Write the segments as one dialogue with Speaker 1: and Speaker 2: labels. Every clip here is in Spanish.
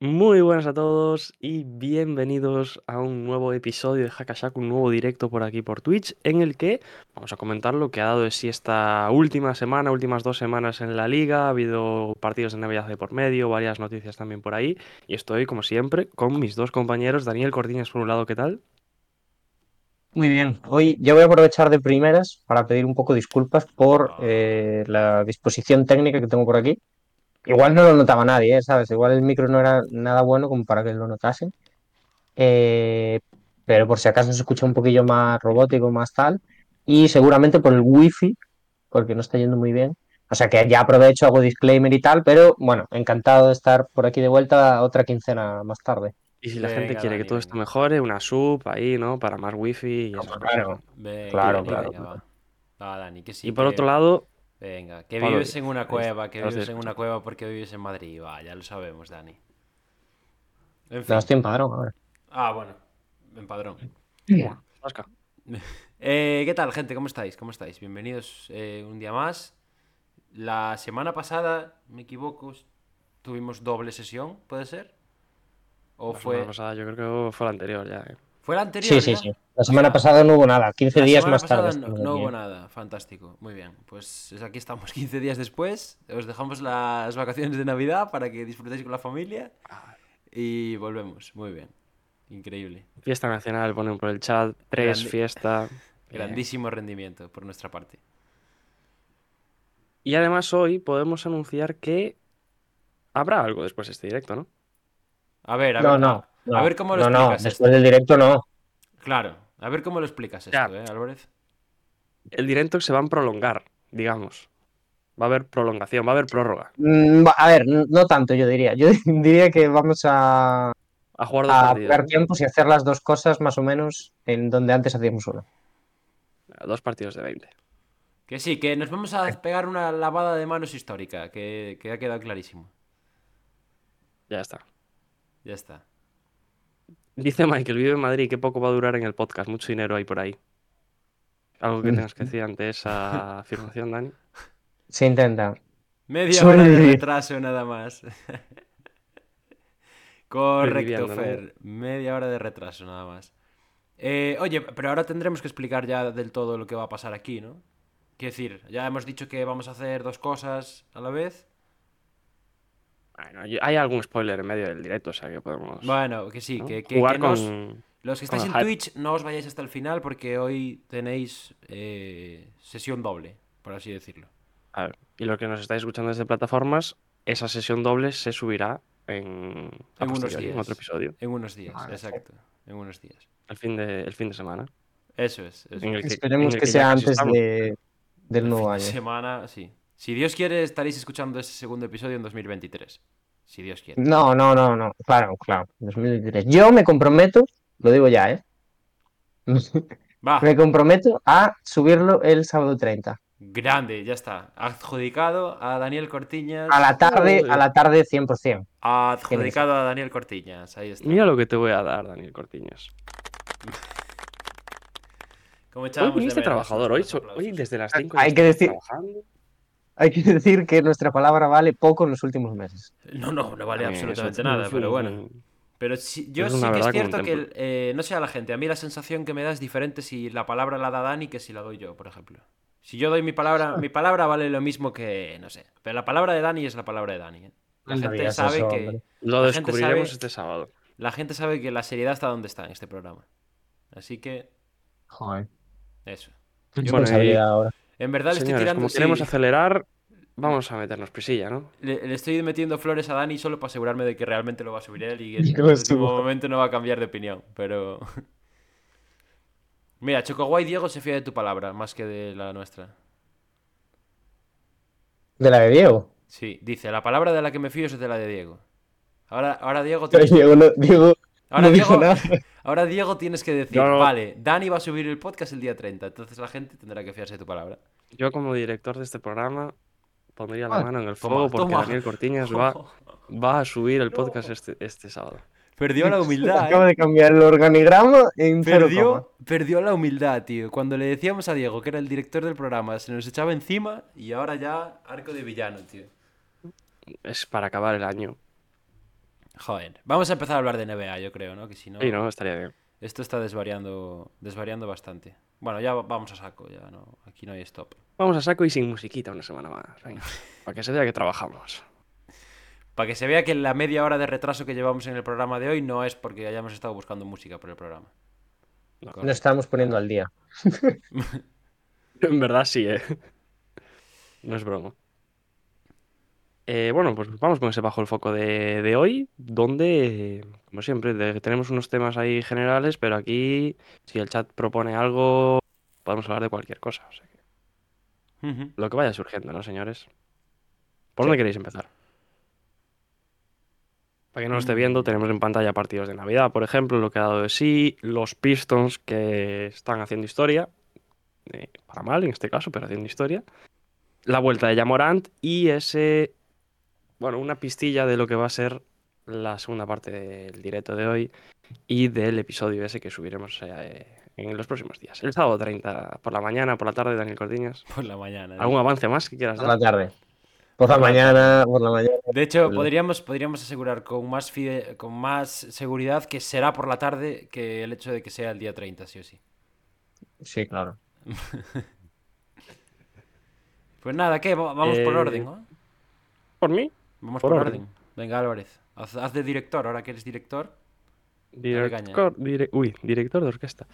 Speaker 1: Muy buenas a todos y bienvenidos a un nuevo episodio de Hakashaku, un nuevo directo por aquí por Twitch, en el que vamos a comentar lo que ha dado de sí esta última semana, últimas dos semanas en la liga. Ha habido partidos de Navidad de por medio, varias noticias también por ahí. Y estoy, como siempre, con mis dos compañeros, Daniel Cortiñas por un lado, ¿qué tal?
Speaker 2: Muy bien, hoy yo voy a aprovechar de primeras para pedir un poco disculpas por eh, la disposición técnica que tengo por aquí. Igual no lo notaba nadie, ¿eh? ¿sabes? Igual el micro no era nada bueno como para que lo notasen. Eh, pero por si acaso se escucha un poquillo más robótico, más tal. Y seguramente por el wifi, porque no está yendo muy bien. O sea que ya aprovecho, hago disclaimer y tal, pero bueno, encantado de estar por aquí de vuelta otra quincena más tarde.
Speaker 1: Y si la gente
Speaker 3: Venga,
Speaker 1: quiere que
Speaker 3: Dani,
Speaker 1: todo esto
Speaker 3: venga.
Speaker 1: mejore, una sub ahí, ¿no? Para más wifi y esas cosas.
Speaker 2: Claro.
Speaker 3: Venga,
Speaker 2: Claro,
Speaker 3: venga,
Speaker 2: claro,
Speaker 3: va. Va, Dani, que sí.
Speaker 1: Y por
Speaker 3: que-
Speaker 1: otro lado,
Speaker 3: Venga, que
Speaker 1: Pablo,
Speaker 3: vives en una cueva, que
Speaker 1: ahora te
Speaker 3: vives en
Speaker 1: escucho.
Speaker 3: una cueva porque vives en Madrid. Va, ya lo sabemos, Dani. En fin.
Speaker 2: No estoy en padrón ahora.
Speaker 3: Ah, bueno. En padrón.
Speaker 1: Vasca.
Speaker 3: Eh, ¿Qué tal, gente? ¿Cómo estáis? ¿Cómo estáis? Bienvenidos eh, un día más. La semana pasada, me equivoco, s- tuvimos doble sesión, ¿puede ser? ¿O
Speaker 1: La
Speaker 3: fue...
Speaker 1: semana pasada, yo creo que fue la anterior ya. ¿eh?
Speaker 3: ¿Fue la anterior?
Speaker 2: Sí, sí,
Speaker 3: ya?
Speaker 2: sí. La semana
Speaker 3: Ya.
Speaker 2: pasada no hubo nada, 15
Speaker 3: La
Speaker 2: días
Speaker 3: semana
Speaker 2: más tarde.
Speaker 3: pasada No,
Speaker 2: estamos
Speaker 3: no
Speaker 2: aquí,
Speaker 3: hubo
Speaker 2: ¿eh?
Speaker 3: nada, fantástico. Muy bien, pues es- aquí estamos 15 días después. Os dejamos las vacaciones de Navidad para que disfrutéis con la familia. Y volvemos, muy bien. Increíble.
Speaker 1: Fiesta Nacional, ponen por el chat. Tres,
Speaker 3: Grande-
Speaker 1: fiesta. Bien.
Speaker 3: Grandísimo rendimiento por nuestra parte.
Speaker 1: Y además hoy podemos anunciar que habrá algo después de este directo, ¿no?
Speaker 3: A ver, a
Speaker 2: No,
Speaker 3: ver.
Speaker 2: no, no.
Speaker 3: A ver cómo lo
Speaker 2: No, no,
Speaker 3: explicas
Speaker 2: después del directo no.
Speaker 3: Claro, a ver cómo lo explicas
Speaker 1: Ya.
Speaker 3: esto, ¿eh, Álvarez?
Speaker 1: El directo se va a prolongar, digamos. Va a haber prolongación, va a haber prórroga.
Speaker 2: Mm, va- A ver, n- no tanto, yo diría. Yo diría que vamos a,
Speaker 1: A jugar
Speaker 3: Ah,
Speaker 1: dos
Speaker 2: a
Speaker 1: partidos.
Speaker 2: jugar
Speaker 1: ¿no?
Speaker 2: tiempos y hacer las dos cosas más o menos en donde antes hacíamos una.
Speaker 1: ¿eh? Dos partidos de 20.
Speaker 3: Que sí, que nos vamos
Speaker 2: Eh.
Speaker 3: a pegar una lavada de manos histórica, que, que ha quedado clarísimo.
Speaker 1: Ya está.
Speaker 3: Ya está.
Speaker 1: Dice Michael, vive en Madrid, qué poco va a durar en el podcast, mucho dinero hay por ahí. Algo
Speaker 3: Mm.
Speaker 1: que tengas que decir ante esa afirmación, Dani.
Speaker 2: Se intenta.
Speaker 3: Media
Speaker 2: Sobre
Speaker 3: hora de
Speaker 2: el-
Speaker 3: retraso nada más. Correcto,
Speaker 1: Liviano, ¿no?
Speaker 3: Fer. Media hora de retraso nada más. Eh, oye, pero ahora tendremos que explicar ya del todo lo que va a pasar aquí, ¿no? Quiero decir, ya hemos dicho que vamos a hacer dos cosas a la vez.
Speaker 1: Bueno, yo- hay algún spoiler en medio del directo, o sea que podemos
Speaker 3: Bueno, que sí,
Speaker 1: Pues, ¿no?
Speaker 3: que, que-
Speaker 1: jugar
Speaker 3: que no os-
Speaker 1: con...
Speaker 3: los que
Speaker 1: con
Speaker 3: estáis en
Speaker 1: el hype.
Speaker 3: Twitch no os vayáis hasta el final porque hoy tenéis eh, sesión doble, por así decirlo.
Speaker 1: A ver, y los que nos estáis escuchando desde plataformas, esa sesión doble se subirá en, a
Speaker 3: En unos
Speaker 1: posteriori, en
Speaker 3: días.
Speaker 1: otro episodio,
Speaker 3: En unos días,
Speaker 2: Vale.
Speaker 3: exacto. En unos días.
Speaker 1: el fin de, el fin de semana.
Speaker 3: Eso es. Eso es.
Speaker 1: en el en
Speaker 2: Esperemos
Speaker 1: el
Speaker 2: que
Speaker 1: ya
Speaker 2: sea
Speaker 1: casi
Speaker 2: antes
Speaker 1: estamos.
Speaker 2: de, del
Speaker 3: El
Speaker 2: nuevo
Speaker 3: fin de
Speaker 2: año.
Speaker 3: semana, sí. Si Dios quiere, estaréis escuchando ese segundo episodio en 2023. Si Dios quiere.
Speaker 2: No, no, no, no. Claro, claro. 2023. Yo me comprometo, lo digo ya, ¿eh?
Speaker 3: Va,
Speaker 2: Me comprometo a subirlo el sábado 30.
Speaker 3: grande, ya está. Adjudicado a Daniel Cortiñas.
Speaker 2: A la tarde, a la tarde 100%.
Speaker 3: Adjudicado a Daniel Cortiñas. Ahí está.
Speaker 1: Mira lo que te voy a dar, Daniel Cortiñas.
Speaker 3: Como
Speaker 1: Hoy
Speaker 3: echábamos de
Speaker 1: viniste
Speaker 3: menos
Speaker 1: trabajador, hoy,
Speaker 3: nuestros aplausos.
Speaker 1: hoy desde las
Speaker 2: Hay-
Speaker 1: 5
Speaker 2: hay que decir-
Speaker 1: trabajando.
Speaker 2: Hay que decir que nuestra palabra vale poco en los últimos meses.
Speaker 3: No, no, no vale
Speaker 1: También,
Speaker 3: absolutamente
Speaker 1: Ah, eso-
Speaker 3: nada, pero bueno.
Speaker 1: eso-
Speaker 3: Pero sí- yo
Speaker 1: es
Speaker 3: sí
Speaker 1: una
Speaker 3: que es
Speaker 1: verdad como un
Speaker 3: cierto que,
Speaker 1: templo.
Speaker 3: el- eh, no sé a la gente, a mí la sensación que me da es diferente si la palabra la da Dani que si la doy yo, por ejemplo. Si yo doy mi palabra, mi palabra vale lo mismo que, no sé. Pero la palabra de Dani es la palabra de Dani. ¿eh? La
Speaker 2: No
Speaker 3: gente
Speaker 2: digas
Speaker 3: sabe
Speaker 2: eso,
Speaker 3: que...
Speaker 2: hombre.
Speaker 1: Lo
Speaker 3: La gente
Speaker 1: descubriremos
Speaker 3: sabe-
Speaker 1: este sábado.
Speaker 3: La gente sabe que la seriedad está donde está en este programa. Así que,
Speaker 2: Joder.
Speaker 3: eso.
Speaker 2: Qué
Speaker 1: Bueno, y,
Speaker 2: responsabilidad ahora.
Speaker 3: En verdad le estoy
Speaker 1: señores,
Speaker 3: tirando.
Speaker 1: como
Speaker 3: sí,
Speaker 1: queremos acelerar, vamos a meternos prisilla, ¿no?
Speaker 3: le, le estoy metiendo flores a Dani solo para asegurarme de que realmente lo va a subir él y en
Speaker 2: Y
Speaker 3: el
Speaker 2: que lo
Speaker 3: último
Speaker 2: suba.
Speaker 3: momento no va a cambiar de opinión. Pero. Mira, Chocoguay Diego se fía de tu palabra más que de la nuestra.
Speaker 2: De la de Diego.
Speaker 3: Sí, dice: La palabra de la que me fío es de la de Diego. Ahora, ahora Diego,
Speaker 2: Pero
Speaker 3: tienes,
Speaker 2: Diego, no- Diego-
Speaker 3: Ahora,
Speaker 2: no dijo
Speaker 3: Diego,
Speaker 2: nada.
Speaker 3: ahora, Diego, tienes que decir,
Speaker 1: Yo no-
Speaker 3: vale, Dani va a subir el podcast el día 30, entonces la gente tendrá que fiarse de tu palabra.
Speaker 1: Yo como director de este programa pondría la
Speaker 2: Ah,
Speaker 1: mano en el
Speaker 3: toma,
Speaker 1: fuego porque
Speaker 3: toma.
Speaker 1: Daniel Cortiñas va, va a subir el podcast este, este sábado.
Speaker 3: Perdió la humildad.
Speaker 2: Acaba
Speaker 3: ¿eh?
Speaker 2: de cambiar el organigrama en cero coma.
Speaker 3: Perdió, perdió la humildad, tío. Cuando le decíamos a Diego que era el director del programa, se nos echaba encima y ahora ya arco de villano, tío.
Speaker 1: Es para acabar el año.
Speaker 3: Joder, vamos a empezar a hablar de NBA, yo creo, ¿no? Que si no,
Speaker 1: Y no, estaría bien.
Speaker 3: esto está desvariando, desvariando bastante. Bueno, ya va- vamos a saco, ya no, aquí no hay stop.
Speaker 1: Vamos a saco y sin musiquita una semana más. venga, para que se vea que trabajamos.
Speaker 3: Para que se vea que la media hora de retraso que llevamos en el programa de hoy no es porque hayamos estado buscando música por el programa.
Speaker 2: Nos estábamos poniendo al día.
Speaker 1: En verdad sí, ¿eh? No es broma. Eh, bueno, pues vamos con ese bajo el foco de, de hoy, donde, eh, como siempre, de- tenemos unos temas ahí generales, pero aquí, si el chat propone algo, podemos hablar de cualquier cosa. o sea que-
Speaker 3: Ujú.
Speaker 1: lo que vaya surgiendo, ¿no, señores? ¿Por dónde queréis empezar? Para que no lo esté viendo, tenemos en pantalla partidos de Navidad, por ejemplo, lo que ha dado de sí, los Pistons que están haciendo historia, eh, para mal en este caso, pero haciendo historia, la vuelta de Jamorant y ese, bueno, una pistilla de lo que va a ser la segunda parte del directo de hoy y del episodio ese que subiremos eh, en los próximos días. El sábado 30 por la mañana, por la tarde, Daniel Cortiñas.
Speaker 3: Por la mañana.
Speaker 1: ¿Algún avance más que quieras
Speaker 2: Por
Speaker 1: dar?
Speaker 2: la tarde. Por la mañana, por la mañana.
Speaker 3: De hecho,
Speaker 2: Vale.
Speaker 3: podríamos, podríamos asegurar con más, fide- con más seguridad que será por la tarde que el hecho de que sea el día 30, sí o sí.
Speaker 2: Sí, claro.
Speaker 3: Pues nada, ¿qué? Va- Vamos por
Speaker 1: Eh,
Speaker 3: orden, ¿no?
Speaker 1: ¿Por mí?
Speaker 3: Vamos por,
Speaker 1: por
Speaker 3: orden.
Speaker 1: orden.
Speaker 3: Venga, Álvarez, haz, haz de director, ahora que eres director. caña.
Speaker 1: Director, dire- uy, director de orquesta.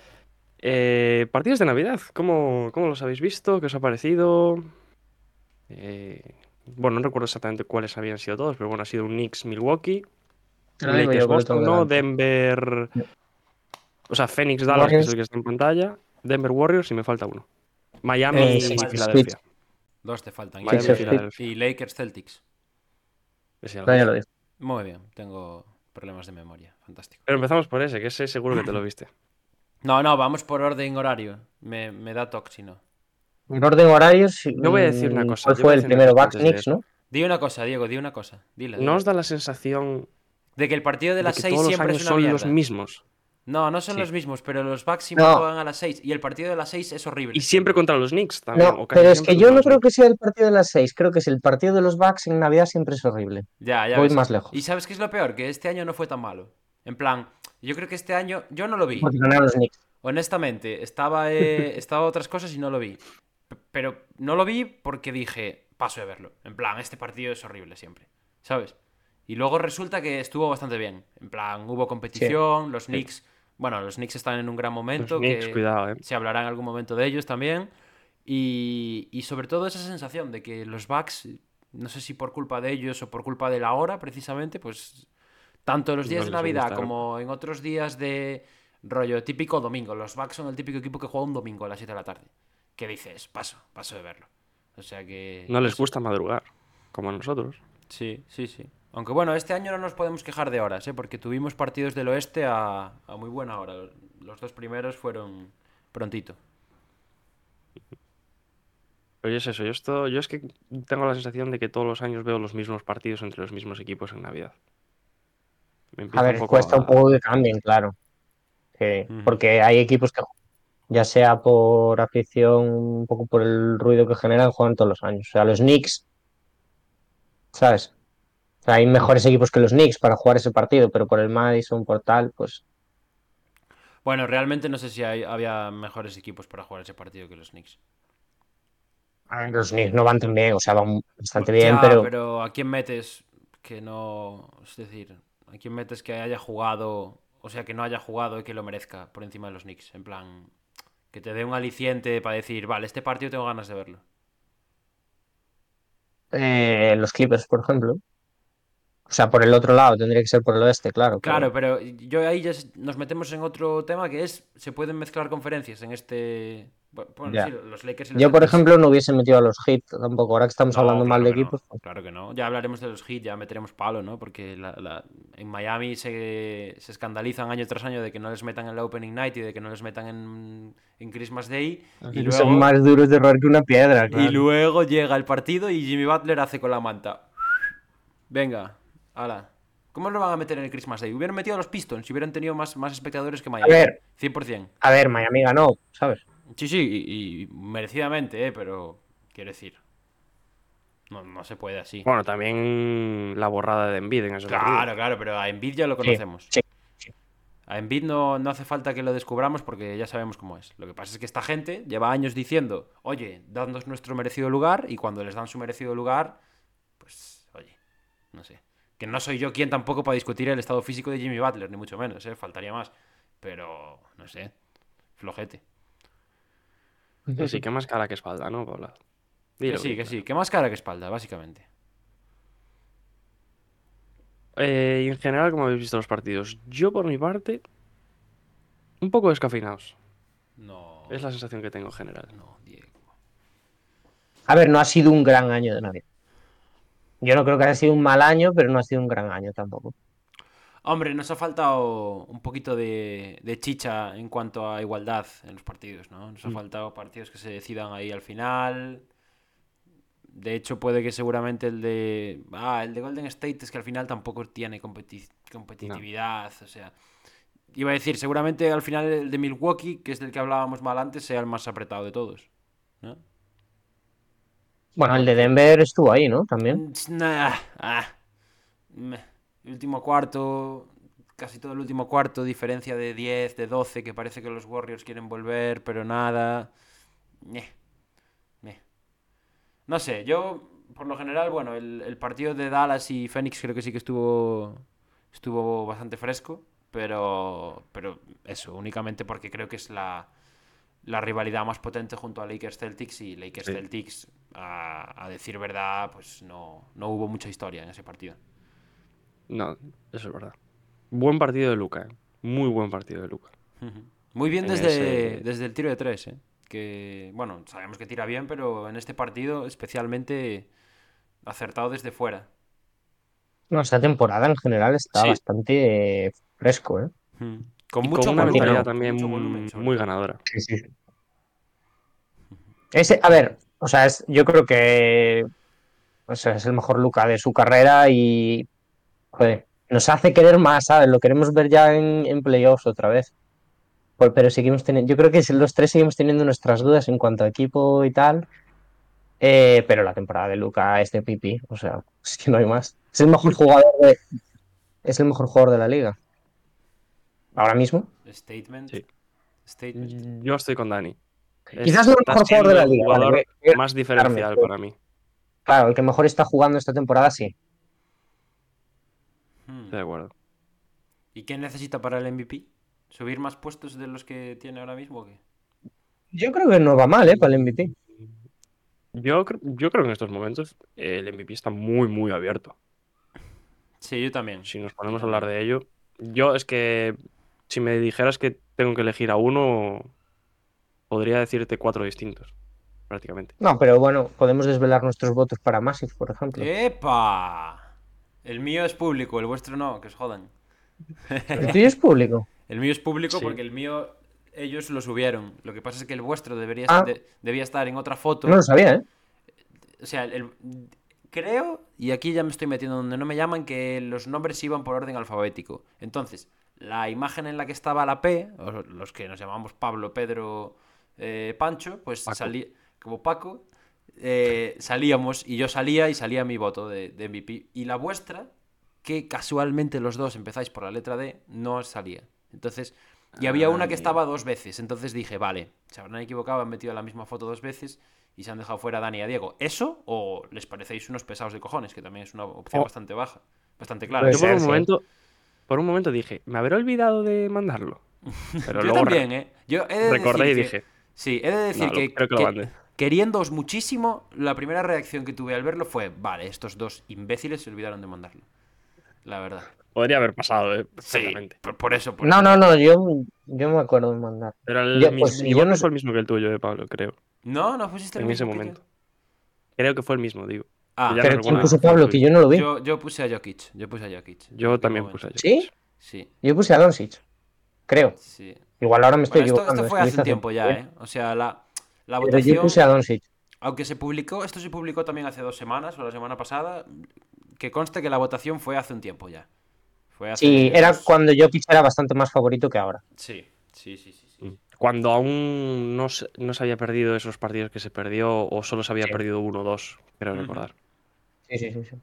Speaker 1: Eh, partidos de Navidad, ¿cómo, cómo los habéis visto? ¿Qué os ha parecido? Eh, bueno, no recuerdo exactamente cuáles habían sido todos, pero bueno, ha sido un Knicks Milwaukee,
Speaker 2: Ahora mismo yo
Speaker 1: Lakers
Speaker 2: creo que tengo
Speaker 1: Boston, ¿no?
Speaker 2: delante.
Speaker 1: Denver. O sea, Phoenix Dallas, que es el que está en pantalla. Denver Warriors y me falta uno. Miami
Speaker 2: Eh,
Speaker 1: y
Speaker 2: sí,
Speaker 1: Filadelfia.
Speaker 3: Dos te faltan.
Speaker 1: Miami
Speaker 2: sí,
Speaker 1: y
Speaker 2: sí.
Speaker 1: Filadelfia.
Speaker 3: Y Lakers Celtics.
Speaker 1: Ese ya lo
Speaker 2: No, ya
Speaker 1: dije.
Speaker 2: lo dije.
Speaker 3: Muy bien, tengo problemas de memoria. Fantástico.
Speaker 1: Pero empezamos por ese, que ese seguro que te lo viste.
Speaker 3: No, no, vamos por orden horario. Me, me da tóxino.
Speaker 2: En orden horario, sí,
Speaker 1: Yo voy a decir una
Speaker 2: mm,
Speaker 1: cosa,
Speaker 2: ¿Cuál
Speaker 1: yo voy
Speaker 2: fue
Speaker 1: a
Speaker 2: el
Speaker 1: decir una
Speaker 2: primero?
Speaker 1: cosa
Speaker 2: Bucks
Speaker 1: antes de
Speaker 2: Knicks, ¿no?
Speaker 3: Di una cosa, Diego, di una cosa. Dila.
Speaker 1: ¿No
Speaker 3: dila.
Speaker 1: os da la sensación
Speaker 3: De que el partido de
Speaker 1: de
Speaker 3: las
Speaker 1: que
Speaker 3: 6
Speaker 1: todos los
Speaker 3: siempre
Speaker 1: años
Speaker 3: es una
Speaker 1: son los
Speaker 3: mierda.
Speaker 1: mismos?
Speaker 3: No, no son
Speaker 1: Sí.
Speaker 3: los mismos, pero los Bucks siempre
Speaker 2: No.
Speaker 3: juegan a las 6 y el partido de las 6 es horrible.
Speaker 1: Y siempre contra los Knicks también.
Speaker 2: No,
Speaker 1: o casi
Speaker 2: pero es
Speaker 1: siempre
Speaker 2: que yo
Speaker 1: contra
Speaker 2: no
Speaker 1: los
Speaker 2: creo
Speaker 1: Knicks.
Speaker 2: que sea el partido de las seis. Creo que es el partido de los Bucks en Navidad siempre es horrible.
Speaker 3: Ya, ya
Speaker 2: Voy
Speaker 3: ves.
Speaker 2: más lejos.
Speaker 3: Y sabes qué es lo peor, que este año no fue tan malo. En plan, yo creo que este año yo no lo vi.
Speaker 2: Porque ganaron los Knicks.
Speaker 3: Honestamente, estaba eh, estaba otras cosas y no lo vi. P- Pero no lo vi porque dije, paso de verlo. En plan, este partido es horrible siempre, ¿sabes? Y luego resulta que estuvo bastante bien. En plan, hubo competición, los Knicks, bueno, los Knicks están en un gran momento
Speaker 1: Los Knicks,
Speaker 3: que
Speaker 1: cuidado, eh.
Speaker 3: se hablará en algún momento de ellos también. Y, y sobre todo esa sensación de que los Bucks, no sé si por culpa de ellos o por culpa de la hora precisamente, pues tanto en los días
Speaker 1: No
Speaker 3: de
Speaker 1: les
Speaker 3: Navidad
Speaker 1: gustaron.
Speaker 3: como en otros días de rollo típico domingo. Los Bucks son el típico equipo que juega un domingo a las 7 de la tarde. Que dices, paso, paso de verlo. O sea que...
Speaker 1: No les
Speaker 3: sé.
Speaker 1: gusta madrugar, como a nosotros.
Speaker 3: Sí, sí, sí. Aunque bueno, este año no nos podemos quejar de horas, ¿eh? porque tuvimos partidos del oeste a, a muy buena hora. Los dos primeros fueron prontito.
Speaker 1: Pero yo es eso, yo, esto, yo es que tengo la sensación de que todos los años veo los mismos partidos entre los mismos equipos en Navidad. Me
Speaker 2: A
Speaker 1: empieza
Speaker 2: ver, cuesta un
Speaker 1: a-
Speaker 2: poco que cambien, claro. Sí,
Speaker 3: Ujú.
Speaker 2: Porque hay equipos que, ya sea por afición, un poco por el ruido que generan, juegan todos los años. O sea, los Knicks, ¿sabes? O sea, hay mejores equipos que los Knicks para jugar ese partido, pero por el Madison, por tal, pues
Speaker 3: Bueno, realmente no sé si hay- había mejores equipos para jugar ese partido que los Knicks.
Speaker 2: a ver, los Knicks no van tan bien, o sea, van bastante bien,
Speaker 3: Ya,
Speaker 2: pero
Speaker 3: ¿a quién metes que no... Es decir, ¿a quién metes que haya jugado, o sea, que no haya jugado y que lo merezca por encima de los Knicks? En plan, que te dé un aliciente para decir, vale, este partido tengo ganas de verlo.
Speaker 2: eh, los Clippers, por ejemplo. O sea, por el otro lado, tendría que ser por el oeste, claro.
Speaker 3: Claro, pero yo ahí ya s- nos metemos en otro tema que es, se pueden mezclar conferencias en este... bu- Bueno,
Speaker 2: Ya.
Speaker 3: sí, los Lakers y los
Speaker 2: Yo, por
Speaker 3: Celtics.
Speaker 2: ejemplo, no hubiese metido a los Heat tampoco. Ahora que estamos
Speaker 3: pues, No,
Speaker 2: hablando mal de
Speaker 3: claro que no,
Speaker 2: equipos, pues,
Speaker 3: claro que no. Ya hablaremos de los Heat, ya meteremos palo, ¿no? Porque la- la- en Miami se, se escandalizan año tras año de que no les metan en la Opening Night y de que no les metan en, en Christmas Day. Y luego,
Speaker 2: pues, son más duros de roer que una piedra.
Speaker 3: y
Speaker 2: claro.
Speaker 3: luego llega el partido y Jimmy Butler hace con la manta. Venga, ala. ¿Cómo lo van a meter en el Christmas Day? Hubieran metido a los Pistons si hubieran tenido más, más espectadores que Miami.
Speaker 2: ver.
Speaker 3: 100%.
Speaker 2: A ver, Miami ganó, ¿sabes?
Speaker 3: Sí, sí, y, y merecidamente, ¿eh? Pero, quiero decir, no, no se puede así.
Speaker 1: Bueno, también la borrada de Envid en esos
Speaker 3: Claro,
Speaker 1: partidos.
Speaker 3: claro, pero a Envid ya lo conocemos.
Speaker 2: sí, sí.
Speaker 3: A Envid no, no hace falta que lo descubramos porque ya sabemos cómo es. Lo que pasa es que esta gente lleva años diciendo, oye, dadnos nuestro merecido lugar, y cuando les dan su merecido lugar, pues, oye, no sé. Que no soy yo quien tampoco para discutir el estado físico de Jimmy Butler, ni mucho menos, ¿eh? faltaría más. Pero, no sé, flojete.
Speaker 1: Que sí, que más cara que espalda, ¿no, Paula?
Speaker 3: Que
Speaker 1: Dilo,
Speaker 3: sí, que
Speaker 1: dilo.
Speaker 3: sí, que más cara que espalda, básicamente.
Speaker 1: Eh, y en general, como habéis visto los partidos? Yo, por mi parte, un poco descafeinados.
Speaker 3: No,
Speaker 1: Es la sensación que tengo en general.
Speaker 3: no, Diego.
Speaker 2: A ver, no ha sido un gran año de nadie. Yo no creo que haya sido un mal año, pero no ha sido un gran año tampoco.
Speaker 3: Hombre, nos ha faltado un poquito de, de chicha en cuanto a igualdad en los partidos, ¿no? Nos ha faltado partidos que se decidan ahí al final. De hecho, puede que seguramente el de. Ah, el de Golden State es que al final tampoco tiene competi- competitividad. O sea. Iba a decir, seguramente al final el de Milwaukee, que es del que hablábamos mal antes, sea el más apretado de todos. ¿no?
Speaker 2: Bueno, el de Denver estuvo ahí, ¿no? También.
Speaker 3: Mm, nah, ah, meh. El último cuarto, casi todo el último cuarto, diferencia de 10, de 12, que parece que los Warriors quieren volver, pero nada. Ñe, ñe. No sé, yo, por lo general, bueno, el, el partido de Dallas y Phoenix creo que sí que estuvo estuvo bastante fresco, pero, pero eso, únicamente porque creo que es la, la rivalidad más potente junto a Lakers Celtics y Lakers Celtics, a, a decir verdad, pues no, no hubo mucha historia en ese partido.
Speaker 1: No, eso es verdad. Buen partido de Luca, ¿eh? Muy buen partido de Luca.
Speaker 3: Ujú. Muy bien
Speaker 1: En
Speaker 3: desde,
Speaker 1: ese-
Speaker 3: desde el tiro de tres, ¿eh? que bueno, sabemos que tira bien, pero en este partido especialmente acertado desde fuera.
Speaker 2: No, esta temporada en general está
Speaker 3: Sí.
Speaker 2: bastante eh, fresco, ¿eh?
Speaker 3: Ujú. Con
Speaker 1: Y
Speaker 3: mucho
Speaker 1: con una
Speaker 3: volumen,
Speaker 1: mentalidad
Speaker 3: con
Speaker 1: también
Speaker 3: mucho volumen, sobre
Speaker 1: muy
Speaker 3: todo.
Speaker 1: ganadora.
Speaker 2: Sí, sí. Ese, a ver, o sea, es, yo creo que o sea, es el mejor Luca de su carrera y joder, nos hace querer más, ¿sabes? Lo queremos ver ya en, en playoffs otra vez. Por- pero seguimos teniendo, yo creo que si los tres seguimos teniendo nuestras dudas en cuanto a equipo y tal. eh, pero la temporada de Luca es de pipí, o sea, es que no hay más. Es el mejor jugador de, es el mejor jugador de la liga. Ahora mismo.
Speaker 3: Statement.
Speaker 1: Sí.
Speaker 3: Statement.
Speaker 1: Yo estoy con Dani. Es-
Speaker 2: Quizás no el
Speaker 1: está
Speaker 2: mejor jugador de la
Speaker 1: siendo el
Speaker 2: liga. vale,
Speaker 1: jugador
Speaker 2: voy- voy a-
Speaker 1: más diferencial
Speaker 2: pero-
Speaker 1: para mí.
Speaker 2: Claro, el que mejor está jugando esta temporada, sí.
Speaker 3: Hmm.
Speaker 1: De acuerdo.
Speaker 3: ¿Y qué necesita para el MVP? ¿Subir más puestos de los que tiene ahora mismo o qué?
Speaker 2: Yo creo que no va mal, ¿eh? Para el MVP.
Speaker 1: Yo, cre- yo creo que en estos momentos eh, el MVP está muy, muy abierto.
Speaker 3: Sí, yo también.
Speaker 1: Si nos ponemos a hablar de ello, yo es que si me dijeras que tengo que elegir a uno, podría decirte cuatro distintos, prácticamente.
Speaker 2: No, pero bueno, podemos desvelar nuestros votos para Massive, por ejemplo.
Speaker 3: ¡Epa! El mío es público, el vuestro no, que os jodan.
Speaker 2: El tuyo es público.
Speaker 3: El mío es público
Speaker 1: Sí.
Speaker 3: porque el mío ellos lo subieron. Lo que pasa es que el vuestro debería,
Speaker 2: Ah.
Speaker 3: de- debía estar en otra foto.
Speaker 2: No lo sabía, ¿eh?
Speaker 3: O sea, el- creo, y aquí ya me estoy metiendo donde no me llaman, que los nombres iban por orden alfabético. Entonces, la imagen en la que estaba la P, o los que nos llamamos Pablo, Pedro, eh, Pancho, pues
Speaker 1: Paco.
Speaker 3: salía como Paco, eh, salíamos y yo salía y salía mi voto de, de MVP. Y la vuestra, que casualmente los dos empezáis por la letra D, no salía. Entonces, y había una que
Speaker 1: Ay.
Speaker 3: estaba dos veces. Entonces dije, vale, se habrán equivocado, han metido la misma foto dos veces y se han dejado fuera a Dani y a Diego. ¿Eso o les parecéis unos pesados de cojones? Que también es una opción
Speaker 1: Oh.
Speaker 3: bastante baja, bastante clara.
Speaker 2: Puede
Speaker 1: Yo por
Speaker 2: ser,
Speaker 1: un
Speaker 2: sí.
Speaker 1: momento, por un momento dije, me habré olvidado de mandarlo. Pero
Speaker 3: Yo
Speaker 1: luego re-
Speaker 3: también, ¿eh? Yo he de
Speaker 1: recordé
Speaker 3: decir
Speaker 1: y
Speaker 3: que-
Speaker 1: dije,
Speaker 3: Sí, he de decir
Speaker 1: No, lo-
Speaker 3: que,
Speaker 1: creo que lo
Speaker 3: que-
Speaker 1: mandé.
Speaker 3: queriéndoos muchísimo, la primera reacción que tuve al verlo fue, vale, estos dos imbéciles se olvidaron de mandarlo. la verdad.
Speaker 1: Podría haber pasado, ¿eh?
Speaker 3: Sí,
Speaker 1: perfectamente.
Speaker 3: por, por eso. por
Speaker 2: No, no, no, yo, yo me acuerdo de mandar.
Speaker 1: Pero el,
Speaker 2: Ya,
Speaker 1: mi-
Speaker 2: pues,
Speaker 1: mi
Speaker 2: yo
Speaker 1: voto
Speaker 2: no
Speaker 1: fue el mismo que el tuyo, eh, Pablo, creo.
Speaker 3: No, no pusiste el
Speaker 1: En ese
Speaker 3: mismo que yo.
Speaker 1: momento. Creo que fue el mismo, digo.
Speaker 3: Ah,
Speaker 1: Ya
Speaker 2: Pero
Speaker 1: no
Speaker 2: ¿quién
Speaker 1: recuerdo.
Speaker 2: puso Pablo? Que yo no lo vi. Yo,
Speaker 3: yo, yo puse a Jokic. Yo puse a Jokic.
Speaker 1: Yo también puse a
Speaker 3: Jokic.
Speaker 1: Jokic.
Speaker 2: ¿Sí?
Speaker 3: Sí,
Speaker 2: puse a Doncic. Creo.
Speaker 3: sí.
Speaker 2: Igual ahora me estoy
Speaker 3: Bueno, esto,
Speaker 2: equivocando.
Speaker 3: esto fue
Speaker 2: es que
Speaker 3: hace
Speaker 2: hice
Speaker 3: un tiempo ya, ¿eh? O sea, la, la
Speaker 2: Pero yo
Speaker 3: votación,
Speaker 2: puse a Doncic.
Speaker 3: aunque se publicó, esto se publicó también hace dos semanas o la semana pasada, que conste que la votación fue hace un tiempo ya. Fue hace
Speaker 2: Sí, eh. era
Speaker 3: dos-
Speaker 2: cuando Jokic era bastante más favorito que ahora.
Speaker 3: Sí, sí, sí, sí. sí.
Speaker 1: Mm. Cuando aún no se, no se había perdido esos partidos que se perdió, o solo se había
Speaker 2: Sí.
Speaker 1: perdido uno o dos, creo
Speaker 3: Ujú.
Speaker 1: recordar.
Speaker 2: Sí, sí, sí. sí.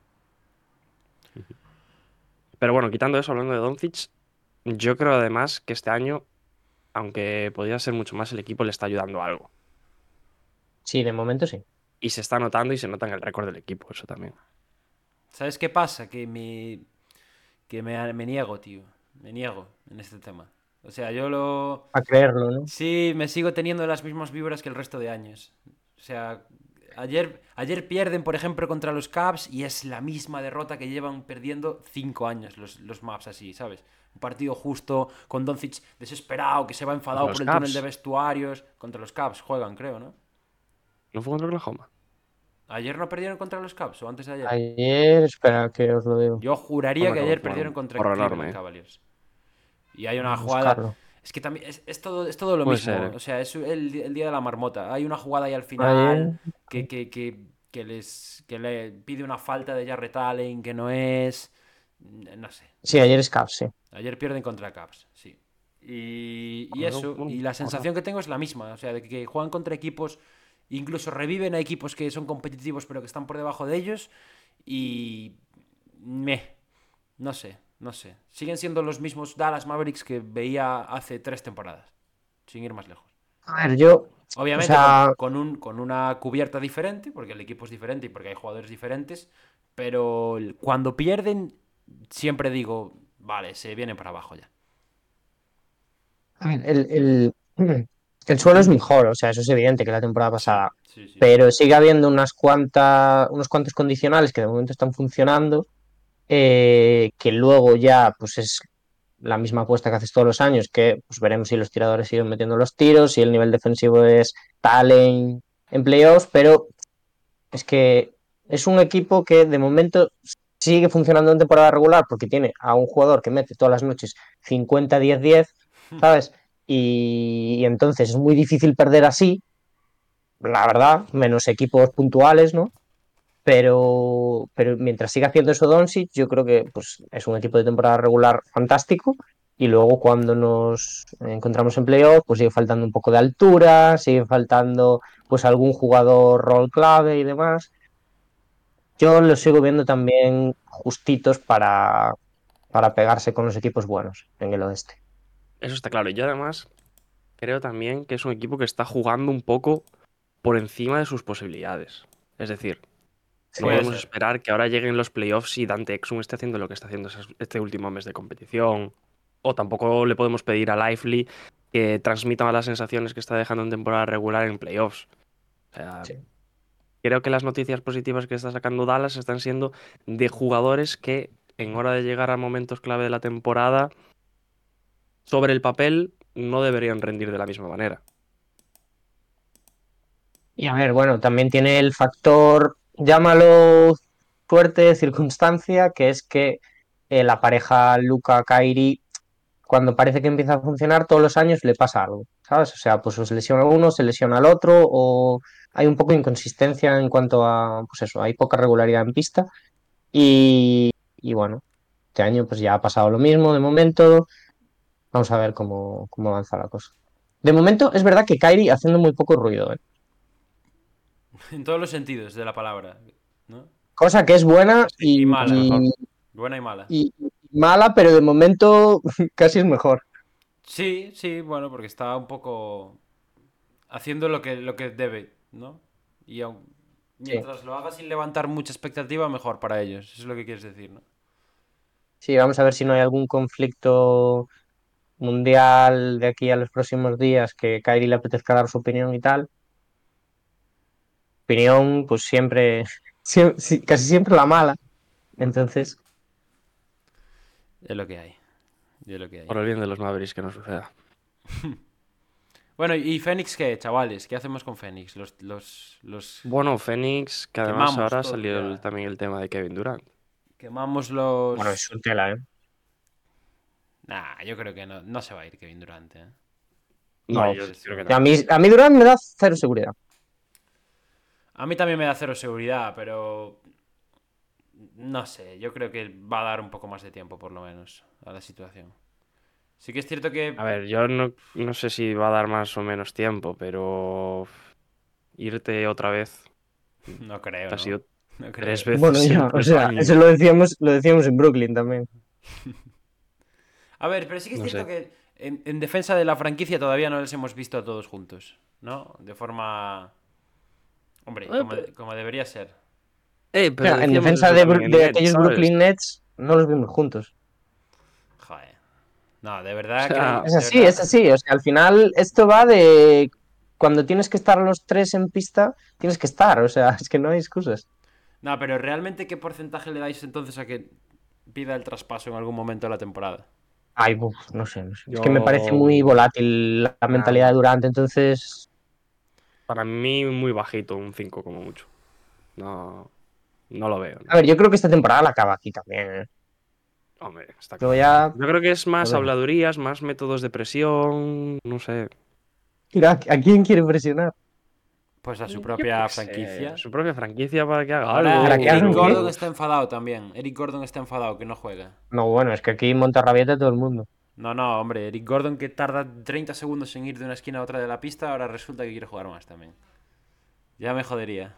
Speaker 1: Pero bueno, quitando eso, hablando de Doncic, yo creo además que este año, aunque podría ser mucho más, el equipo le está ayudando a algo.
Speaker 2: Sí, de momento sí.
Speaker 1: Y se está notando y se nota en el récord del equipo, eso también.
Speaker 3: ¿Sabes qué pasa? Que me, que me, me niego, tío. Me niego en este tema. O sea, yo lo...
Speaker 2: A creerlo, ¿no?
Speaker 3: Sí, me sigo teniendo las mismas vibras que el resto de años. O sea, ayer, ayer pierden, por ejemplo, contra los Cavs y es la misma derrota que llevan perdiendo cinco años los, los Maps así, ¿sabes? Un partido justo, con Doncic desesperado, que se va enfadado
Speaker 1: Los
Speaker 3: por el
Speaker 1: Cavs.
Speaker 3: túnel de vestuarios. Contra los Cavs juegan, creo, ¿no?
Speaker 1: ¿No fue contra Oklahoma?
Speaker 3: ¿Ayer no perdieron contra los Cavs o antes de ayer?
Speaker 2: Ayer, espera que os lo digo.
Speaker 3: Yo juraría
Speaker 1: Bueno,
Speaker 3: que
Speaker 1: no,
Speaker 3: ayer
Speaker 1: por-
Speaker 3: perdieron contra
Speaker 1: por
Speaker 3: Cleveland
Speaker 1: enorme, eh.
Speaker 3: Cavaliers. Y hay una jugada...
Speaker 2: Buscarlo.
Speaker 3: Es que también es, es todo, es todo lo
Speaker 1: Puede
Speaker 3: mismo.
Speaker 1: ser, ¿eh?
Speaker 3: O sea, es el, di- el día de la marmota. Hay una jugada ahí al final que, que, que, que les que le pide una falta de Jarrett Allen que no es. mm, No sé.
Speaker 2: Sí, ayer es Caps, sí.
Speaker 3: Ayer pierden contra Caps, sí. Y, y
Speaker 1: Bueno,
Speaker 3: eso,
Speaker 1: bueno,
Speaker 3: y la
Speaker 1: bueno.
Speaker 3: sensación que tengo es la misma. O sea, de que juegan contra equipos, incluso reviven a equipos que son competitivos pero que están por debajo de ellos. Y. Me. No sé, no sé. Siguen siendo los mismos Dallas Mavericks que veía hace tres temporadas. Sin ir más lejos.
Speaker 2: A ver, yo.
Speaker 3: Obviamente,
Speaker 2: O sea-
Speaker 3: con, con un, con una cubierta diferente, porque el equipo es diferente y porque hay jugadores diferentes, pero el- cuando pierden, siempre digo, vale, se vienen para abajo ya.
Speaker 2: A ver, el, el, el suelo es mejor, o sea, eso es evidente que la temporada pasada.
Speaker 3: Sí, sí.
Speaker 2: Pero sigue habiendo unas cuantas, unos cuantos condicionales que de momento están funcionando. eh, que luego ya, pues es la misma apuesta que haces todos los años, que pues veremos si los tiradores siguen metiendo los tiros, si el nivel defensivo es tal en, en playoffs, pero es que es un equipo que de momento sigue funcionando en temporada regular porque tiene a un jugador que mete todas las noches 50-10-10, ¿sabes? Y, y entonces es muy difícil perder así, la verdad, menos equipos puntuales, ¿no? Pero, pero mientras siga haciendo eso Doncic, yo creo que pues, es un equipo de temporada regular fantástico. Y luego cuando nos encontramos en playoff, pues sigue faltando un poco de altura, sigue faltando pues algún jugador rol clave y demás. Yo los sigo viendo también justitos para, para pegarse con los equipos buenos en el oeste.
Speaker 1: Eso está claro. Y yo además creo también que es un equipo que está jugando un poco por encima de sus posibilidades. Es decir,
Speaker 2: Sí,
Speaker 1: no
Speaker 3: Puede
Speaker 1: podemos
Speaker 3: ser.
Speaker 1: esperar que ahora lleguen los playoffs y Dante Exum esté haciendo lo que está haciendo esas- este último mes de competición. O tampoco le podemos pedir a Lively que transmita las sensaciones que está dejando en temporada regular en playoffs. O sea,
Speaker 2: Sí.
Speaker 1: creo que las noticias positivas que está sacando Dallas están siendo de jugadores que en hora de llegar a momentos clave de la temporada, sobre el papel, no deberían rendir de la misma manera.
Speaker 2: Y a ver, bueno, también tiene el factor, llámalo suerte, circunstancia, que es que eh, la pareja Luca-Kairi, cuando parece que empieza a funcionar, todos los años le pasa algo, ¿sabes? O sea, pues o se lesiona uno, se lesiona al otro, o hay un poco de inconsistencia en cuanto a, pues eso, hay poca regularidad en pista. Y, y bueno, este año pues ya ha pasado lo mismo de momento. Vamos a ver cómo, cómo avanza la cosa. De momento es verdad que Kairi haciendo muy poco ruido, ¿eh?
Speaker 3: En todos los sentidos de la palabra, ¿no?
Speaker 2: Cosa que es buena y,
Speaker 3: Y mala.
Speaker 2: y-
Speaker 3: Buena y mala.
Speaker 2: y mala, pero de momento casi es mejor.
Speaker 3: Sí, sí, bueno, porque está un poco haciendo lo que, lo que debe, ¿no? Y aun- mientras lo haga sin levantar mucha expectativa, mejor para ellos. Eso es lo que quieres decir, ¿no?
Speaker 2: Sí, vamos a ver si no hay algún conflicto mundial de aquí a los próximos días que Kairi le apetezca dar su opinión y tal. Opinión, pues siempre, siem- sí, casi siempre la mala. Entonces,
Speaker 3: Es lo que hay. Es lo que hay.
Speaker 1: Por el bien de los Mavericks que no suceda.
Speaker 3: Bueno, ¿y Fénix qué, chavales? ¿Qué hacemos con Fénix? Los, los, los
Speaker 1: Bueno, Fénix, que además
Speaker 3: Quemamos
Speaker 1: ahora
Speaker 3: todo,
Speaker 1: salió el-
Speaker 3: ya.
Speaker 1: también el tema de Kevin Durant.
Speaker 3: quemamos los.
Speaker 2: Bueno, es un tela, ¿eh?
Speaker 3: Nah, yo creo que no, no se va a ir Kevin Durant. ¿eh?
Speaker 1: No,
Speaker 2: No,
Speaker 1: yo creo que
Speaker 2: A
Speaker 1: no.
Speaker 2: mí, a mí Durant me da cero seguridad.
Speaker 3: A mí también me da cero seguridad, pero. No sé, yo creo que va a dar un poco más de tiempo, por lo menos, a la situación. Sí que es cierto que.
Speaker 1: A ver, yo no, no sé si va a dar más o menos tiempo, pero irte otra vez.
Speaker 3: no creo.
Speaker 1: Te
Speaker 3: ¿no?
Speaker 1: has ido
Speaker 3: No creo.
Speaker 1: tres veces.
Speaker 2: Bueno,
Speaker 1: en
Speaker 2: ya, o
Speaker 1: tres
Speaker 2: sea,
Speaker 1: años.
Speaker 2: eso lo decíamos, lo decíamos en Brooklyn también.
Speaker 3: A ver, pero sí que es
Speaker 1: No
Speaker 3: cierto que en, en defensa de la franquicia todavía no les hemos visto a todos juntos, ¿no? De forma. Hombre,
Speaker 1: Bueno,
Speaker 3: como,
Speaker 1: pero-
Speaker 3: como debería ser.
Speaker 1: Eh, pero
Speaker 2: Claro, en
Speaker 1: decíamos
Speaker 2: defensa
Speaker 1: eso
Speaker 2: de,
Speaker 1: también
Speaker 2: Bru-
Speaker 1: en
Speaker 2: de
Speaker 1: Nets,
Speaker 2: aquellos
Speaker 1: ¿sabes?
Speaker 2: Brooklyn Nets, no los vimos juntos.
Speaker 3: Joder. No, de verdad.
Speaker 1: O sea,
Speaker 3: creo-
Speaker 2: Es
Speaker 3: de
Speaker 2: así,
Speaker 3: verdad.
Speaker 2: es así. O sea, al final esto va de cuando tienes que estar los tres en pista, tienes que estar. O sea, es que no hay excusas.
Speaker 3: No, pero realmente, ¿qué porcentaje le dais entonces a que pida el traspaso en algún momento de la temporada?
Speaker 2: Ay, buf, no sé, no sé. Es
Speaker 1: Yo- Ah.
Speaker 2: que me parece muy volátil la mentalidad de Durant, entonces
Speaker 1: Para mí, muy bajito, un 5 como mucho. No, no lo veo. ¿no?
Speaker 2: A ver, yo creo que esta temporada la acaba aquí también. ¿eh?
Speaker 1: Hombre, está claro.
Speaker 2: Luego ya.
Speaker 1: Yo creo que es más
Speaker 2: Joder.
Speaker 1: habladurías, más métodos de presión, no sé.
Speaker 2: Mira, ¿a quién quiere presionar?
Speaker 3: Pues a su
Speaker 1: Yo
Speaker 3: propia
Speaker 1: qué sé,
Speaker 3: franquicia.
Speaker 1: Su propia franquicia para que haga
Speaker 3: Ahora,
Speaker 1: algo.
Speaker 2: Para que haga
Speaker 3: Eric
Speaker 2: un
Speaker 3: Gordon
Speaker 2: qué?
Speaker 3: está enfadado también. Eric Gordon está enfadado, que no juega.
Speaker 2: No, bueno, es que aquí monta rabieta todo el mundo.
Speaker 3: No, no, hombre, Eric Gordon que tarda 30 segundos en ir de una esquina a otra de la pista, ahora resulta que quiere jugar más también. Ya me jodería.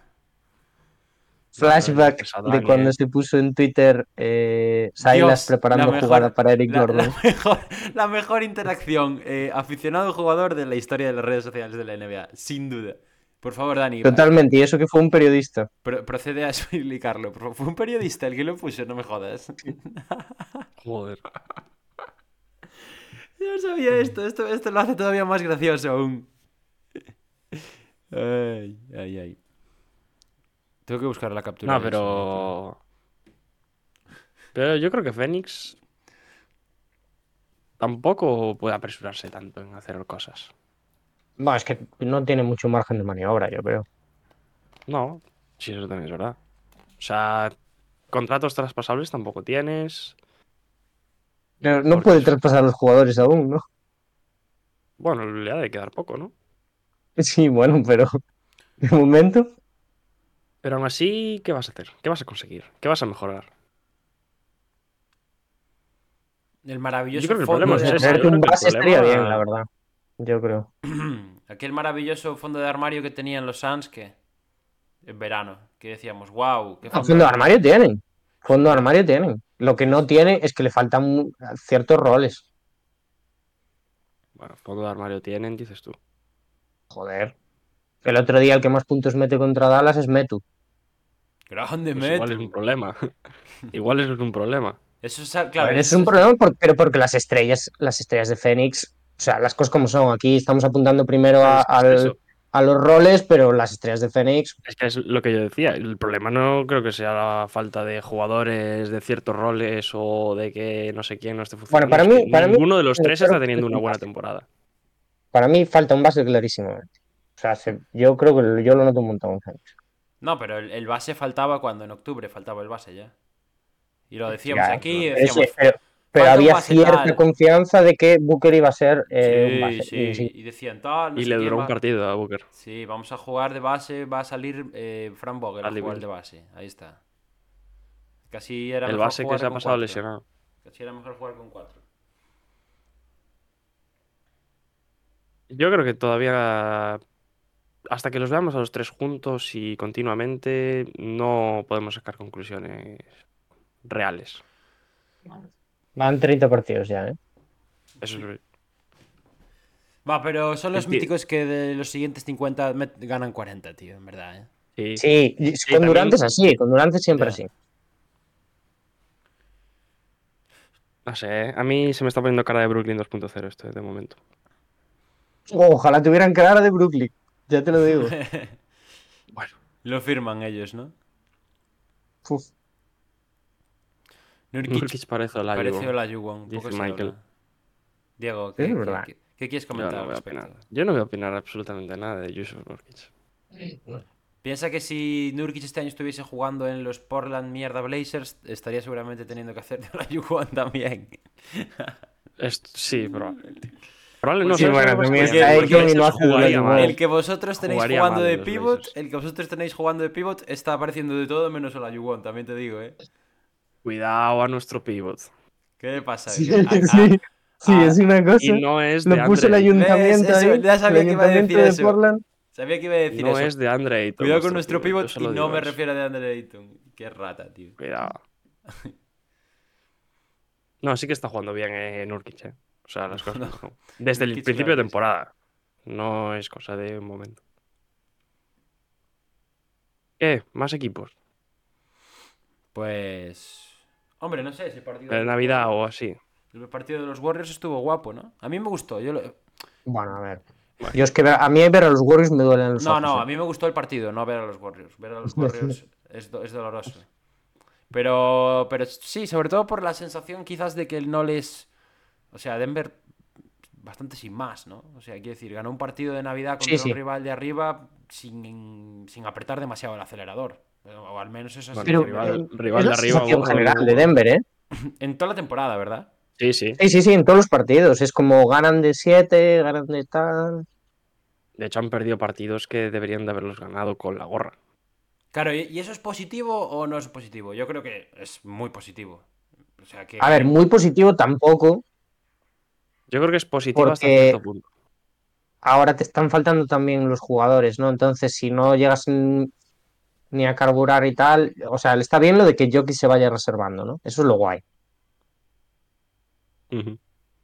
Speaker 2: Flashback
Speaker 1: es que
Speaker 2: de
Speaker 1: Sadani,
Speaker 2: cuando
Speaker 1: eh.
Speaker 2: se puso en Twitter eh, Silas
Speaker 3: Dios,
Speaker 2: preparando
Speaker 3: la mejor-
Speaker 2: jugada para Eric
Speaker 3: la,
Speaker 2: Gordon.
Speaker 3: la mejor, la mejor interacción aficionado-jugador de la historia de las redes sociales de la NBA, sin duda. Por favor, Dani,
Speaker 2: Totalmente, y eso que fue un periodista.
Speaker 3: pro- procede a explicarlo. Por favor. Fue un periodista el que lo puso, no me jodas.
Speaker 1: Joder.
Speaker 3: Yo no sabía esto, esto, esto lo hace todavía más gracioso aún. Ay, ay, ay. Tengo que buscar la captura.
Speaker 1: No,
Speaker 3: de eso, ¿no?
Speaker 1: pero. Pero yo creo que Fénix. Tampoco puede apresurarse tanto en hacer cosas.
Speaker 2: No, es que no tiene mucho margen de maniobra, yo creo.
Speaker 1: No, sí, eso también es verdad. O sea, contratos traspasables tampoco tienes.
Speaker 2: No, no
Speaker 1: Porque
Speaker 2: puede
Speaker 1: es-
Speaker 2: traspasar a los jugadores aún, ¿no?
Speaker 1: Bueno, le ha de quedar poco, ¿no?
Speaker 2: Sí, bueno, pero de momento.
Speaker 1: Pero aún así, ¿qué vas a hacer? ¿Qué vas a conseguir? ¿Qué vas a mejorar?
Speaker 3: El maravilloso
Speaker 1: Yo creo que el
Speaker 3: fondo
Speaker 1: problema
Speaker 3: de
Speaker 1: es ¿eh?
Speaker 2: Tenerte
Speaker 3: armario.
Speaker 1: creo
Speaker 2: un
Speaker 1: que el
Speaker 2: base estaría
Speaker 1: problema-
Speaker 2: bien, la verdad. Yo creo.
Speaker 3: Aquel maravilloso fondo de armario que tenían los Suns que en verano, que decíamos, wow, qué
Speaker 2: No, Ah, fondo de armario tienen. Fondo de armario tienen. Lo que no tiene es que le faltan mu- ciertos roles.
Speaker 1: Bueno, fondo de armario tienen, dices tú.
Speaker 2: Joder. El otro día el que más puntos mete contra Dallas es Metu.
Speaker 3: Grande
Speaker 1: Pues
Speaker 3: Metu.
Speaker 1: igual es un problema. igual es un problema.
Speaker 3: Eso es, claro,
Speaker 2: A ver, ese
Speaker 3: eso
Speaker 2: es un
Speaker 3: es-
Speaker 2: problema, por- pero porque las estrellas, las estrellas de Fénix, o sea, las cosas como son. Aquí estamos apuntando primero a,
Speaker 1: Es que es
Speaker 2: al-
Speaker 1: eso.
Speaker 2: a los roles, pero las estrellas de Fénix,
Speaker 1: Es que es lo que yo decía. El problema no creo que sea la falta de jugadores de ciertos roles o de que no sé quién no esté funcionando.
Speaker 2: para
Speaker 1: Es que
Speaker 2: mí- para mí-
Speaker 1: ninguno de los tres está
Speaker 2: creo que
Speaker 1: teniendo
Speaker 2: es
Speaker 1: una
Speaker 2: un
Speaker 1: buena
Speaker 2: base.
Speaker 1: temporada.
Speaker 2: para mí falta un base clarísimamente. O sea, se- yo creo que lo- yo lo noto un montón en Fénix.
Speaker 3: No, pero el, el base faltaba cuando en octubre faltaba el base ya. Y lo decíamos
Speaker 2: Ya,
Speaker 3: aquí,
Speaker 2: pero
Speaker 3: decíamos,
Speaker 2: sí, pero, pero
Speaker 3: falta un
Speaker 2: había
Speaker 3: base
Speaker 2: cierta
Speaker 3: tal.
Speaker 2: confianza de que Booker iba a ser eh, un base.
Speaker 3: sí,
Speaker 2: Y
Speaker 3: sí,
Speaker 2: sí,
Speaker 3: y decían, tal, no
Speaker 1: Y
Speaker 3: sé
Speaker 1: le
Speaker 3: quién
Speaker 1: duró
Speaker 3: va-
Speaker 1: un partido a Booker.
Speaker 3: Sí, vamos a jugar de base, va a salir eh, Fran Vogel a
Speaker 1: Ali
Speaker 3: jugar
Speaker 1: Bill.
Speaker 3: de base. Ahí está. Casi era
Speaker 1: El
Speaker 3: mejor
Speaker 1: base que
Speaker 3: jugar
Speaker 1: se ha
Speaker 3: con
Speaker 1: pasado
Speaker 3: cuatro.
Speaker 1: lesionado.
Speaker 3: Casi era mejor jugar con cuatro.
Speaker 1: Yo creo que todavía. Hasta que los veamos a los tres juntos y continuamente, no podemos sacar conclusiones reales.
Speaker 2: Van 30 partidos ya, ¿eh?
Speaker 1: Eso es-
Speaker 3: Va, pero son los
Speaker 1: Sí.
Speaker 3: míticos que de los siguientes 50 met- ganan 40, tío, en verdad, ¿eh?
Speaker 1: sí.
Speaker 2: Sí, y- con
Speaker 1: también-
Speaker 2: Durante es así, con Durante siempre
Speaker 3: Ya.
Speaker 2: así.
Speaker 1: No sé, ¿eh? a mí se me está poniendo cara de Brooklyn 2.0 esto eh, de momento.
Speaker 2: Ojalá tuvieran cara de Brooklyn, ya te lo digo.
Speaker 1: Bueno,
Speaker 3: Lo firman ellos, ¿no?
Speaker 2: Uf.
Speaker 3: Nurkic,
Speaker 1: Nurkic parece la
Speaker 3: parece Olajuwon, poco
Speaker 1: Dice
Speaker 3: se
Speaker 1: Michael.
Speaker 3: habla. Diego,
Speaker 2: Es
Speaker 3: ¿qué, qué-
Speaker 2: verdad.
Speaker 3: qué- qué quieres
Speaker 1: Yo
Speaker 3: comentar
Speaker 1: no,
Speaker 3: al
Speaker 1: voy a
Speaker 3: respecto?
Speaker 1: opinar. Yo no voy a opinar absolutamente nada de Yusuf Nurkic.
Speaker 3: Piensa que si Nurkic este año estuviese jugando en los Portland mierda Blazers, estaría seguramente teniendo que hacer de Olajuwon también.
Speaker 1: Es- sí, probablemente. Probablemente no
Speaker 3: Mm. Pues sí,
Speaker 1: sé,
Speaker 3: bueno,
Speaker 1: porque-
Speaker 3: también
Speaker 1: porque
Speaker 3: está
Speaker 1: Nurkic
Speaker 3: Aiton y
Speaker 2: no
Speaker 1: se
Speaker 2: hace
Speaker 1: jugaría
Speaker 2: Olajuwon.
Speaker 1: mal.
Speaker 3: El que vosotros tenéis
Speaker 1: Jugaría
Speaker 3: jugando
Speaker 1: mal
Speaker 3: de
Speaker 1: los
Speaker 3: pivot,
Speaker 1: Blazers.
Speaker 3: el que vosotros tenéis jugando de pivot está apareciendo de todo menos Olajuwon, también te digo, ¿eh?
Speaker 1: Cuidado a nuestro pivot.
Speaker 3: ¿Qué le pasa?
Speaker 2: Sí,
Speaker 3: eh? A- a-
Speaker 2: sí, sí,
Speaker 3: ah,
Speaker 2: es una cosa.
Speaker 1: Y no es de
Speaker 2: Lo puso el
Speaker 1: Andre Ayton.
Speaker 2: ayuntamiento.
Speaker 3: ¿Ves? Eso,
Speaker 2: ahí,
Speaker 3: ya sabía
Speaker 2: el
Speaker 3: que iba a decir
Speaker 2: ayuntamiento de
Speaker 3: eso.
Speaker 2: Portland.
Speaker 3: Sabía que iba a decir
Speaker 1: No
Speaker 3: eso.
Speaker 1: es de Andre Ayton.
Speaker 3: Cuidado con nuestro pivot,
Speaker 1: yo
Speaker 3: y
Speaker 1: solo
Speaker 3: no
Speaker 1: digo
Speaker 3: me
Speaker 1: eso.
Speaker 3: refiero a DeAndre Ayton. Qué rata, tío.
Speaker 1: Cuidado. No, sí que está jugando bien eh, Nurkic, eh. O sea, las cosas como son. Desde el
Speaker 3: Nurkic
Speaker 1: principio de
Speaker 3: claro que sí.
Speaker 1: temporada. No es cosa de un momento. Eh, más equipos.
Speaker 3: Pues. Hombre, no sé, ese partido.
Speaker 1: De Navidad o así.
Speaker 3: El partido de los Warriors estuvo guapo, ¿no? A mí me gustó. Yo lo-
Speaker 2: Bueno, a ver. Yo es que ver- a mí ver a los Warriors me duelen los
Speaker 3: No,
Speaker 2: ojos.
Speaker 3: no,
Speaker 2: eh.
Speaker 3: a mí me gustó el partido, no ver a los Warriors. Ver a los Warriors es, do- es doloroso. Pero, pero sí, sobre todo por la sensación quizás de que no les... O sea, Denver bastante sin más, ¿no? O sea, quiero decir, ganó un partido de Navidad contra
Speaker 2: Sí, sí.
Speaker 3: un rival de arriba sin, sin apretar demasiado el acelerador. O al menos eso es
Speaker 2: Pero-
Speaker 1: rival,
Speaker 2: eh,
Speaker 1: rival de
Speaker 2: Es la
Speaker 1: arriba.
Speaker 2: sensación
Speaker 1: ojo,
Speaker 2: general
Speaker 1: ojo.
Speaker 2: de Denver, ¿eh?
Speaker 3: En toda la temporada, ¿verdad?
Speaker 1: Sí, sí.
Speaker 2: Sí, sí, sí, en todos los partidos. Es como ganan de 7, ganan de tal.
Speaker 1: De hecho, han perdido partidos que deberían de haberlos ganado con la gorra.
Speaker 3: Claro, ¿y y eso es positivo o no es positivo? Yo creo que es muy positivo. O sea, que...
Speaker 2: A ver, muy positivo tampoco.
Speaker 1: Yo creo que es positivo hasta
Speaker 2: Porque-
Speaker 1: cierto punto.
Speaker 2: Ahora te están faltando también los jugadores, ¿no? Entonces, si no llegas n- ni a carburar y tal, o sea, está bien lo de que Jokic se vaya reservando, ¿no? Eso es lo guay.
Speaker 1: Ujú.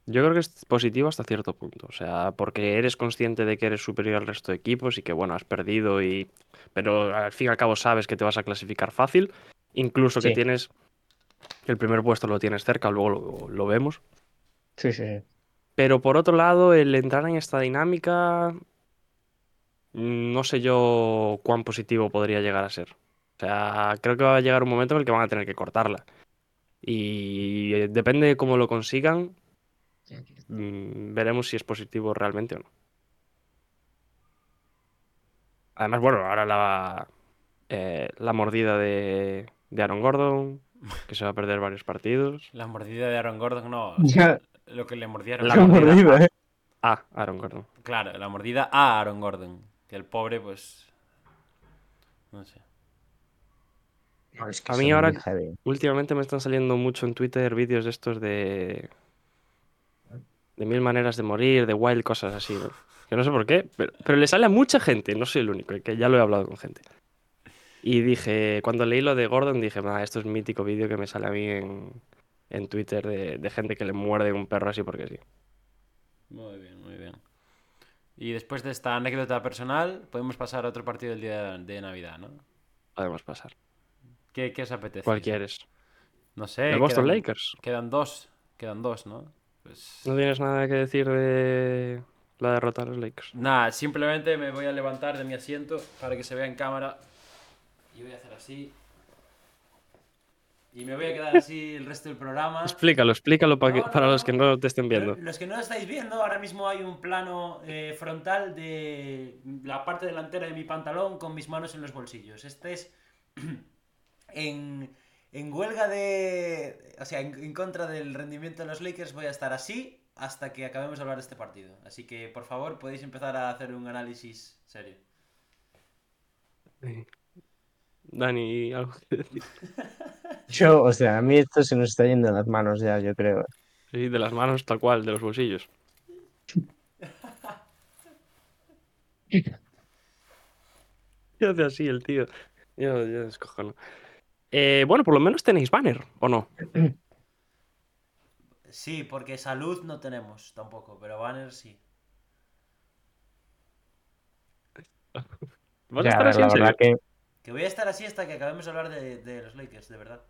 Speaker 1: Yo creo que es positivo hasta cierto punto, o sea, porque eres consciente de que eres superior al resto de equipos y que, bueno, has perdido y... Pero al fin y al cabo sabes que te vas a clasificar fácil, incluso que
Speaker 2: Sí.
Speaker 1: tienes... El primer puesto lo tienes cerca, luego lo, lo vemos.
Speaker 2: Sí, sí, sí.
Speaker 1: Pero por otro lado, el entrar en esta dinámica... mm, No sé yo cuán positivo podría llegar a ser. O sea, creo que va a llegar un momento en el que van a tener que cortarla. Y eh, depende de cómo lo consigan, mm, veremos si es positivo realmente o no. Además, bueno, ahora la, eh, la mordida de, de Aaron Gordon, que se va a perder varios partidos.
Speaker 3: La mordida de Aaron Gordon, no.
Speaker 2: Ya,
Speaker 3: Lo que le mordieron.
Speaker 1: La
Speaker 2: qué
Speaker 1: mordida.
Speaker 2: mordida, ¿eh?
Speaker 1: Ah, Aaron Gordon.
Speaker 3: Claro, la mordida a Aaron Gordon. Que el pobre, pues. No sé.
Speaker 2: No, es que
Speaker 1: A mí
Speaker 2: son
Speaker 1: ahora-
Speaker 2: muy heavy.
Speaker 1: Últimamente me están saliendo mucho en Twitter vídeos de estos de... De mil maneras de morir, de wild, cosas así, ¿no? Que no sé por qué, pero, pero le sale a mucha gente, no soy el único, que ya lo he hablado con gente. Y dije, cuando leí lo de Gordon, dije, "Ma, esto es un mítico vídeo que me sale a mí en, en Twitter de, de gente que le muerde un perro así porque sí.
Speaker 3: Muy bien, muy bien. Y después de esta anécdota personal, podemos pasar a otro partido del día de Navidad, ¿no?
Speaker 1: Podemos pasar.
Speaker 3: ¿Qué, qué os apetece?
Speaker 1: ¿Cuál quieres?
Speaker 3: No sé.
Speaker 1: ¿Los Boston
Speaker 3: quedan-
Speaker 1: Lakers?
Speaker 3: Quedan dos. Quedan dos, ¿no? Pues.
Speaker 1: ¿No tienes nada que decir de la derrota de los Lakers?
Speaker 3: Nada, simplemente me voy a levantar de mi asiento para que se vea en cámara. Y voy a hacer así. Y me voy a quedar así el resto del programa.
Speaker 1: Explícalo, explícalo pa que-
Speaker 3: No, no,
Speaker 1: para
Speaker 3: no.
Speaker 1: los que no te estén viendo.
Speaker 3: Pero Los que no lo estáis viendo, ahora mismo hay un plano eh, frontal de la parte delantera de mi pantalón con mis manos en los bolsillos. Este es en, en huelga de... O sea, en, en contra del rendimiento de los Lakers voy a estar así hasta que acabemos de hablar de este partido. Así que, por favor, podéis empezar a hacer un análisis serio.
Speaker 1: Dani, algo que decir.
Speaker 2: Yo, o sea, a mí esto se nos está yendo de las manos ya, yo creo.
Speaker 1: Sí, de las manos tal cual, de los bolsillos. ¿Qué hace así el tío? Yo, yo descojono. Eh, bueno, por lo menos tenéis banner, ¿o no?
Speaker 3: Sí, porque salud no tenemos tampoco, pero banner sí.
Speaker 1: ¿Vas
Speaker 2: Ya,
Speaker 1: a estar así
Speaker 2: la
Speaker 1: en serio?
Speaker 2: verdad que
Speaker 3: Que voy a estar así hasta que acabemos de hablar de, de los Lakers, de verdad.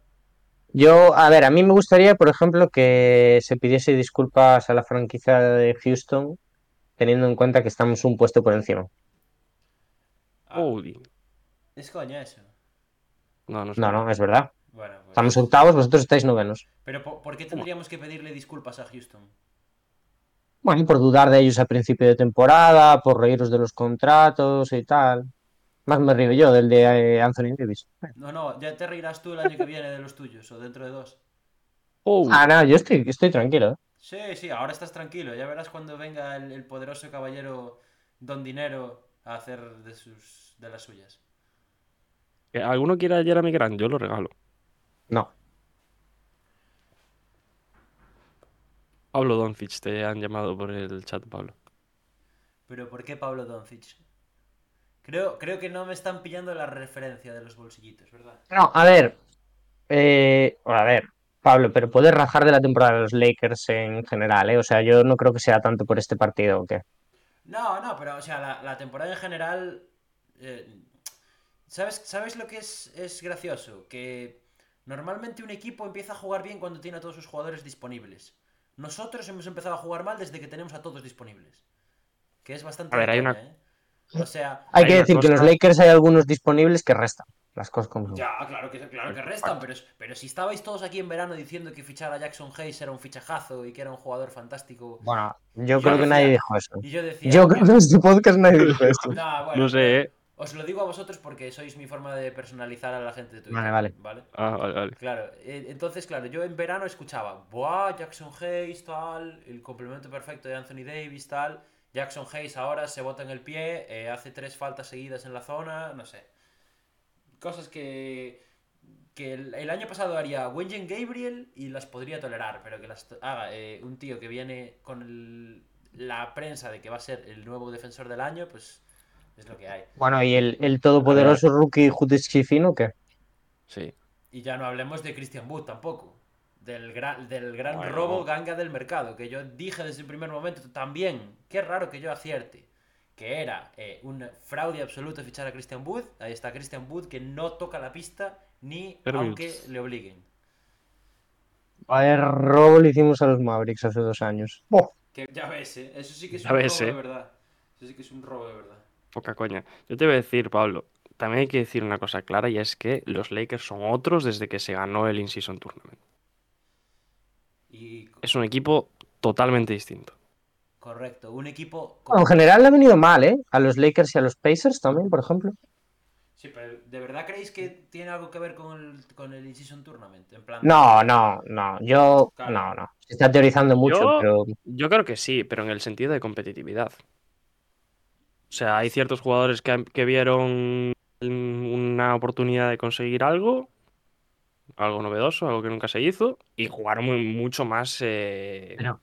Speaker 2: Yo, a ver, a mí me gustaría, por ejemplo, que se pidiese disculpas a la franquicia de Houston, teniendo en cuenta que estamos un puesto por encima.
Speaker 3: Ah,
Speaker 1: Holy. Ah.
Speaker 2: Uh.
Speaker 3: Es coña eso.
Speaker 1: No, no sé.
Speaker 2: No, no, es verdad.
Speaker 3: Bueno, pues-
Speaker 2: Estamos Uh. octavos, vosotros estáis novenos.
Speaker 3: Pero ¿por, por qué tendríamos que pedirle disculpas a Houston?
Speaker 2: Bueno, y por dudar de ellos a principio de temporada, por reíros de los contratos y tal. Más me río yo del de eh, Anthony Davis.
Speaker 3: No, no, ya te reirás tú el año que viene de los tuyos o dentro de dos.
Speaker 1: Oh,
Speaker 2: Ah, no, yo estoy, estoy tranquilo. ¿eh?
Speaker 3: Sí, sí, ahora estás tranquilo. Ya verás cuando venga el, el poderoso caballero Don Dinero a hacer de, sus, de las suyas.
Speaker 1: que ¿Alguno quiera a Jeremy Grant? Yo lo regalo.
Speaker 2: No.
Speaker 1: Pablo Doncic, te han llamado por el chat, Pablo.
Speaker 3: Pero ¿por qué Pablo Doncic? Creo, creo que no me están pillando la referencia de los bolsillitos, ¿verdad?
Speaker 2: No, a ver. eh, a ver, Pablo, pero puedes rajar de la temporada de los Lakers en general, ¿eh? O sea, yo no creo que sea tanto por este partido o qué.
Speaker 3: No, no, pero o sea, la, la temporada en general. eh, ¿sabes, ¿Sabes lo que es, es gracioso? Que normalmente un equipo empieza a jugar bien cuando tiene a todos sus jugadores disponibles. Nosotros hemos empezado a jugar mal desde que tenemos a todos disponibles. Que es bastante.
Speaker 1: A ver, hay
Speaker 3: coña,
Speaker 1: una-
Speaker 3: ¿eh? O sea.
Speaker 2: Hay
Speaker 1: Hay
Speaker 2: que
Speaker 1: una
Speaker 2: decir que en los
Speaker 1: cosa-
Speaker 2: Lakers hay algunos disponibles que restan. Las cosas como son.
Speaker 3: Ya, claro que, claro que restan, pero, es- pero si estabais todos aquí en verano diciendo que fichar a Jackson Hayes era un fichajazo y que era un jugador fantástico.
Speaker 2: Bueno, yo creo que nadie dijo eso.
Speaker 3: Y yo decía.
Speaker 2: Yo creo que en este podcast nadie dijo esto.
Speaker 3: Nah, bueno,
Speaker 1: No sé, ¿eh?
Speaker 3: Os lo digo a vosotros porque sois mi forma de personalizar a la gente de Twitter.
Speaker 2: Vale, vale.
Speaker 1: Ah, vale, vale.
Speaker 3: Claro, eh, entonces, claro, yo en verano escuchaba, Buah, Jackson Hayes, tal, el complemento perfecto de Anthony Davis, tal. Jackson Hayes ahora se bota en el pie, eh, hace tres faltas seguidas en la zona, no sé. Cosas que, que el, el año pasado haría Wengen Gabriel y las podría tolerar, pero que las to- haga eh, un tío que viene con el- la prensa de que va a ser el nuevo defensor del año, pues es lo que hay.
Speaker 2: Bueno, ¿y el, el todopoderoso rookie Jutis Chifino qué?
Speaker 1: Sí.
Speaker 3: Y ya no hablemos de Christian Wood tampoco. Del gran, del gran
Speaker 1: Bueno.
Speaker 3: robo ganga del mercado, que yo dije desde el primer momento también, qué raro que yo acierte, que era eh, un fraude absoluto fichar a Christian Wood. Ahí está Christian Wood que no toca la pista ni
Speaker 1: Pero-
Speaker 3: aunque le obliguen.
Speaker 2: A ver, robo le hicimos a los Mavericks hace dos años. Buah.
Speaker 3: Que ya ves, ¿eh? eso sí que es
Speaker 1: Ya
Speaker 3: un
Speaker 1: ves,
Speaker 3: robo
Speaker 1: ¿eh?
Speaker 3: de verdad. Eso sí que es un robo de verdad.
Speaker 1: Poca coña. Yo te voy a decir, Pablo, también hay que decir una cosa clara y es que los Lakers son otros desde que se ganó el In-Season Tournament.
Speaker 3: Y co-
Speaker 1: Es un equipo totalmente distinto.
Speaker 3: correcto, un equipo...
Speaker 2: Bueno, en general le ha venido mal, ¿eh? A los Lakers y a los Pacers también, por ejemplo.
Speaker 3: Sí, pero ¿de verdad creéis que tiene algo que ver con el, con el Season Tournament? En plan...
Speaker 2: No, no, no. Yo,
Speaker 3: Claro.
Speaker 2: no, no. Se está teorizando mucho,
Speaker 1: Yo-
Speaker 2: pero
Speaker 1: Yo creo que sí, pero en el sentido de competitividad. O sea, hay ciertos jugadores que, han- que vieron una oportunidad de conseguir algo, algo novedoso, algo que nunca se hizo, y jugaron muy- mucho más... eh,
Speaker 2: Pero-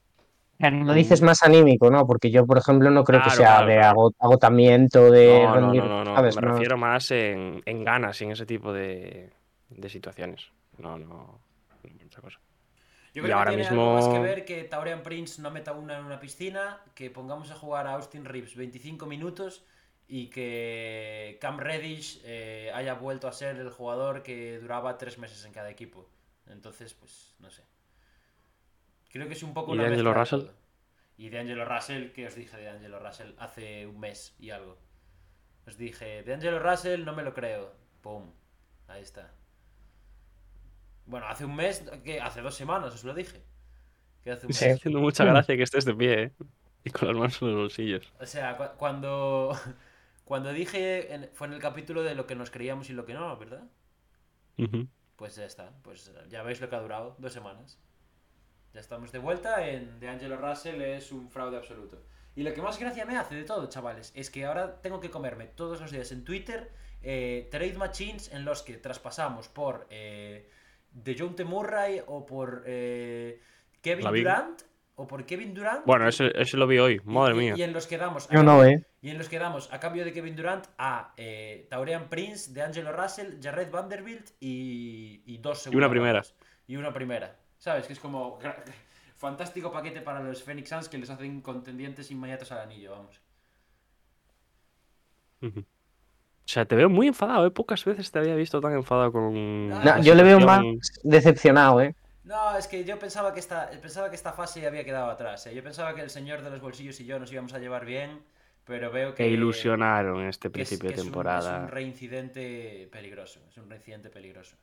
Speaker 2: lo dices más anímico, ¿no? Porque yo, por ejemplo, no creo que
Speaker 1: Claro,
Speaker 2: sea
Speaker 1: claro,
Speaker 2: de
Speaker 1: claro.
Speaker 2: agot- agotamiento, de
Speaker 1: No, no,
Speaker 2: rendir,
Speaker 1: no, no, no,
Speaker 2: ¿sabes?
Speaker 1: Me
Speaker 2: No.
Speaker 1: refiero más en, en ganas y en ese tipo de, de situaciones. No, no. no otra cosa.
Speaker 3: Yo
Speaker 1: Y
Speaker 3: creo
Speaker 1: ahora
Speaker 3: que tiene algo más que
Speaker 1: mismo-
Speaker 3: ver que Taurean Prince no meta una en una piscina, que pongamos a jugar a Austin Reeves 25 minutos y que Cam Reddish eh, haya vuelto a ser el jugador que duraba tres meses en cada equipo. Entonces, pues, no sé. Creo que es un
Speaker 1: ¿Y
Speaker 3: poco una
Speaker 1: de Angelo
Speaker 3: mezcla
Speaker 1: Russell?
Speaker 3: todo. Y de Angelo Russell, que os dije de Angelo Russell hace un mes y algo. Os dije, de Angelo Russell no me lo creo. Pum. Ahí está. Bueno, hace un mes, que hace dos semanas os lo dije. Que hace un mes.
Speaker 2: Sí.
Speaker 1: Está haciendo mucha gracia que estés de pie, ¿eh? Y con las manos en los bolsillos.
Speaker 3: O sea, cu- cuando, cuando dije, en- fue en el capítulo de lo que nos creíamos y lo que no, ¿verdad?
Speaker 1: Ujú.
Speaker 3: Pues ya está, pues ya veis lo que ha durado, dos semanas. Ya estamos de vuelta en De Angelo Russell es un fraude absoluto. Y lo que más gracia me hace de todo, chavales, es que ahora tengo que comerme todos los días en Twitter eh, trade machines en los que traspasamos por eh, DeJounte Murray o por eh, Kevin
Speaker 1: Lavín.
Speaker 3: Durant o por Kevin Durant.
Speaker 1: Bueno, eso, eso lo vi hoy. Madre
Speaker 3: Y-
Speaker 1: mía.
Speaker 3: Y en los que damos a
Speaker 2: Yo no, ¿eh?
Speaker 3: y en los que damos, a cambio de Kevin Durant, a eh, Taurean Prince, de Angelo Russell, Jared Vanderbilt y, y dos segundas
Speaker 1: primera.
Speaker 3: rondas. Y una primera. ¿Sabes? Que es como gra- fantástico paquete para los Phoenix Suns que les hacen contendientes inmediatos al anillo, vamos.
Speaker 1: Ujú. O sea, te veo muy enfadado, ¿eh? Pocas veces te había visto tan enfadado con.
Speaker 3: No,
Speaker 1: la
Speaker 2: No, yo le veo más
Speaker 1: situación.
Speaker 2: decepcionado, ¿eh?
Speaker 3: No, es que yo pensaba que esta, pensaba que esta fase había quedado atrás. ¿eh? Yo pensaba que el señor de los bolsillos y yo nos íbamos a llevar bien, pero veo que...
Speaker 1: Te ilusionaron este
Speaker 3: que es-
Speaker 1: principio
Speaker 3: que
Speaker 1: de
Speaker 3: es un-
Speaker 1: temporada.
Speaker 3: es un reincidente peligroso. Es un reincidente peligroso.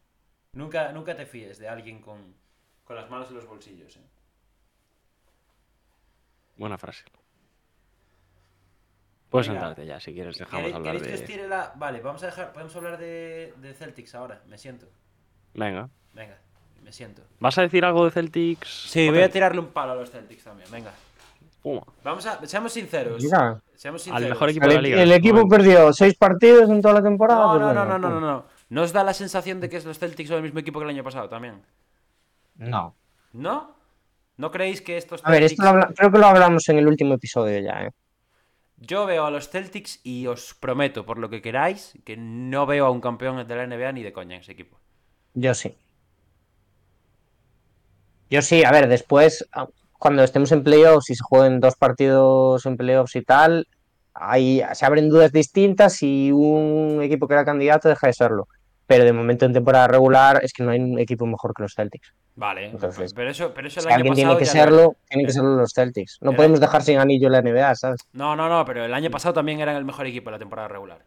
Speaker 3: Nunca, nunca te fíes de alguien con, con las manos en los bolsillos. ¿eh?
Speaker 1: Buena frase. Puedes
Speaker 3: Venga.
Speaker 1: sentarte ya, si quieres dejamos
Speaker 3: ¿Queréis-
Speaker 1: hablar
Speaker 3: queréis que os
Speaker 1: de...
Speaker 3: tire la- Vale, vamos a dejar. Podemos hablar de, de Celtics ahora. Me siento.
Speaker 1: Venga.
Speaker 3: Venga, me siento.
Speaker 1: ¿Vas a decir algo de Celtics?
Speaker 3: Sí, voy a tirarle un palo a los Celtics también. Venga.
Speaker 1: Puma.
Speaker 3: Vamos a. Seamos sinceros.
Speaker 2: Mira,
Speaker 3: Seamos
Speaker 1: Al
Speaker 3: sinceros.
Speaker 1: mejor equipo de la
Speaker 2: el,
Speaker 1: liga.
Speaker 2: el
Speaker 1: de
Speaker 2: equipo
Speaker 1: momento.
Speaker 2: perdió seis partidos en toda la temporada.
Speaker 3: No,
Speaker 2: pues
Speaker 3: no, no,
Speaker 2: venga,
Speaker 3: no, no,
Speaker 2: pum.
Speaker 3: no, no. ¿No os da la sensación de que los Celtics son el mismo equipo que el año pasado también?
Speaker 2: No.
Speaker 3: ¿No? ¿No creéis que estos
Speaker 2: A ver,
Speaker 3: Celtics-
Speaker 2: esto lo habla- creo que lo hablamos en el último episodio ya, ¿eh?
Speaker 3: Yo veo a los Celtics y os prometo, por lo que queráis, que no veo a un campeón de la NBA ni de coña en ese equipo.
Speaker 2: Yo sí. Yo sí, a ver, después, a- cuando estemos en playoffs y se jueguen dos partidos en playoffs y tal, ahí se abren dudas distintas y un equipo que era candidato deja de serlo. Pero de momento en temporada regular es que no hay un equipo mejor que los Celtics.
Speaker 3: Vale,
Speaker 2: Entonces,
Speaker 3: pero eso, pero eso el
Speaker 2: Si
Speaker 3: año
Speaker 2: alguien tiene
Speaker 3: pasado.
Speaker 2: que
Speaker 3: ya Eh,
Speaker 2: serlo, tiene que serlo los Celtics. No
Speaker 3: Era-
Speaker 2: podemos dejar sin anillo la NBA, ¿sabes?
Speaker 3: lo- No, no, no, pero el año pasado también eran el mejor equipo de la temporada regular.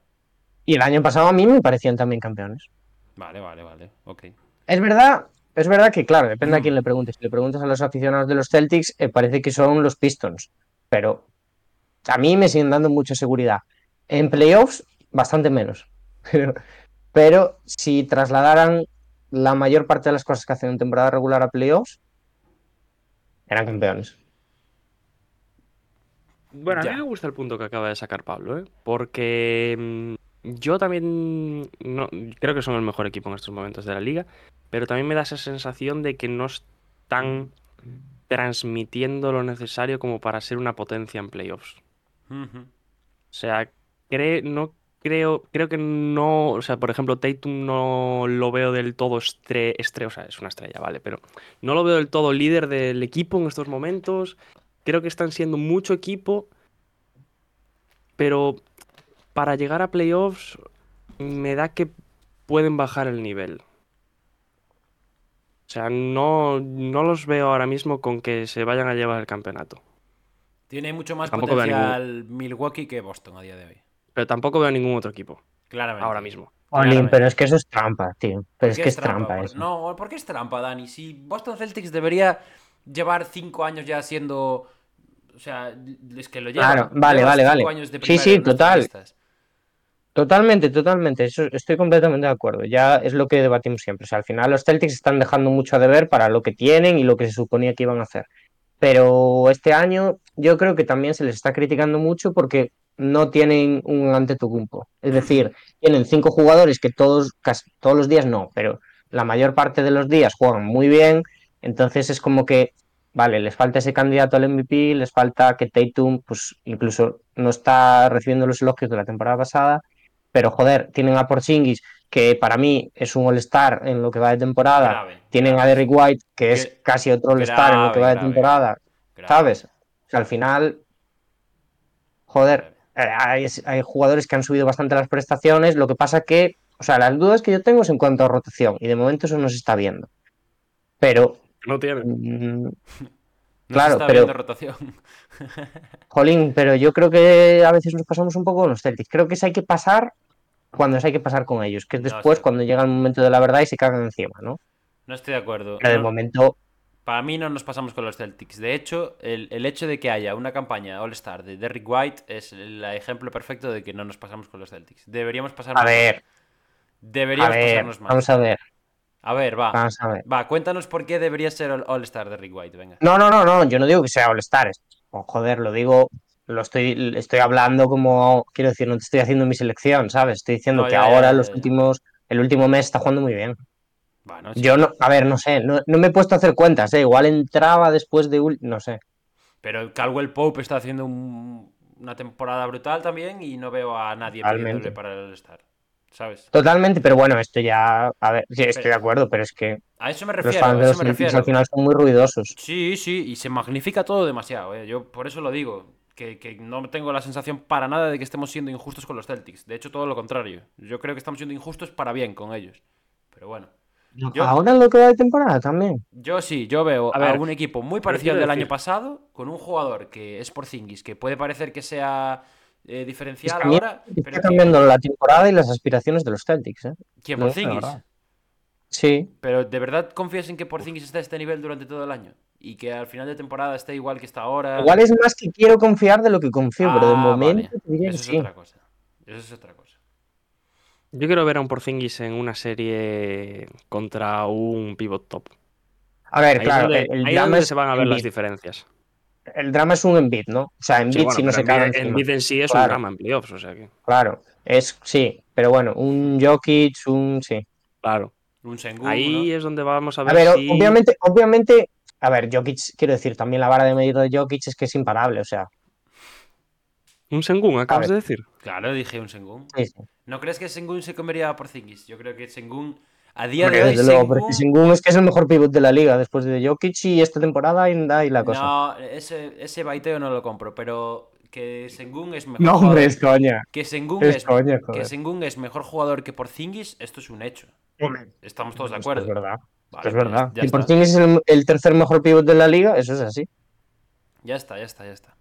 Speaker 2: Y el año pasado a mí me parecían también campeones.
Speaker 3: Vale, vale, vale. Ok.
Speaker 2: Es verdad, es verdad que, claro, depende a quién le preguntes. Si le preguntas a los aficionados de los Celtics, eh, parece que son los Pistons. Pero a mí me siguen dando mucha seguridad. En playoffs, bastante menos. Pero, pero si trasladaran la mayor parte de las cosas que hacen en temporada regular a playoffs, eran campeones.
Speaker 1: Bueno, a
Speaker 3: Ya.
Speaker 1: mí me gusta el punto que acaba de sacar Pablo, ¿eh? Porque mm, yo también no, creo que son el mejor equipo en estos momentos de la liga, pero también me da esa sensación de que no están transmitiendo lo necesario como para ser una potencia en playoffs.
Speaker 3: Ujú.
Speaker 1: O sea, cre- no creo, creo que no, o sea, por ejemplo, Tatum no lo veo del todo estre, estre- o sea, es una estrella, vale, pero no lo veo del todo líder del equipo en estos momentos. Creo que están siendo mucho equipo, pero para llegar a playoffs me da que pueden bajar el nivel. O sea, no, no los veo ahora mismo con que se vayan a llevar el campeonato.
Speaker 3: Tiene mucho más
Speaker 1: Tampoco veo
Speaker 3: potencial Milwaukee que Boston a día de hoy.
Speaker 1: Pero tampoco veo ningún otro equipo
Speaker 3: Claramente.
Speaker 1: ahora mismo.
Speaker 2: Olin,
Speaker 3: Claramente.
Speaker 2: pero es que eso es trampa, tío. Pero es
Speaker 3: ¿Por qué
Speaker 2: que es trampa
Speaker 3: Por-
Speaker 2: eso.
Speaker 3: No, ¿por qué es trampa, Dani? Si Boston Celtics debería llevar cinco años ya siendo. O sea, es que lo llevan.
Speaker 2: Claro, vale,
Speaker 3: Llevan
Speaker 2: vale,
Speaker 3: cinco
Speaker 2: vale.
Speaker 3: años de
Speaker 2: Sí,
Speaker 3: primero
Speaker 2: sí,
Speaker 3: en nuestras
Speaker 2: total.
Speaker 3: listas.
Speaker 2: Totalmente, totalmente. Eso, estoy completamente de acuerdo. Ya es lo que debatimos siempre. O sea, al final los Celtics están dejando mucho a deber para lo que tienen y lo que se suponía que iban a hacer. Pero este año yo creo que también se les está criticando mucho porque no tienen un Antetokounmpo. Es decir, tienen cinco jugadores que todos, casi todos los días no, pero la mayor parte de los días juegan muy bien. Entonces es como que, vale, les falta ese candidato al MVP, les falta que Tatum, pues incluso no está recibiendo los elogios de la temporada pasada pero joder, tienen a Porzingis, que para mí es un All-Star en lo que va de temporada.
Speaker 3: Grave,
Speaker 2: tienen a Derrick White, que es
Speaker 3: Gra-
Speaker 2: casi otro All-Star en lo que va de
Speaker 3: grave, grave,
Speaker 2: temporada,
Speaker 3: grave.
Speaker 2: ¿sabes? O sea, al final, joder, eh, hay, hay jugadores que han subido bastante las prestaciones, lo que pasa que, o sea, las dudas que yo tengo es en cuanto a rotación, y de momento eso no se está viendo. Pero,
Speaker 1: No tienen.
Speaker 2: mm,
Speaker 3: No
Speaker 2: Claro,
Speaker 3: se está
Speaker 2: pero-
Speaker 3: viendo rotación.
Speaker 2: Jolín, pero yo creo que a veces nos pasamos un poco con los Celtics. Creo que se hay que pasar cuando se hay que pasar con ellos, que es
Speaker 3: No,
Speaker 2: después
Speaker 3: sí.
Speaker 2: cuando llega el momento de la verdad y se cagan encima, ¿no?
Speaker 3: No estoy de acuerdo.
Speaker 2: Pero de
Speaker 3: No-
Speaker 2: momento,
Speaker 3: Para mí no nos pasamos con los Celtics. De hecho, el, el hecho de que haya una campaña All-Star de Derrick White es el ejemplo perfecto de que no nos pasamos con los Celtics. Deberíamos pasarnos
Speaker 2: a ver, a
Speaker 3: Deberíamos
Speaker 2: ver,
Speaker 3: pasarnos más.
Speaker 2: vamos a Ah. ver,
Speaker 3: A ver, va.
Speaker 2: vamos a ver.
Speaker 3: Va, cuéntanos por qué debería ser All- All-Star de Rick White, venga.
Speaker 2: No, no, no, no, yo no digo que sea All-Star, es- oh, joder, lo digo, lo estoy, estoy hablando como, quiero decir, no te estoy haciendo mi selección, ¿sabes? Estoy diciendo
Speaker 3: No,
Speaker 2: que
Speaker 3: ya, ya,
Speaker 2: ahora
Speaker 3: ya,
Speaker 2: los
Speaker 3: ya.
Speaker 2: últimos, el último mes está jugando muy bien.
Speaker 3: Bueno, sí.
Speaker 2: Yo no, a ver, no sé, no, no me he puesto a hacer cuentas, ¿eh? Igual entraba después de, ul- no sé.
Speaker 3: Pero Caldwell Pope está haciendo un- una temporada brutal también y no veo a nadie
Speaker 2: Totalmente.
Speaker 3: pidiéndole para el All-Star. ¿Sabes?
Speaker 2: Totalmente, pero bueno, esto ya, a ver, sí, estoy de acuerdo, pero es que
Speaker 3: A eso me
Speaker 2: los
Speaker 3: refiero,
Speaker 2: fans
Speaker 3: a
Speaker 2: de los
Speaker 3: eso me
Speaker 2: Celtics
Speaker 3: refiero.
Speaker 2: al final son muy ruidosos.
Speaker 3: Sí, sí, y se magnifica todo demasiado. ¿eh? Yo por eso lo digo, que, que no tengo la sensación para nada de que estemos siendo injustos con los Celtics. De hecho, todo lo contrario. Yo creo que estamos siendo injustos para bien con ellos. Pero bueno, Yo-
Speaker 2: Ahora lo que va de temporada también.
Speaker 3: yo sí, yo veo
Speaker 1: A
Speaker 3: a,
Speaker 1: ver,
Speaker 3: un equipo muy
Speaker 1: pero
Speaker 3: parecido al
Speaker 1: quiero
Speaker 3: del año
Speaker 1: decir-
Speaker 3: pasado, con un jugador que es Porzingis, que puede parecer que sea eh, diferencial
Speaker 2: Es que a mí
Speaker 3: ahora,
Speaker 2: Está
Speaker 3: pero que-
Speaker 2: cambiando la temporada y las aspiraciones de los Celtics, ¿eh?
Speaker 3: ¿quién
Speaker 2: No, la
Speaker 3: Porzingis?
Speaker 2: verdad. Sí,
Speaker 3: Pero ¿de verdad confías en que Porzingis esté a este nivel durante todo el año? Y que al final de temporada esté igual que está
Speaker 1: Ah.
Speaker 3: ahora.
Speaker 2: Igual es más que quiero confiar de lo que confío, pero de
Speaker 3: Ah,
Speaker 2: momento
Speaker 3: vale.
Speaker 2: te diría que
Speaker 3: Eso es
Speaker 2: sí.
Speaker 3: otra cosa. Eso es otra cosa.
Speaker 1: Yo quiero ver a un Porzingis en una serie contra un pivot top.
Speaker 2: A ver,
Speaker 1: Ahí es
Speaker 2: Eh, claro,
Speaker 1: donde,
Speaker 2: el, el
Speaker 1: ahí es
Speaker 2: drama
Speaker 1: donde
Speaker 2: es
Speaker 1: se van a ver las
Speaker 2: Embiid.
Speaker 1: diferencias.
Speaker 2: el drama es un Embiid, ¿no? O sea, Embiid
Speaker 1: Sí, bueno,
Speaker 2: si no
Speaker 1: pero
Speaker 2: se
Speaker 1: Embiid-
Speaker 2: caga encima.
Speaker 1: Embiid en sí es un
Speaker 2: Claro.
Speaker 1: drama en playoffs, o sea que.
Speaker 2: Claro, es sí, pero bueno, un Jokic, un sí.
Speaker 1: Claro.
Speaker 3: Un Sengun,
Speaker 1: Ahí
Speaker 3: ¿no?
Speaker 1: es donde vamos a
Speaker 2: A
Speaker 1: ver.
Speaker 2: ver, o-
Speaker 1: si-
Speaker 2: obviamente, obviamente, a ver, Jokic, quiero decir, también la vara de medir de Jokic es que es imparable, o sea,
Speaker 1: Un Sengun, acabas
Speaker 2: ver.
Speaker 1: de decir.
Speaker 3: Claro, dije un Sengun.
Speaker 2: sí, sí.
Speaker 3: ¿No crees que Sengun se comería a Porzingis? Yo creo que Sengun a día
Speaker 2: Porque
Speaker 3: de hoy
Speaker 2: desde luego, porque
Speaker 3: Sengun-
Speaker 2: Sengun es que es el mejor pivot de la liga después de Jokic y esta temporada y la cosa.
Speaker 3: No, ese, ese baiteo no lo compro, pero que Sengun es mejor.
Speaker 2: No,
Speaker 3: jugador-
Speaker 2: hombre, es coña.
Speaker 3: que Sengun
Speaker 2: es
Speaker 3: es,
Speaker 2: coña,
Speaker 3: que
Speaker 2: joder.
Speaker 3: Sengun es mejor jugador que Porzingis, esto es un hecho. Estamos todos de
Speaker 2: Esto Es
Speaker 3: acuerdo.
Speaker 2: verdad, esto
Speaker 3: Vale, pues
Speaker 2: es verdad.
Speaker 3: Ya,
Speaker 2: si
Speaker 3: está,
Speaker 2: Porzingis es el, el tercer mejor pivot de la liga, eso es así.
Speaker 3: ya está, ya está, ya está.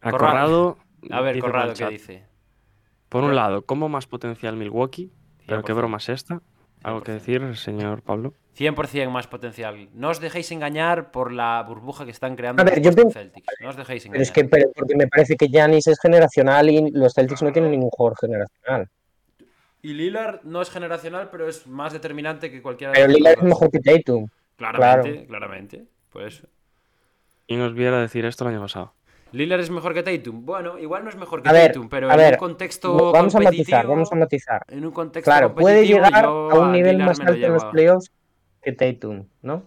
Speaker 1: A
Speaker 3: Corrado.
Speaker 1: Corrado.
Speaker 3: A ver,
Speaker 1: dice por
Speaker 3: Corrado,
Speaker 1: el
Speaker 3: ¿qué
Speaker 1: chat,
Speaker 3: dice?
Speaker 1: Por un
Speaker 3: Pero-
Speaker 1: lado, ¿cómo más potencial Milwaukee? Pero qué
Speaker 3: 100%.
Speaker 1: broma es esta. ¿Algo que
Speaker 3: 100%.
Speaker 1: decir, señor Pablo?
Speaker 3: 100% más potencial. No os dejéis engañar por la burbuja que están creando
Speaker 2: A ver,
Speaker 3: los
Speaker 2: yo
Speaker 3: Boston
Speaker 2: pienso-
Speaker 3: Celtics. No os dejéis engañar.
Speaker 2: Pero es que pero porque me parece que Giannis es generacional y los Celtics no tienen ningún jugador generacional.
Speaker 3: Y Lillard no es generacional, pero es más determinante que cualquiera de
Speaker 2: Pero
Speaker 3: los
Speaker 2: Lillard es
Speaker 3: otros.
Speaker 2: mejor que Tatum.
Speaker 3: Claramente, claramente. Por eso.
Speaker 1: Y nos viera decir esto el año pasado.
Speaker 3: Lillard es mejor que Tatum. Bueno, igual no es mejor que
Speaker 2: A ver,
Speaker 3: Tatum, pero
Speaker 2: a
Speaker 3: en un
Speaker 2: ver,
Speaker 3: contexto
Speaker 2: Vamos a
Speaker 3: competitivo,
Speaker 2: matizar, vamos a matizar.
Speaker 3: en un contexto
Speaker 2: Claro, puede
Speaker 3: competitivo,
Speaker 2: llegar
Speaker 3: yo
Speaker 2: a un nivel
Speaker 3: Lillard
Speaker 2: más
Speaker 3: me lo
Speaker 2: alto en los
Speaker 3: llevo a-
Speaker 2: playoffs que Tatum, ¿no?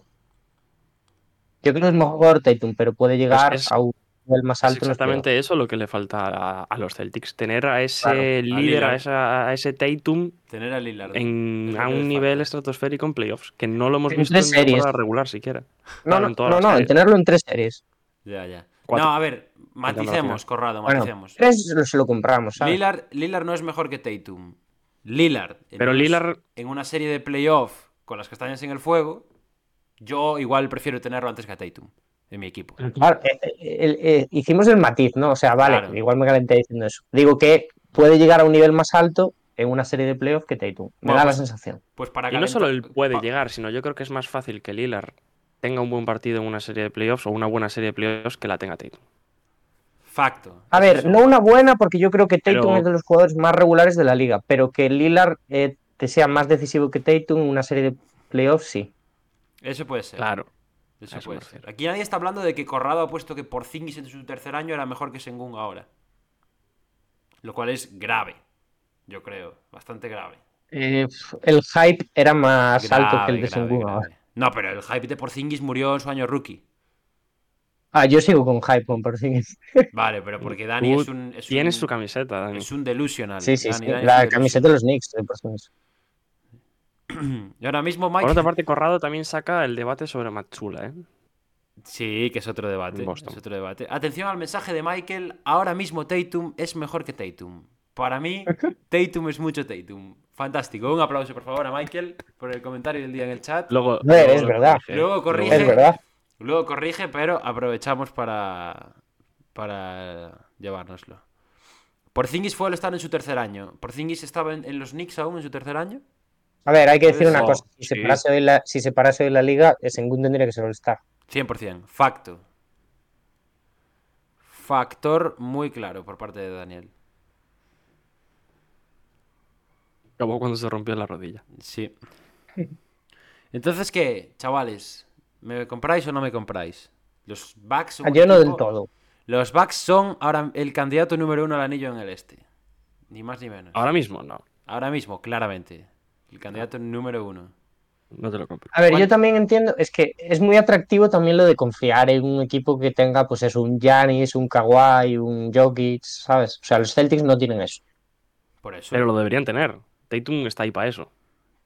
Speaker 2: Yo creo que es mejor Tatum, pero puede llegar
Speaker 1: es-
Speaker 2: a un nivel más
Speaker 1: Es
Speaker 2: alto en los
Speaker 1: exactamente eso lo que le falta a, a los Celtics. Tener a ese
Speaker 2: Claro, a
Speaker 1: líder,
Speaker 3: Lillard.
Speaker 1: a, esa- a ese Tatum
Speaker 3: Tener a Lillard.
Speaker 1: en,
Speaker 3: es lo
Speaker 1: a
Speaker 3: que le
Speaker 1: un nivel
Speaker 3: falta.
Speaker 1: estratosférico en playoffs, que no lo hemos
Speaker 2: En
Speaker 1: visto
Speaker 2: tres
Speaker 1: en temporada
Speaker 2: series.
Speaker 1: regular siquiera.
Speaker 2: playoffs.
Speaker 1: claro,
Speaker 2: No,
Speaker 1: en
Speaker 2: no,
Speaker 1: todas
Speaker 2: no,
Speaker 1: las
Speaker 2: no, en
Speaker 1: series.
Speaker 2: tenerlo en tres series.
Speaker 3: Ya, ya.
Speaker 1: Cuatro.
Speaker 3: No, a ver, maticemos,
Speaker 1: final.
Speaker 3: Corrado,
Speaker 2: Bueno,
Speaker 3: maticemos.
Speaker 2: tres lo- se lo compramos, ¿sabes?
Speaker 3: Lillard, Lillard no es mejor que Tatum. Lillard. en
Speaker 1: Pero
Speaker 3: unas-
Speaker 1: Lillard-
Speaker 3: En una serie de playoff con las castañas en el fuego, yo igual prefiero tenerlo antes que a Tatum en mi equipo.
Speaker 2: Claro, eh, eh, el- eh, hicimos el matiz, ¿no? O sea, vale,
Speaker 3: Claro.
Speaker 2: igual me calenté diciendo eso. Digo que puede llegar a un nivel más alto en una serie de playoffs que Tatum. Me
Speaker 3: Bueno,
Speaker 2: da la
Speaker 3: pues-
Speaker 2: sensación.
Speaker 3: Pues para
Speaker 1: Y no solo él
Speaker 3: calentar-
Speaker 1: puede
Speaker 3: pa-
Speaker 1: llegar, sino yo creo que es más fácil que Lillard tenga un buen partido en una serie de playoffs o una buena serie de playoffs que la tenga Tatum.
Speaker 3: Facto.
Speaker 2: A
Speaker 3: es
Speaker 2: ver,
Speaker 3: eso.
Speaker 2: no una buena, porque yo creo que Tatum
Speaker 1: Pero-
Speaker 2: es de los jugadores más regulares de la liga, pero que Lillard eh, te sea más decisivo que Tatum en una serie de playoffs, sí.
Speaker 3: Eso puede ser.
Speaker 1: Claro.
Speaker 3: Eso
Speaker 1: a eso
Speaker 3: puede
Speaker 1: me
Speaker 3: ser. Aquí nadie está hablando de que Corrado ha puesto que Porzingis en su tercer año era mejor que Sengun ahora. Lo cual es grave. Yo creo. Bastante grave.
Speaker 2: Eh, el hype era más
Speaker 3: Grave,
Speaker 2: alto que el de
Speaker 3: grave,
Speaker 2: Sengun
Speaker 3: grave.
Speaker 2: ahora.
Speaker 3: No, pero el hype de Porzingis murió en su año rookie.
Speaker 2: Ah, yo sigo con hype con Porzingis.
Speaker 3: Vale, pero porque Dani
Speaker 1: Tú
Speaker 3: es un. Es
Speaker 1: Tiene
Speaker 3: un-
Speaker 1: su camiseta, Dani.
Speaker 3: Es un delusional.
Speaker 2: Sí, sí,
Speaker 3: Dani,
Speaker 2: sí.
Speaker 3: Dani es un
Speaker 2: La
Speaker 3: delusional.
Speaker 2: camiseta de los Knicks eh, de Porzingis.
Speaker 3: Y ahora mismo,
Speaker 1: Por otra
Speaker 3: Mike.
Speaker 1: parte, Corrado también saca el debate sobre Matsula, ¿eh?
Speaker 3: Sí, que es otro debate.
Speaker 1: En Boston.
Speaker 3: Es otro debate. Atención al mensaje de Michael. Ahora mismo Tatum es mejor que Tatum. Para mí, Tatum es mucho Tatum. Fantástico. Un aplauso, por favor, a Michael por el comentario del día en el chat.
Speaker 1: Luego,
Speaker 2: ver,
Speaker 1: luego
Speaker 2: es
Speaker 1: lo
Speaker 2: verdad.
Speaker 1: corrige,
Speaker 3: Luego corrige.
Speaker 2: Es verdad.
Speaker 3: Luego corrige, pero aprovechamos para, para llevárnoslo. Porzingis fue al estar en su tercer año. Porzingis estaba en, en los Knicks aún en su tercer año.
Speaker 2: A ver, hay que decir
Speaker 3: Pues,
Speaker 2: una
Speaker 3: oh,
Speaker 2: cosa. Si se
Speaker 1: sí.
Speaker 2: parase hoy la, si se parase hoy la liga, eh, Sengun tendría que ser All-Star.
Speaker 3: 100%. Facto. Factor muy claro por parte de Daniel.
Speaker 1: Como cuando se rompió la rodilla.
Speaker 3: Sí. Entonces, ¿qué, chavales? ¿Me compráis o no me compráis? Los Bucks son
Speaker 2: Ah,
Speaker 3: un
Speaker 2: Yo no del
Speaker 3: equipo-
Speaker 2: todo.
Speaker 3: Los Bucks son ahora el candidato número uno al anillo en el este. Ni más ni menos.
Speaker 1: Ahora mismo no,
Speaker 3: Ahora mismo, claramente. El candidato número uno.
Speaker 1: no te lo compro.
Speaker 2: A ver,
Speaker 3: ¿Cuán-
Speaker 2: yo también entiendo, es que es muy atractivo también lo de confiar en un equipo que tenga, pues eso, un Giannis, un Kawhi, un Jokic, ¿sabes? O sea, los Celtics no tienen eso.
Speaker 3: Por eso.
Speaker 1: Pero lo deberían tener. Tatum está ahí para eso.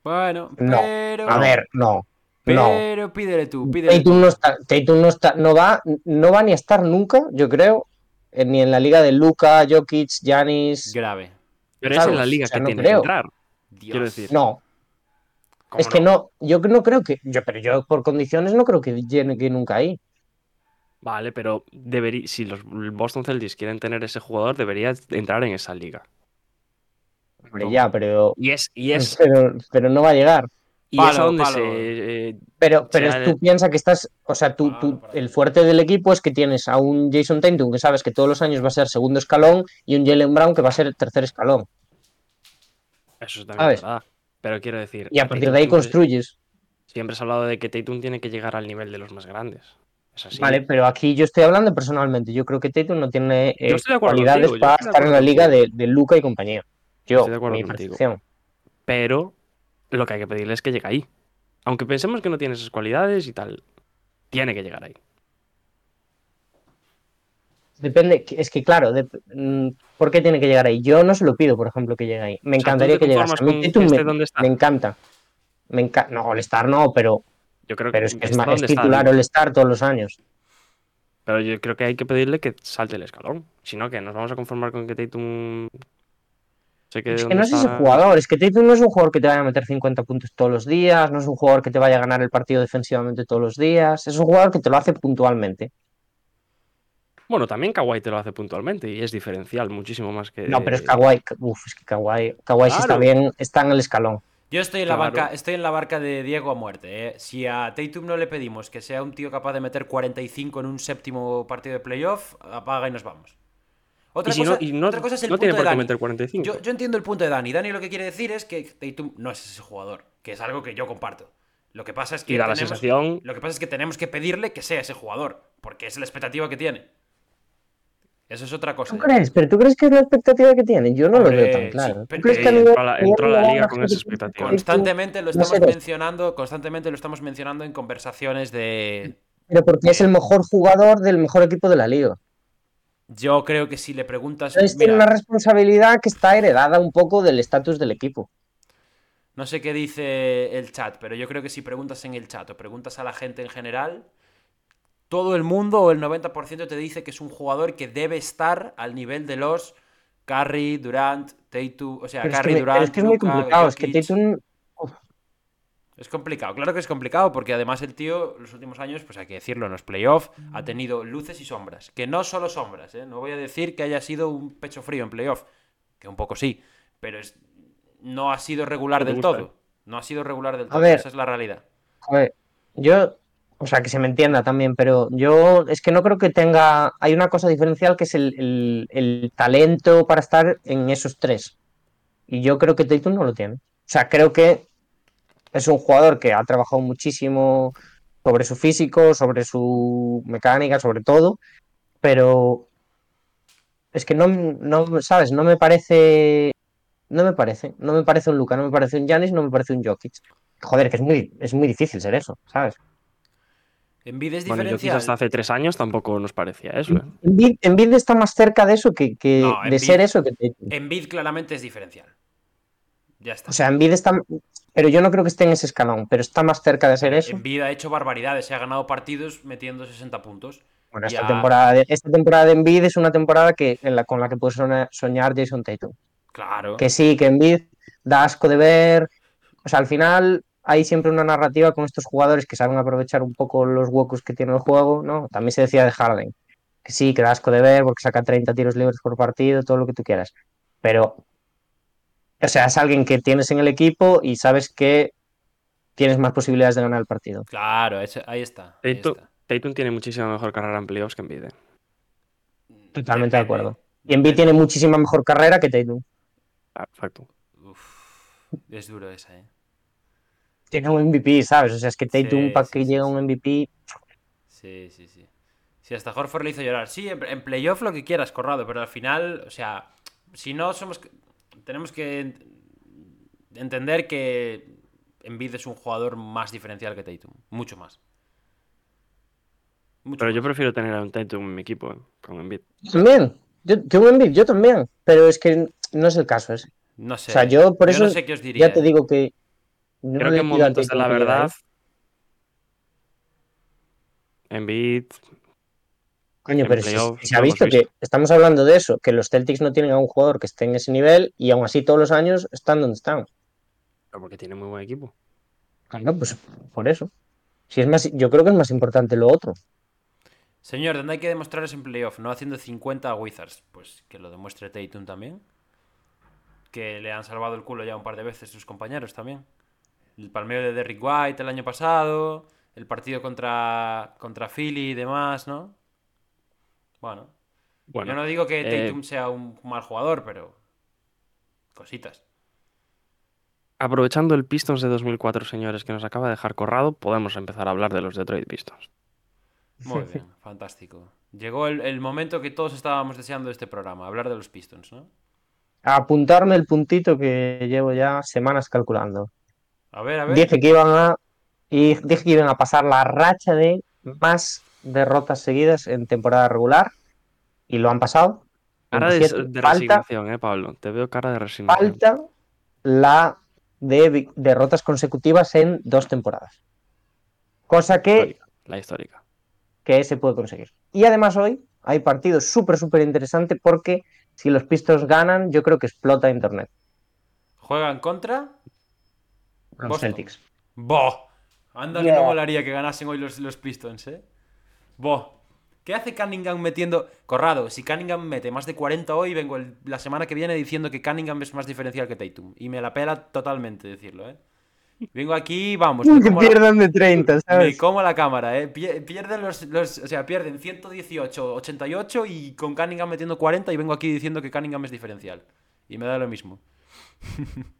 Speaker 3: Bueno,
Speaker 2: No.
Speaker 3: pero.
Speaker 2: A ver, no, no.
Speaker 3: Pero pídele tú, pídele tú.
Speaker 2: Tatum no está, Tatum no está, no va, no va ni a estar nunca, yo creo, eh, ni en la liga de Luka, Jokic, Giannis.
Speaker 3: Grave.
Speaker 1: Pero
Speaker 2: Claro,
Speaker 1: es en la liga
Speaker 2: o sea,
Speaker 1: que
Speaker 2: no
Speaker 1: tiene
Speaker 2: creo.
Speaker 1: que entrar.
Speaker 3: Dios.
Speaker 1: Quiero decir,
Speaker 2: No,
Speaker 1: ¿Cómo
Speaker 2: es que no, yo no creo que, yo, pero yo por condiciones no creo que llegue nunca ahí.
Speaker 1: Vale, pero deberí- si los Boston Celtics quieren tener ese jugador, debería entrar en esa liga.
Speaker 2: Hombre, ya, pero,
Speaker 1: Y es, y es
Speaker 2: pero, pero no va a llegar.
Speaker 1: Y
Speaker 3: Palo,
Speaker 1: es a donde
Speaker 3: palo.
Speaker 1: se. eh,
Speaker 2: Pero, pero
Speaker 1: sea,
Speaker 2: es- tú
Speaker 1: el-
Speaker 2: piensas que estás, o sea, tú, tú- el fuerte del equipo es que tienes a un Jason Tatum que sabes que todos los años va a ser segundo escalón y un Jalen Brown que va a ser el tercer escalón.
Speaker 1: eso también
Speaker 2: ¿sabes?
Speaker 1: es verdad. Pero quiero decir.
Speaker 2: Y a partir de ahí
Speaker 1: Tatum siempre-
Speaker 2: construyes.
Speaker 1: Siempre has hablado de que Tatum tiene que llegar al nivel de los más grandes. Es así.
Speaker 2: Vale, pero aquí yo estoy hablando personalmente. Yo creo que Tatum no tiene eh,
Speaker 1: Yo estoy de acuerdo
Speaker 2: cualidades
Speaker 1: contigo, yo
Speaker 2: para
Speaker 1: estoy de
Speaker 2: estar en la
Speaker 1: acuerdo
Speaker 2: liga de,
Speaker 1: contigo.
Speaker 2: de Luca y compañía. Yo,
Speaker 1: Estoy de acuerdo
Speaker 2: mi
Speaker 1: contigo.
Speaker 2: percepción.
Speaker 1: Pero lo que hay que pedirle es que llegue ahí. Aunque pensemos que no tiene esas cualidades y tal, tiene que llegar ahí.
Speaker 2: Depende, es que claro, de- mm, ¿por qué tiene que llegar ahí? Yo no se lo pido, por ejemplo, que llegue ahí.
Speaker 1: O sea,
Speaker 2: Me
Speaker 1: ¿tú
Speaker 2: encantaría
Speaker 1: te
Speaker 2: que llegase.
Speaker 1: conformas
Speaker 2: A mí
Speaker 1: con que
Speaker 2: Tatum me-
Speaker 1: esté donde está?
Speaker 2: me encanta. Me enca- no, All-Star no, pero,
Speaker 1: Yo creo
Speaker 2: pero es que es,
Speaker 1: está
Speaker 2: ma- es
Speaker 1: donde está,
Speaker 2: titular
Speaker 1: digo.
Speaker 2: All-Star todos los años.
Speaker 1: Pero yo creo que hay que pedirle que salte el escalón. Si no, que nos vamos a conformar con que Tatum se quede
Speaker 2: Es que
Speaker 1: donde
Speaker 2: no es ese
Speaker 1: está.
Speaker 2: jugador, es que Tatum no es un jugador que te vaya a meter 50 puntos todos los días, no es un jugador que te vaya a ganar el partido defensivamente todos los días, es un jugador que te lo hace puntualmente.
Speaker 1: Bueno, también Kawhi te lo hace puntualmente y es diferencial muchísimo más que.
Speaker 2: No, pero es Kawhi, uf, es que Kawhi, Kawhi si está
Speaker 1: Eh, Claro.
Speaker 2: bien, está en el escalón.
Speaker 3: Yo estoy en, la
Speaker 1: Claro.
Speaker 3: banca, estoy en la barca de Diego a muerte. eh. Si a Tatum no le pedimos que sea un tío capaz de meter 45 en un séptimo partido de playoff, apaga y nos vamos. Otra,
Speaker 1: Y si
Speaker 3: cosa,
Speaker 1: no, y no,
Speaker 3: otra cosa es el
Speaker 1: no
Speaker 3: punto
Speaker 1: tiene
Speaker 3: de
Speaker 1: por qué
Speaker 3: Dani.
Speaker 1: meter 45.
Speaker 3: Yo, yo entiendo el punto de Dani. Dani lo que quiere decir es que Tatum no es ese jugador, que es algo que yo comparto. Lo que pasa es que
Speaker 1: Y da la
Speaker 3: tenemos-
Speaker 1: sensación-
Speaker 3: Lo que pasa es que tenemos que pedirle que sea ese jugador, porque es la expectativa que tiene. Eso es otra
Speaker 2: ¿Tú
Speaker 3: cosa. ya.
Speaker 2: crees? ¿Pero tú crees que es la expectativa que tienen? Yo no lo
Speaker 3: Hombre,
Speaker 2: veo tan
Speaker 3: sí,
Speaker 2: claro. ¿Tú
Speaker 3: pero eh,
Speaker 2: crees que a
Speaker 3: entró
Speaker 2: nivel-
Speaker 1: la- entró la liga con esa expectativa.
Speaker 3: Constantemente lo
Speaker 2: No
Speaker 3: estamos
Speaker 2: sé.
Speaker 3: mencionando, constantemente lo estamos mencionando en conversaciones de
Speaker 2: Pero porque es el mejor jugador del mejor equipo de la liga.
Speaker 3: yo creo que si le preguntas,
Speaker 2: Entonces tiene una
Speaker 3: mira,
Speaker 2: responsabilidad que está heredada un poco del estatus del equipo.
Speaker 3: no sé qué dice el chat, pero yo creo que si preguntas en el chat o preguntas a la gente en general, todo el mundo o el 90% te dice que es un jugador que debe estar al nivel de los Curry, Durant, Tatum, o sea,
Speaker 2: Pero es que,
Speaker 3: Curry,
Speaker 2: me-
Speaker 3: Durant,
Speaker 2: pero es que es muy
Speaker 3: Luka,
Speaker 2: complicado. Es que
Speaker 3: Jokic.
Speaker 2: Tatum
Speaker 3: Es complicado, claro que es complicado, porque además el tío, los últimos años, pues hay que decirlo, en los playoffs
Speaker 2: Mm.
Speaker 3: ha tenido luces y sombras. Que no solo sombras, ¿eh? No voy a decir que haya sido un pecho frío en playoff, que un poco sí, pero es, no ha sido regular
Speaker 1: No te
Speaker 3: del
Speaker 1: gusta,
Speaker 3: todo. No ha sido regular del
Speaker 2: ¿eh? A
Speaker 3: todo,
Speaker 2: ver.
Speaker 3: esa es la realidad.
Speaker 2: Joder, yo, o sea, que se me entienda también, pero yo es que no creo que tenga, hay una cosa diferencial que es el, el- el talento para estar en esos tres. Y yo creo que Tatum no lo tiene. O sea, creo que es un jugador que ha trabajado muchísimo sobre su físico, sobre su mecánica, sobre todo, pero es que no, no, ¿sabes? No me parece, no me parece, no me parece un Luka, no me parece un Giannis, no me parece un Jokic. Joder, que es muy, es muy difícil ser eso, ¿sabes?
Speaker 3: Envid es
Speaker 1: Bueno, yo
Speaker 3: diferencial. Mm.
Speaker 1: hasta hace tres años tampoco nos parecía eso. ¿eh?
Speaker 2: Envid, Envid está más cerca de eso que, que
Speaker 3: No,
Speaker 2: de
Speaker 3: Embiid-
Speaker 2: ser eso que Tatum.
Speaker 3: Envid claramente es diferencial. Ya está.
Speaker 2: O sea, Envid está. Pero yo no creo que esté en ese escalón, pero está más cerca de ser eso.
Speaker 3: Envid ha hecho barbaridades, se ha ganado partidos metiendo 60 puntos.
Speaker 2: Bueno,
Speaker 3: y
Speaker 2: esta
Speaker 3: ha-
Speaker 2: temporada, de, esta temporada de Envid es una temporada que, en la, con la que puede sona- soñar Jason Tatum.
Speaker 3: Claro.
Speaker 2: Que sí, que Envid da asco de ver. O sea, al final hay siempre una narrativa con estos jugadores que saben aprovechar un poco los huecos que tiene el juego, ¿no? También se decía de Harden. Que sí, que da asco de ver porque saca 30 tiros libres por partido, todo lo que tú quieras. Pero, o sea, es alguien que tienes en el equipo y sabes que tienes más posibilidades de ganar el partido.
Speaker 3: Claro, ese- ahí está. ahí
Speaker 1: Tatum,
Speaker 3: está.
Speaker 1: Tatum tiene muchísima mejor carrera en playoffs que Embiid. ¿eh?
Speaker 2: Totalmente de acuerdo. Y
Speaker 3: Depende.
Speaker 2: Envid tiene muchísima mejor carrera que Tatum.
Speaker 1: Ah, Exacto.
Speaker 3: Uf, es duro esa, ¿eh?
Speaker 2: Tiene un MVP, ¿sabes? O sea, es que Tatum,
Speaker 3: Sí,
Speaker 2: para
Speaker 3: sí,
Speaker 2: que
Speaker 3: sí,
Speaker 2: llegue a
Speaker 3: sí.
Speaker 2: un MVP,
Speaker 3: Sí, sí, sí. Sí, hasta Horford le hizo llorar. Sí, en, en playoff lo que quieras, Corrado, pero al final, o sea, si no somos... Tenemos que ent- entender que Embiid es un jugador más diferencial que Tatum. Mucho más. Mucho
Speaker 1: Pero yo
Speaker 3: más.
Speaker 1: prefiero tener a un Tatum en mi equipo, ¿eh? con Embiid.
Speaker 2: también. Yo tengo un MVP, yo también. Pero es que no es el caso ese.
Speaker 3: No
Speaker 2: o
Speaker 3: sé.
Speaker 2: sea, yo por eso
Speaker 3: no sé qué os diría.
Speaker 2: ya te
Speaker 3: ¿eh?
Speaker 2: digo que. no
Speaker 1: Creo
Speaker 2: le
Speaker 1: que en
Speaker 2: pido a
Speaker 1: momentos de
Speaker 2: Tatum
Speaker 1: la
Speaker 2: que llegue ahí.
Speaker 1: verdad,
Speaker 2: ¿eh?
Speaker 1: Embiid,
Speaker 2: Coño,
Speaker 1: en
Speaker 2: pero si-
Speaker 1: playoff
Speaker 2: si se ha
Speaker 1: lo hemos
Speaker 2: visto que
Speaker 1: visto.
Speaker 2: estamos hablando de eso, que los Celtics no tienen a un jugador que esté en ese nivel y aún así todos los años están donde están.
Speaker 1: pero porque tiene muy buen equipo.
Speaker 2: Claro, pues por eso. Si es más, yo creo que es más importante lo otro.
Speaker 3: Señor, ¿dónde hay que demostrar es en playoff? No haciendo 50 a Wizards. Pues que lo demuestre Tatum también. Que le han salvado el culo ya un par de veces sus compañeros también. el palmeo de Derrick White el año pasado, el partido contra, contra Philly y demás, ¿no? Bueno.
Speaker 1: Bueno,
Speaker 3: Yo no digo que
Speaker 1: eh,
Speaker 3: Tatum sea un mal jugador, pero. Cositas.
Speaker 1: aprovechando el Pistons de 2004, señores, que nos acaba de dejar corrado, podemos empezar a hablar de los Detroit Pistons.
Speaker 3: Muy bien, fantástico. Llegó el, el momento que todos estábamos deseando de este programa, hablar de los Pistons, ¿no?
Speaker 2: A apuntarme el puntito que llevo ya semanas calculando.
Speaker 3: A ver, a ver.
Speaker 2: Dije que iban a y dije que iban a pasar la racha de más derrotas seguidas en temporada regular y lo han pasado.
Speaker 1: Cara de,
Speaker 2: 27.
Speaker 1: de
Speaker 2: falta,
Speaker 1: resignación, eh, Pablo. Te veo cara de resignación.
Speaker 2: falta la de vi- derrotas consecutivas en dos temporadas. Cosa que,
Speaker 1: Histórica, la histórica.
Speaker 2: que se puede conseguir. Y además hoy hay partidos súper, súper interesante porque si los Pistons ganan, yo creo que explota internet.
Speaker 3: Juegan contra.
Speaker 2: Los
Speaker 3: Boston.
Speaker 2: Celtics.
Speaker 3: ¡Boh! Anda que
Speaker 2: Yeah.
Speaker 3: no molaría que ganasen hoy los, los Pistons, ¿eh? ¡Boh! ¿Qué hace Cunningham metiendo. Corrado, si Cunningham mete más de 40 hoy, vengo el- la semana que viene diciendo que Cunningham es más diferencial que Tatum. Y me la pela totalmente decirlo, ¿eh? Vengo aquí, vamos. me
Speaker 2: Que
Speaker 3: como la-
Speaker 2: pierdan de 30,
Speaker 3: Me
Speaker 2: ¿sabes?
Speaker 3: como la cámara, ¿eh? Pie- Pierden los, los- O sea, pierden 118, 88 y con Cunningham metiendo 40 y vengo aquí diciendo que Cunningham es diferencial. Y me da lo mismo.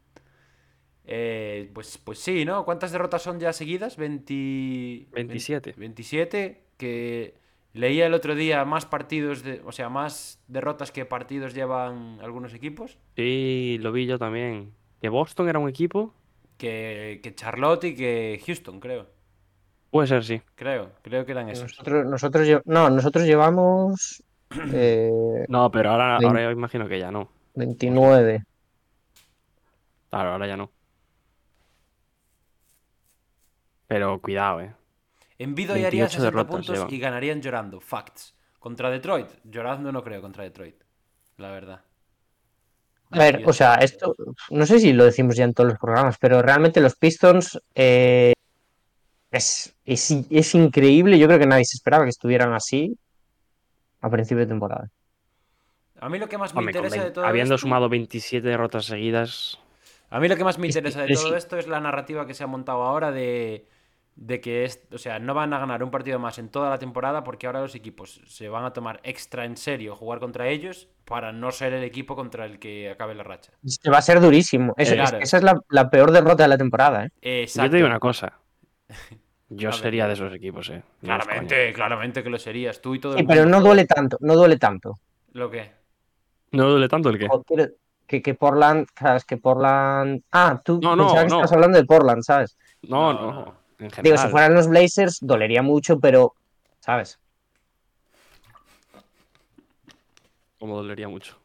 Speaker 3: Eh, pues, pues sí, ¿no? ¿Cuántas derrotas son ya seguidas? 20...
Speaker 1: 27.
Speaker 3: 27. Que leía el otro día más partidos, de, o sea, más derrotas que partidos llevan algunos equipos.
Speaker 1: Sí, lo vi yo también. Que Boston era un equipo.
Speaker 3: Que, que Charlotte y que Houston, creo.
Speaker 1: Puede ser, sí.
Speaker 3: Creo, creo que eran esos.
Speaker 2: Nosotros, nosotros, lle- no, nosotros llevamos eh,
Speaker 1: No, pero ahora,
Speaker 2: Vein-
Speaker 1: ahora yo imagino que ya no.
Speaker 2: 29.
Speaker 1: Claro, ahora ya no. Pero cuidado, eh.
Speaker 3: Envid hoy haría
Speaker 1: 28
Speaker 3: 60
Speaker 1: derrotas
Speaker 3: puntos
Speaker 1: llevan.
Speaker 3: y ganarían llorando. Facts. Contra Detroit. Llorando no creo contra Detroit. La verdad.
Speaker 2: A ver, o sea, esto, no sé si lo decimos ya en todos los programas, pero realmente los Pistons eh, es, es, in- es increíble. Yo creo que nadie se esperaba que estuvieran así a principio de temporada.
Speaker 3: A mí lo que más me
Speaker 1: Hombre, con
Speaker 3: interesa
Speaker 1: vein-
Speaker 3: de todo
Speaker 1: habiendo
Speaker 3: esto...
Speaker 1: sumado 27 derrotas seguidas,
Speaker 3: A mí lo que más me
Speaker 2: Es que-
Speaker 3: interesa de
Speaker 2: pero
Speaker 3: todo
Speaker 2: sí.
Speaker 3: esto es la narrativa que se ha montado ahora de, de que es, o sea, no van a ganar un partido más en toda la temporada porque ahora los equipos se van a tomar extra en serio jugar contra ellos para no ser el equipo contra el que acabe la racha.
Speaker 2: Es que va a ser durísimo. Es-
Speaker 3: Eh,
Speaker 2: es-
Speaker 3: claro.
Speaker 2: esa es la, la peor derrota de la temporada. ¿eh?
Speaker 3: Exacto.
Speaker 1: yo te digo una cosa.
Speaker 3: A
Speaker 1: Yo
Speaker 3: ver.
Speaker 1: sería de esos equipos, eh. Ni de coña.
Speaker 3: Claramente, claramente que lo serías tú y todo
Speaker 2: Sí,
Speaker 3: el
Speaker 2: pero
Speaker 3: mundo.
Speaker 2: no duele tanto, no duele tanto.
Speaker 3: ¿Lo qué?
Speaker 1: No duele tanto el que.
Speaker 2: O quiero- Que, que Portland, claro, es que Portland. Ah, tú
Speaker 1: No, no,
Speaker 2: pensabas que
Speaker 1: no.
Speaker 2: estabas hablando de Portland, ¿sabes?
Speaker 1: No,
Speaker 3: No,
Speaker 1: no.
Speaker 3: no.
Speaker 1: En
Speaker 2: Digo, si
Speaker 1: general.
Speaker 2: fueran los Blazers, dolería mucho, pero, ¿sabes?
Speaker 1: Como dolería mucho.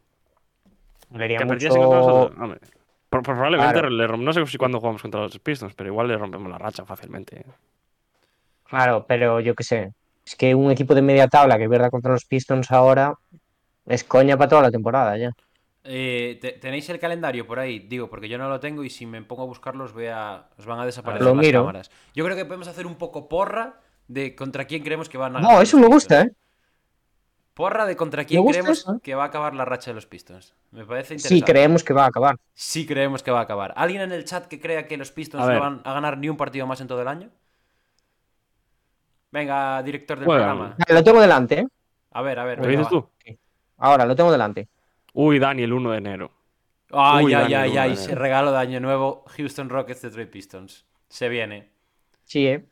Speaker 2: Dolería
Speaker 1: Que perdiesen contra
Speaker 2: mucho.
Speaker 1: nosotros. hombre. Pro- pro- probablemente
Speaker 2: Claro.
Speaker 1: le rom- no sé si cuándo jugamos contra los Pistons, pero igual le rompemos la racha fácilmente. eh.
Speaker 2: Claro, pero yo qué sé. Es que un equipo de media tabla que pierda contra los Pistons ahora es coña para toda la temporada ya.
Speaker 3: Eh, te- ¿Tenéis el calendario por ahí? Digo, porque yo no lo tengo y si me pongo a buscarlo os, voy a, os van a desaparecer
Speaker 2: Lo
Speaker 3: las
Speaker 2: miro.
Speaker 3: cámaras. Yo creo que podemos hacer un poco porra de contra quién creemos que van a
Speaker 2: No, eso me gusta, ¿eh?
Speaker 3: Porra de contra quién
Speaker 2: gusta
Speaker 3: creemos
Speaker 2: eso, ¿eh?
Speaker 3: que va a acabar la racha de los Pistons. Me parece
Speaker 2: Sí,
Speaker 3: interesante.
Speaker 2: creemos que va a acabar.
Speaker 3: Sí creemos que va a acabar. ¿Alguien en el chat que crea que los Pistons
Speaker 1: A
Speaker 3: no
Speaker 1: ver.
Speaker 3: van a ganar ni un partido más en todo el año? Venga, director del
Speaker 1: Juegan.
Speaker 3: programa.
Speaker 2: Lo tengo delante, ¿eh?
Speaker 3: A ver, a ver.
Speaker 1: ¿Lo
Speaker 3: venga,
Speaker 1: dices
Speaker 3: va.
Speaker 1: tú?
Speaker 2: Ahora, lo tengo delante.
Speaker 1: Uy, Dani, el 1 de enero.
Speaker 3: Ay,
Speaker 1: Uy,
Speaker 3: ay,
Speaker 1: Dani,
Speaker 3: ay,
Speaker 1: uy,
Speaker 3: ay.
Speaker 1: Dani.
Speaker 3: se Regalo de año nuevo. Houston Rockets Detroit Pistons. Se viene.
Speaker 2: Sí, ¿eh?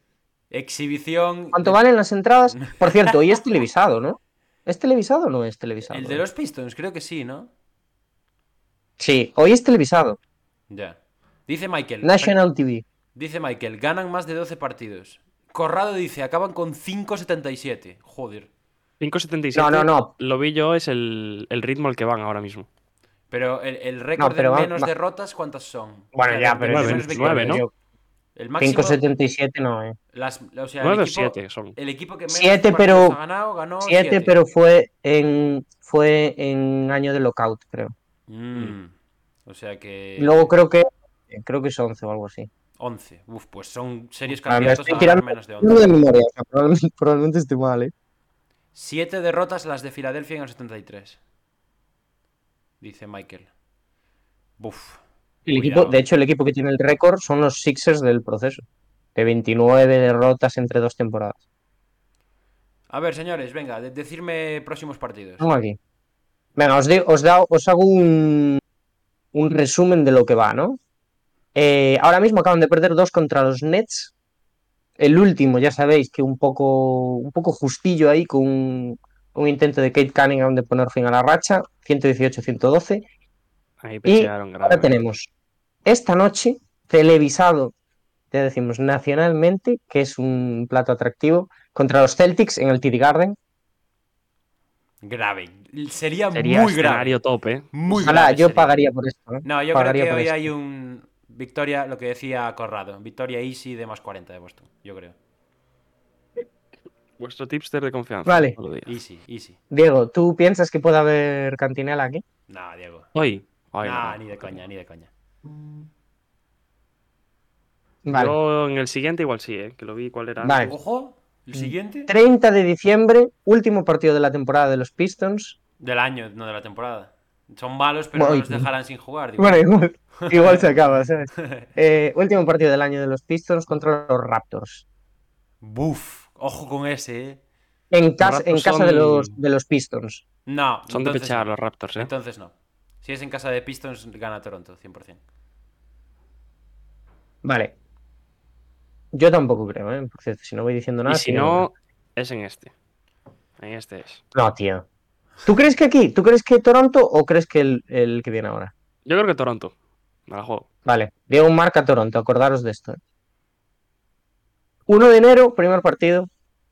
Speaker 3: Exhibición.
Speaker 2: ¿Cuánto valen las entradas? Por cierto, hoy es televisado, ¿no? ¿Es televisado o no es televisado?
Speaker 3: El de los Pistons, creo que sí, ¿no?
Speaker 2: Sí, hoy es televisado.
Speaker 3: Ya. Dice Michael.
Speaker 2: National TV.
Speaker 3: Dice Michael, ganan más de 12 partidos. Corrado dice, acaban con 5.77. Joder.
Speaker 1: 5.77.
Speaker 2: No, no, no.
Speaker 1: Lo vi yo, es el, el ritmo al que van ahora mismo.
Speaker 3: Pero el, el récord
Speaker 2: No, pero
Speaker 3: de
Speaker 2: va-
Speaker 3: menos
Speaker 2: va-
Speaker 3: derrotas, ¿cuántas son?
Speaker 2: Bueno,
Speaker 3: O sea,
Speaker 2: ya,
Speaker 3: de-
Speaker 2: pero
Speaker 3: de
Speaker 1: nueve,
Speaker 3: menos
Speaker 1: nueve,
Speaker 3: victorias.
Speaker 1: ¿no?
Speaker 3: El máximo.
Speaker 2: 5.77 no, ¿eh?
Speaker 3: las- o sea, el
Speaker 1: 9 o
Speaker 3: equipo-
Speaker 1: 7 son.
Speaker 3: El equipo que menos
Speaker 2: Siete,
Speaker 3: partidos
Speaker 2: pero-
Speaker 3: ha ganado, ganó
Speaker 2: 7,
Speaker 3: 7.
Speaker 2: pero fue en, fue en año de lockout, creo.
Speaker 3: Mm. O sea que.
Speaker 2: Y Luego creo que creo que es 11 o algo así.
Speaker 3: 11. Uf, pues son serios
Speaker 2: Ah, me
Speaker 3: candidatos
Speaker 2: estoy
Speaker 3: a ganar
Speaker 2: tirando
Speaker 3: menos de 11.
Speaker 2: uno de memoria, o sea, probablemente, probablemente esté mal, ¿eh?
Speaker 3: Siete derrotas las de Filadelfia en el 73. Dice Michael. Buf.
Speaker 2: El equipo, de hecho, el equipo que tiene el récord son los Sixers del proceso, de 29 derrotas entre dos temporadas.
Speaker 3: A ver, señores, venga, de- decidme próximos partidos.
Speaker 2: Vamos aquí. Venga, os, di- os, da- os hago un, un resumen de lo que va, ¿no? Eh, ahora mismo acaban de perder dos contra los Nets. El último, ya sabéis que un poco, un poco justillo ahí con un, un intento de Kate Cunningham de poner fin a la racha, 118-112.
Speaker 1: Ahí
Speaker 2: Y
Speaker 1: pechearon
Speaker 2: ahora tenemos esta noche televisado, ya decimos nacionalmente, que es un plato atractivo, contra los Celtics en el TD Garden.
Speaker 3: Grave. Sería,
Speaker 1: Sería
Speaker 3: muy grave.
Speaker 1: escenario top, ¿eh?
Speaker 3: Muy
Speaker 2: Ojalá,
Speaker 3: grave
Speaker 2: yo
Speaker 3: sería.
Speaker 2: pagaría por esto. ¿eh? ¿no?
Speaker 3: No, yo
Speaker 2: Pagaría
Speaker 3: creo
Speaker 2: por
Speaker 3: que hoy
Speaker 2: esto.
Speaker 3: hay un. Victoria, lo que decía Corrado. Victoria easy de más 40 de Boston, yo creo.
Speaker 1: Vuestro tipster de confianza.
Speaker 2: Vale.
Speaker 1: no lo digas.
Speaker 3: Easy, easy.
Speaker 2: Diego, ¿tú piensas que puede haber cantinela aquí?
Speaker 3: No, Diego.
Speaker 1: Hoy. hoy
Speaker 3: Nah,
Speaker 1: no.
Speaker 3: ni de coña, ni de coña.
Speaker 2: Vale.
Speaker 1: Yo en el siguiente igual sí, ¿eh? Que lo vi cuál era.
Speaker 2: Vale.
Speaker 1: antes.
Speaker 3: Ojo, el
Speaker 1: Mm.
Speaker 3: siguiente.
Speaker 2: 30 de diciembre, último partido de la temporada de los Pistons.
Speaker 3: Del año, no de la temporada. Son malos, pero
Speaker 2: Bueno,
Speaker 3: no los dejarán sin jugar. digo.
Speaker 2: Bueno, igual, igual se acaba, ¿sabes? Eh, último partido del año de los Pistons contra los Raptors.
Speaker 3: Buf, ojo con ese, eh.
Speaker 2: En, casa- en
Speaker 1: Raptors
Speaker 2: casa
Speaker 1: son-
Speaker 2: de, los, de los Pistons.
Speaker 3: No,
Speaker 1: Son de
Speaker 3: entonces
Speaker 1: pechar
Speaker 3: no.
Speaker 1: los Raptors, ¿eh?
Speaker 3: Entonces no. Si es en casa de Pistons, gana Toronto, 100%.
Speaker 2: Vale. Yo tampoco creo, ¿eh? Por cierto, si no voy diciendo nada.
Speaker 1: y si
Speaker 2: sí,
Speaker 1: no, es en este. En este es.
Speaker 2: No, tío. ¿Tú crees que aquí? ¿Tú crees que Toronto o crees que el, el que viene ahora?
Speaker 1: Yo creo que Toronto. Me la juego.
Speaker 2: Vale, Diego marca Toronto, acordaros de esto. ¿eh? 1 de enero, primer partido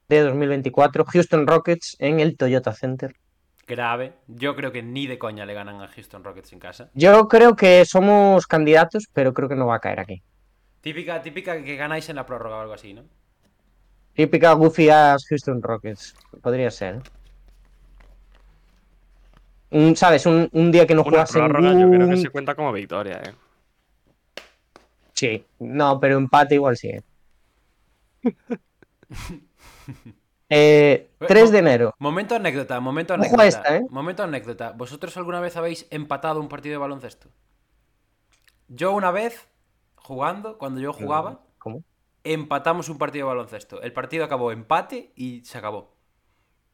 Speaker 2: de 2024, Houston Rockets en el Toyota Center.
Speaker 3: Grave. Yo creo que ni de coña le ganan a Houston Rockets en casa.
Speaker 2: Yo creo que somos candidatos, pero creo que no va a caer aquí.
Speaker 3: Típica, típica que ganáis en la prórroga o algo así, ¿no?
Speaker 2: Típica Goofy as Houston Rockets, podría ser. ¿eh? Un, ¿Sabes? Un, un día que no
Speaker 1: Una
Speaker 2: juegas en
Speaker 1: prórroga yo creo que
Speaker 2: un-
Speaker 1: se cuenta como victoria, ¿eh?
Speaker 2: Sí, no, pero empate igual sí. ¿eh? Eh, 3 de enero.
Speaker 3: Momento anécdota, momento
Speaker 2: Ojo a
Speaker 3: anécdota.
Speaker 2: esta, ¿eh?
Speaker 3: Momento anécdota. ¿Vosotros alguna vez habéis empatado un partido de baloncesto? Yo una vez, jugando, cuando yo jugaba,
Speaker 2: ¿Cómo?
Speaker 3: empatamos un partido de baloncesto. El partido acabó empate y se acabó.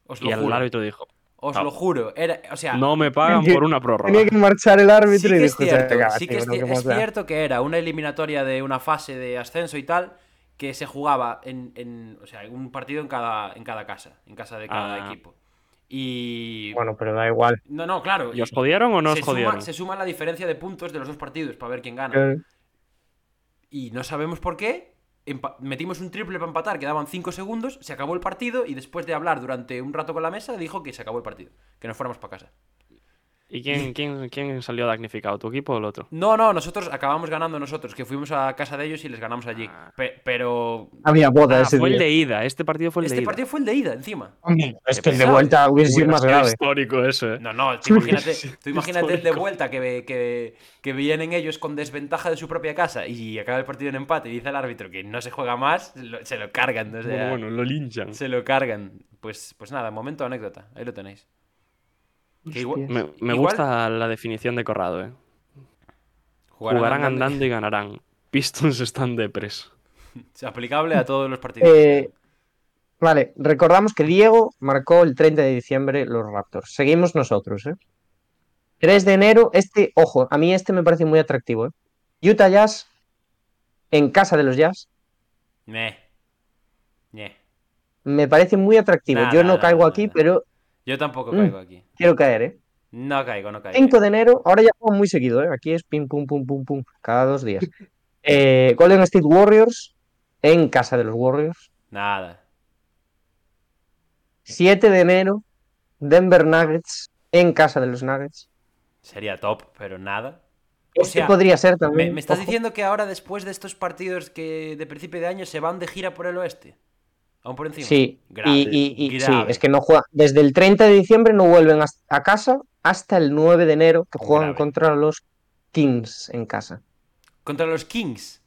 Speaker 3: Os
Speaker 1: Y
Speaker 3: lo
Speaker 1: el
Speaker 3: juro.
Speaker 1: árbitro dijo,
Speaker 3: Os
Speaker 1: no.
Speaker 3: lo juro. Era, o sea,
Speaker 1: no me pagan por una
Speaker 2: Tenía
Speaker 1: prórroga.
Speaker 2: que marchar el árbitro
Speaker 3: sí
Speaker 2: y
Speaker 3: que es
Speaker 2: dijo, "Se
Speaker 3: cierto,
Speaker 2: acaba,
Speaker 3: sí que
Speaker 2: tío,
Speaker 3: es,
Speaker 2: no,
Speaker 3: ci-
Speaker 2: ¿qué
Speaker 3: es
Speaker 2: más da?".
Speaker 3: cierto que era una eliminatoria de una fase de ascenso y tal que se jugaba en, en- o sea, un partido en cada, en cada casa, en casa de cada
Speaker 1: Ah.
Speaker 3: equipo. Y
Speaker 2: Bueno, pero da igual.
Speaker 3: no, no, claro.
Speaker 1: ¿Y os
Speaker 3: y-
Speaker 1: jodieron o no os
Speaker 3: se, suma,
Speaker 1: jodieron?
Speaker 3: se suma la diferencia de puntos de los dos partidos para ver quién gana.
Speaker 2: Eh,
Speaker 3: Y no sabemos por qué. empa- Metimos un triple para empatar, quedaban 5 segundos, se acabó el partido y después de hablar durante un rato con la mesa dijo que se acabó el partido, que nos fuéramos para casa.
Speaker 1: ¿Y quién, quién, quién salió damnificado? ¿Tu equipo o el otro?
Speaker 3: No, no, nosotros acabamos ganando nosotros, que fuimos a casa de ellos y les ganamos allí.
Speaker 1: Ah.
Speaker 3: Pe- pero
Speaker 2: Había boda
Speaker 1: Ah,
Speaker 2: ese
Speaker 1: fue el
Speaker 2: día.
Speaker 1: de ida. Este partido fue el de
Speaker 3: este
Speaker 1: ida.
Speaker 3: partido fue el de ida, encima.
Speaker 2: Hombre, Es
Speaker 1: Qué
Speaker 2: que el de
Speaker 1: pesado.
Speaker 2: vuelta hubiese sido
Speaker 1: Hubiera
Speaker 2: más
Speaker 1: sido
Speaker 2: grave.
Speaker 1: histórico eso, ¿eh?
Speaker 3: No, no, tú imagínate, tú imagínate el de
Speaker 1: Histórico.
Speaker 3: vuelta que, que, que vienen ellos con desventaja de su propia casa y acaba el partido en empate y dice el árbitro que no se juega más, lo- se lo cargan. o
Speaker 1: Bueno,
Speaker 3: sea,
Speaker 1: bueno, lo linchan.
Speaker 3: Se lo cargan. Pues, pues nada, momento anécdota. Ahí lo tenéis. Que igual-
Speaker 1: Me, me
Speaker 3: igual
Speaker 1: gusta la definición de Corrado, ¿eh?
Speaker 3: jugarán
Speaker 1: Jugarán andando y ganarán. Pistons están depres.
Speaker 3: Es Aplicable a todos los partidos.
Speaker 2: Eh, vale, recordamos que Diego marcó el 30 de diciembre los Raptors. Seguimos nosotros, ¿eh? 3 de enero, este, ojo, a mí este me parece muy atractivo, ¿eh? Utah Jazz en casa de los Jazz.
Speaker 3: Meh. Meh.
Speaker 2: Me parece muy atractivo.
Speaker 3: Nah,
Speaker 2: Yo
Speaker 3: nah,
Speaker 2: no
Speaker 3: nah,
Speaker 2: caigo
Speaker 3: nah,
Speaker 2: aquí,
Speaker 3: nah.
Speaker 2: pero
Speaker 3: Yo tampoco
Speaker 2: Mm.
Speaker 3: caigo aquí.
Speaker 2: quiero caer, ¿eh?
Speaker 3: No caigo, no caigo.
Speaker 2: 5 de enero, ahora ya juego muy seguido, ¿eh? aquí es pim, pum, pum, pum, pum, cada dos días. Eh, Golden State Warriors en casa de los Warriors.
Speaker 3: Nada.
Speaker 2: 7 de enero, Denver Nuggets en casa de los Nuggets.
Speaker 3: Sería top, pero nada. O
Speaker 2: Este
Speaker 3: sea,
Speaker 2: podría ser también.
Speaker 3: ¿Me, me estás
Speaker 2: ojo.
Speaker 3: diciendo que ahora, después de estos partidos que de principio de año, se van de gira por el oeste? Aún por encima.
Speaker 2: Sí,
Speaker 3: Grave,
Speaker 2: y, y- y- sí,
Speaker 3: grave.
Speaker 2: es que no juega. Desde el 30 de diciembre no vuelven as- a casa hasta el 9 de enero que juegan
Speaker 3: Grave.
Speaker 2: contra los Kings en casa.
Speaker 3: Contra los Kings.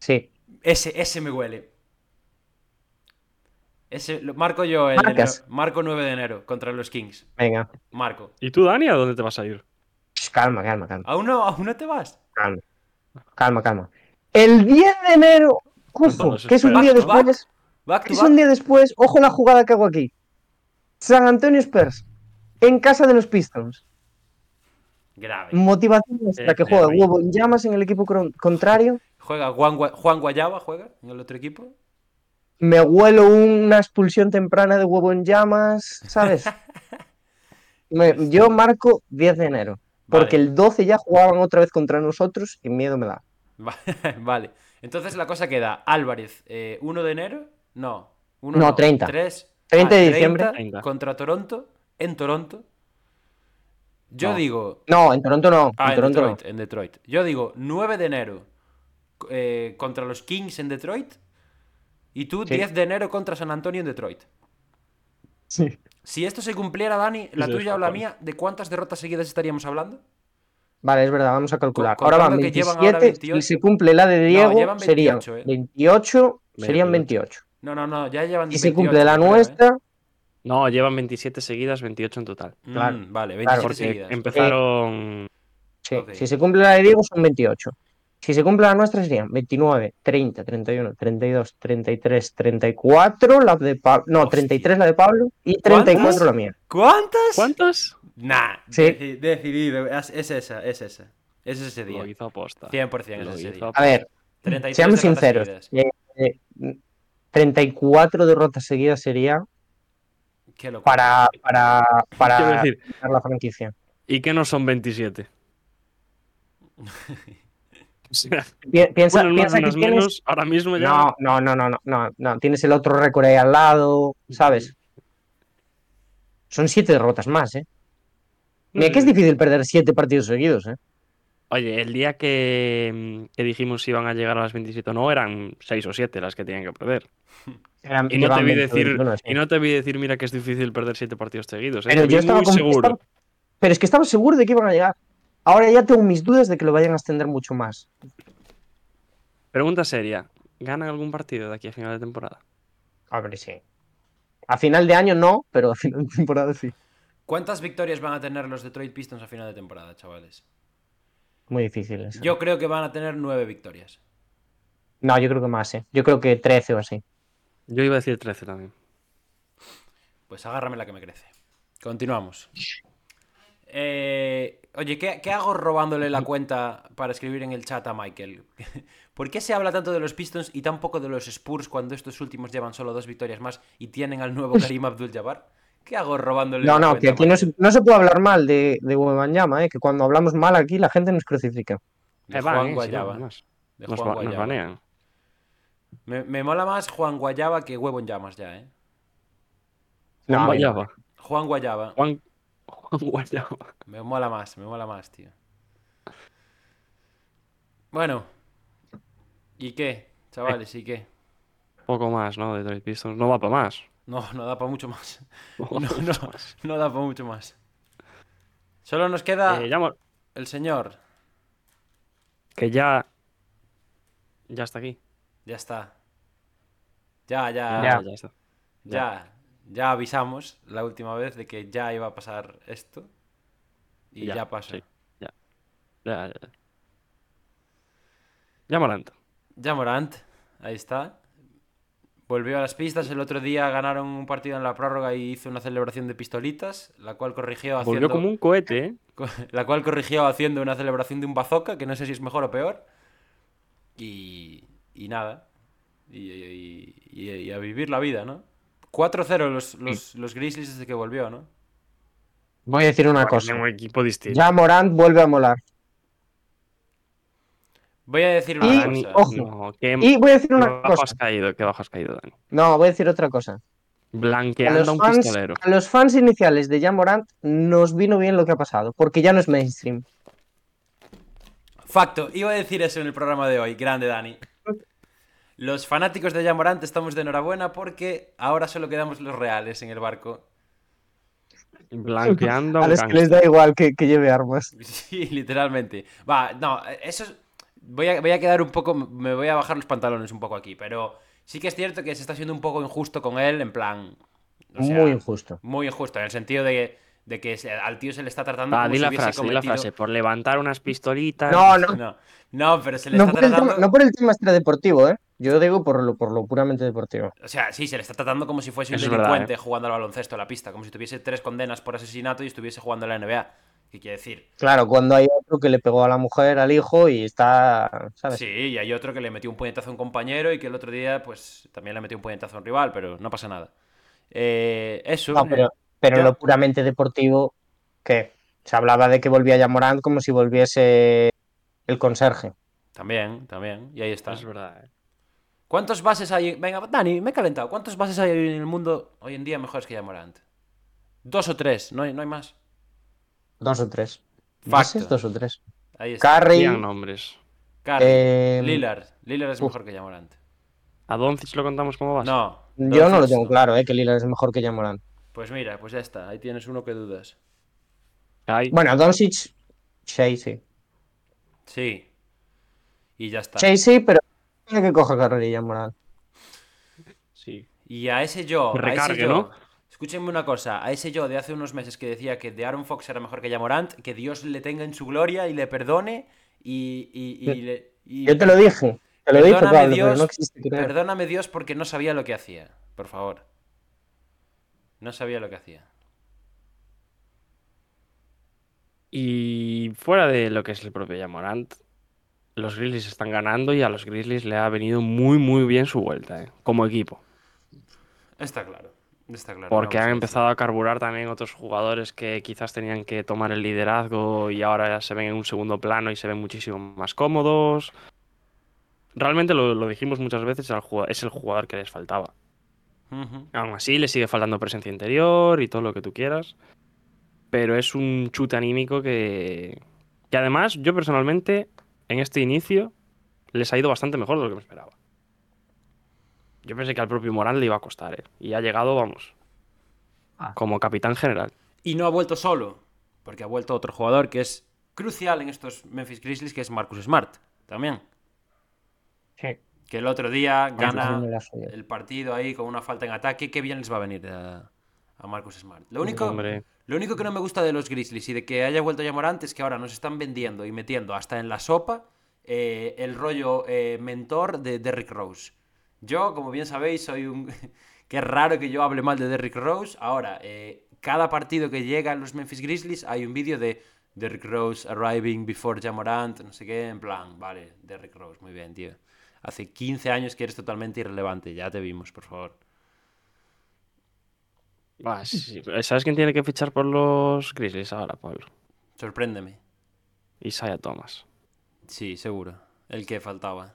Speaker 2: Sí,
Speaker 3: Ese, ese me huele. Ese, lo- marco yo el
Speaker 2: Marcas.
Speaker 3: marco 9 de enero contra los Kings.
Speaker 2: venga.
Speaker 3: Marco.
Speaker 1: ¿Y tú, Dani, a dónde te vas a ir?
Speaker 2: Shh, Calma, calma, calma.
Speaker 3: ¿Aún no, aún no te vas?
Speaker 2: Calma, calma, calma. El 10 de enero, ojo,
Speaker 4: Vamos,
Speaker 2: que es un
Speaker 4: espera.
Speaker 2: día
Speaker 3: Back to back.
Speaker 2: después,
Speaker 3: Back
Speaker 2: que
Speaker 3: to
Speaker 2: es un
Speaker 3: back.
Speaker 2: día después, ojo la jugada que hago aquí. San Antonio Spurs, en casa de los Pistons.
Speaker 3: Grave.
Speaker 2: Motivación extra que juega
Speaker 4: Terrible.
Speaker 2: huevo en llamas en el equipo cron- contrario.
Speaker 3: Juega Juan, Gua- Juan Guayaba, juega en el otro equipo.
Speaker 2: Me huelo una expulsión temprana de huevo en llamas, ¿sabes? Me- yo marco 10 de enero, porque
Speaker 3: Este. Vale.
Speaker 2: el 12 ya jugaban otra vez contra nosotros y miedo me da.
Speaker 3: Va- vale. Entonces la cosa queda Álvarez, eh, 1 de enero. No. 1
Speaker 2: No, 30.
Speaker 3: 3,
Speaker 2: 30 de diciembre.
Speaker 1: 30.
Speaker 3: Contra Toronto. En Toronto. Yo
Speaker 1: No.
Speaker 3: digo.
Speaker 2: No, en Toronto no,
Speaker 3: Ah,
Speaker 2: en
Speaker 3: en
Speaker 2: Toronto no.
Speaker 3: Detroit, en Detroit. Yo digo 9 de enero eh, contra los Kings en Detroit. Y tú 10 de enero contra San Antonio en Detroit.
Speaker 2: Sí.
Speaker 3: Si esto se cumpliera, Dani, la
Speaker 4: Sí,
Speaker 3: tuya o la
Speaker 4: Japón.
Speaker 3: mía, ¿de cuántas derrotas seguidas estaríamos hablando?
Speaker 2: Vale, es verdad, vamos a calcular.
Speaker 3: Co-
Speaker 2: Ahora van
Speaker 3: contando que llevan
Speaker 2: 27,
Speaker 3: ahora
Speaker 2: si
Speaker 3: 28.
Speaker 2: se cumple la de Diego,
Speaker 3: llevan
Speaker 2: serían
Speaker 3: 28, eh.
Speaker 2: 28, serían 28.
Speaker 3: No, no, no, ya llevan
Speaker 2: Si se
Speaker 3: 28,
Speaker 2: cumple la
Speaker 3: creo, ¿eh?
Speaker 2: nuestra,
Speaker 1: No, llevan 27 seguidas, 28 en total.
Speaker 3: Mm,
Speaker 2: Claro,
Speaker 3: vale, 27
Speaker 2: claro,
Speaker 1: Porque
Speaker 3: seguidas.
Speaker 1: empezaron.
Speaker 2: sí.
Speaker 3: Ok.
Speaker 2: Si se cumple la de Diego, son 28. Si se cumple la nuestra, serían 29, 30, 31, 32, 33, 34, la de Pablo. No,
Speaker 3: Hostia.
Speaker 2: 33 la de Pablo y 34
Speaker 3: ¿Cuántas?
Speaker 2: la mía.
Speaker 3: ¿Cuántas?
Speaker 1: ¿Cuántas?
Speaker 3: Nah,
Speaker 2: Sí.
Speaker 3: deci- decidido. Es, es esa, es esa. Es ese día.
Speaker 1: Lo hizo aposta.
Speaker 3: 100% es
Speaker 1: Lo
Speaker 3: ese
Speaker 1: hizo
Speaker 3: día.
Speaker 1: aposta.
Speaker 2: A ver,
Speaker 3: 33
Speaker 2: seamos sinceros.
Speaker 3: derrotas seguidas.
Speaker 2: eh, eh, 34 derrotas seguidas sería
Speaker 3: Qué locura.
Speaker 2: para, para,
Speaker 1: Quiero
Speaker 2: para
Speaker 1: decir,
Speaker 2: quitar la franquicia.
Speaker 1: ¿y qué no son 27? O sea,
Speaker 2: Pi- Piensa,
Speaker 1: bueno,
Speaker 2: piensa
Speaker 1: más
Speaker 2: que tienes.
Speaker 1: menos, ahora mismo ya.
Speaker 2: No, no, no, no, no, no, no. Tienes el otro récord ahí al lado, ¿sabes? Son siete derrotas más, ¿eh? Mira que es difícil perder siete partidos seguidos, ¿eh?
Speaker 1: Oye, el día que, mm, que dijimos si iban a llegar a las 27 o no, eran 6 o 7 las que tenían que perder.
Speaker 2: Eran-
Speaker 1: Y no, te
Speaker 2: llevan
Speaker 1: vi
Speaker 2: 20,
Speaker 1: decir,
Speaker 2: 21, sí.
Speaker 1: y no te vi decir, mira que es difícil perder 7 partidos seguidos. ¿eh?
Speaker 2: Pero
Speaker 1: Te vi
Speaker 2: yo estaba
Speaker 1: muy
Speaker 2: con-
Speaker 1: seguro.
Speaker 2: estaba- Pero es que estaba seguro de que iban a llegar. Ahora ya tengo mis dudas de que lo vayan a extender mucho más.
Speaker 1: Pregunta seria. ¿Ganan algún partido de aquí a final de temporada?
Speaker 2: A ver, sí. A final de año no, pero a final de temporada sí.
Speaker 3: ¿Cuántas victorias van a tener los Detroit Pistons a final de temporada, chavales?
Speaker 2: Muy difícil eso.
Speaker 3: Yo creo que van a tener 9 victorias.
Speaker 2: No, yo creo que más, ¿eh? Yo creo que 13 o así.
Speaker 1: Yo iba a decir 13 también.
Speaker 3: Pues agárrame la que me crece. Continuamos. Eh, oye, ¿qué, qué hago robándole la cuenta para escribir en el chat a Michael? ¿Por qué se habla tanto de los Pistons y tan poco de los Spurs cuando estos últimos llevan solo dos victorias más y tienen al nuevo Karim Abdul-Jabbar? ¿Qué hago robándole
Speaker 2: No,
Speaker 3: la
Speaker 2: no,
Speaker 3: cuenta?
Speaker 2: que aquí no se,
Speaker 3: Michael?
Speaker 2: no se puede hablar mal de, de Wembanyama, ¿eh? Que cuando hablamos mal aquí la gente nos crucifica.
Speaker 3: De
Speaker 1: Eh, van, eh,
Speaker 3: Juan
Speaker 1: sí,
Speaker 3: Guayaba.
Speaker 1: van, además.
Speaker 3: De
Speaker 1: Nos,
Speaker 3: Juan
Speaker 1: va- nos
Speaker 3: Guayaba.
Speaker 1: banean.
Speaker 3: Me, me mola más Juan Guayaba que Huevo en Llamas ya, ¿eh?
Speaker 2: No,
Speaker 1: Juan
Speaker 2: a mí no.
Speaker 1: Guayaba.
Speaker 3: Juan Guayaba.
Speaker 1: Juan, Juan Guayaba.
Speaker 3: Me mola más, me mola más, tío. Bueno. ¿Y qué, chavales? ¿Y qué?
Speaker 1: Poco más, ¿no? De Detroit Pistons. No va para más.
Speaker 3: No, no da para mucho más.
Speaker 1: No
Speaker 3: No,
Speaker 1: va pa'
Speaker 3: no,
Speaker 1: mucho más.
Speaker 3: no da para mucho más. Solo nos queda
Speaker 1: Eh, ya mo-
Speaker 3: el señor.
Speaker 1: que ya. Ya está aquí.
Speaker 3: Ya está. Ya,
Speaker 2: Ya.
Speaker 3: ya, ya,
Speaker 1: Ah, ya está.
Speaker 3: ya. avisamos la última vez de que ya iba a pasar esto. Y ya,
Speaker 1: Ya,
Speaker 3: pasa.
Speaker 1: sí. Ya, ya, ya. Ya Morant.
Speaker 3: Ya Morant, ahí está. Volvió a las pistas. El otro día ganaron un partido en la prórroga y hizo una celebración de pistolitas, la cual corrigió haciendo,
Speaker 1: Volvió como un cohete, ¿eh?
Speaker 3: la cual corrigió haciendo una celebración de un bazooka, que no sé si es mejor o peor. Y, y nada. Y, y- y- y a vivir la vida, ¿no? 4-0 los, los, los Grizzlies desde que volvió, ¿no?
Speaker 2: Voy a decir una cosa.
Speaker 1: Un equipo distinto.
Speaker 2: Ya Morant vuelve a molar.
Speaker 3: Voy a decir
Speaker 2: Y-
Speaker 3: una
Speaker 1: Dani,
Speaker 3: cosa.
Speaker 2: ojo.
Speaker 1: no, qué,
Speaker 2: Y voy a decir
Speaker 1: qué
Speaker 2: una
Speaker 1: bajo has
Speaker 2: cosa.
Speaker 1: caído, qué bajo has caído, Dani.
Speaker 2: No, voy a decir otra cosa. A
Speaker 1: Blanqueando
Speaker 2: los,
Speaker 1: a un
Speaker 2: fans,
Speaker 1: pistolero.
Speaker 2: a los fans iniciales de Jan Morant nos vino bien lo que ha pasado, porque ya no es mainstream.
Speaker 3: Facto, iba a decir eso en el programa de hoy. Grande, Dani. Los fanáticos de Yamorante estamos de enhorabuena porque ahora solo quedamos los reales en el barco.
Speaker 1: Blanqueando a
Speaker 2: A
Speaker 1: un
Speaker 2: los que les
Speaker 1: gángster.
Speaker 2: da igual que, que lleve armas.
Speaker 3: Sí, literalmente. Va, no, eso es... Voy a, voy a quedar un poco... Me voy a bajar los pantalones un poco aquí, pero sí que es cierto que se está siendo un poco injusto con él, en plan... o sea,
Speaker 2: Muy injusto.
Speaker 3: muy injusto, en el sentido de que De que se- al tío se le está tratando
Speaker 1: Va,
Speaker 3: como
Speaker 1: Ah, di
Speaker 3: si
Speaker 1: la
Speaker 3: hubiese
Speaker 1: frase, di la
Speaker 3: cometido-
Speaker 1: frase. Por levantar unas pistolitas.
Speaker 2: No, no,
Speaker 3: No, no, pero ah, se le
Speaker 2: no
Speaker 3: está
Speaker 2: por, el
Speaker 3: tratando.
Speaker 2: tema, no por el tema extradeportivo, ¿eh? Yo digo por lo, por lo puramente deportivo.
Speaker 3: O sea, sí, se le está tratando como si fuese un
Speaker 1: Eso es verdad,
Speaker 3: delincuente
Speaker 2: ¿eh?
Speaker 3: jugando al baloncesto a la pista, como si tuviese tres condenas por asesinato y estuviese jugando a la NBA. ¿Qué quiere decir?
Speaker 2: Claro, cuando hay otro que le pegó a la mujer, al hijo y está, ¿sabes?
Speaker 3: Sí, y hay otro que le metió un puñetazo a un compañero y que el otro día, pues, también le metió un puñetazo a un rival, pero no pasa nada. Eh, eso.
Speaker 2: No, Ah, pero, pero
Speaker 3: Yo-
Speaker 2: lo puramente deportivo, ¿qué? Se hablaba de que volvía Yamorán como si volviese el conserje.
Speaker 3: También, también. Y ahí está.
Speaker 1: Es verdad. eh.
Speaker 3: ¿Cuántos bases hay? Venga, Dani, me he calentado. ¿Cuántos bases hay en el mundo hoy en día mejores que ya Morant? Dos o tres, no hay, no hay más.
Speaker 2: Dos o tres.
Speaker 3: Facto.
Speaker 2: Bases, dos o tres.
Speaker 3: Ahí está.
Speaker 2: Carry,
Speaker 1: Digan nombres.
Speaker 3: Curry,
Speaker 2: eh,
Speaker 3: Lillard. Lillard es
Speaker 2: uf.
Speaker 3: mejor que ya Morant.
Speaker 1: ¿A Doncic lo contamos como base?
Speaker 3: No.
Speaker 2: yo no lo
Speaker 3: Doncic
Speaker 2: tengo claro, ¿eh? Que Lillard es mejor que Yamorán.
Speaker 3: Pues mira, pues ya está. Ahí tienes uno que dudas.
Speaker 1: Ay,
Speaker 2: Bueno, Doncic, Shea sí.
Speaker 3: Sí. Y ya está.
Speaker 2: Shea sí, pero tiene que coja Carry y Yamorán.
Speaker 1: sí.
Speaker 3: Y a ese yo,
Speaker 1: Que
Speaker 3: a ese
Speaker 1: recargue,
Speaker 3: yo,
Speaker 1: ¿no?
Speaker 3: escúchenme una cosa, a ese yo de hace unos meses que decía que de Aaron Fox era mejor que Yamorant, que Dios le tenga en su gloria y le perdone y, y, y le- y-
Speaker 2: Yo te lo dije. Te lo dije,
Speaker 3: Perdóname
Speaker 2: Pablo, pero
Speaker 3: Dios,
Speaker 2: no existe creer.
Speaker 3: perdóname Dios porque no sabía lo que hacía, por favor. No sabía lo que hacía.
Speaker 1: Y fuera de lo que es el propio Yamorant, los Grizzlies están ganando y a los Grizzlies le ha venido muy, muy bien su vuelta, eh, como equipo.
Speaker 3: Está claro, está claro.
Speaker 1: Porque
Speaker 3: vamos,
Speaker 1: han
Speaker 3: sí,
Speaker 1: empezado a carburar también otros jugadores que quizás tenían que tomar el liderazgo y ahora ya se ven en un segundo plano y se ven muchísimo más cómodos. Realmente lo, lo dijimos muchas veces, al jugado- es el jugador que les faltaba.
Speaker 3: sí. Ujú.
Speaker 1: Aún así, le sigue faltando presencia interior y todo lo que tú quieras. Pero es un chute anímico que. que además, yo personalmente, en este inicio, les ha ido bastante mejor de lo que me esperaba. Yo pensé que al propio Morán le iba a costar, ¿eh? Y ha llegado, vamos. Como capitán general.
Speaker 3: Y no ha vuelto solo, porque ha vuelto otro jugador que es crucial en estos Memphis Grizzlies, que es Marcus Smart, también.
Speaker 2: Sí.
Speaker 3: Que el otro día
Speaker 2: Marcus
Speaker 3: gana
Speaker 2: Smart es ayer.
Speaker 3: el partido ahí con una falta en ataque. Qué bien les va a venir a, a Marcus Smart. Lo único,
Speaker 1: Hombre.
Speaker 3: lo único que no me gusta de los Grizzlies y de que haya vuelto a llamar antes, que ahora nos están vendiendo y metiendo hasta en la sopa eh, el rollo eh, mentor de Derrick Rose. Yo, como bien sabéis, soy un... Qué raro que yo hable mal de Derrick Rose. Ahora, eh, cada partido que llega a los Memphis Grizzlies hay un vídeo de Derrick Rose arriving before Jamorant, no sé qué, en plan, vale, Derrick Rose, muy bien, tío. Hace 15 años que eres totalmente irrelevante, ya te vimos, por favor.
Speaker 1: Buah, sí, sí. Eh, ¿Sabes quién tiene que fichar por los Grizzlies ahora, Pablo?
Speaker 3: Sorpréndeme.
Speaker 1: Isaiah Thomas.
Speaker 3: Sí, seguro. El que faltaba.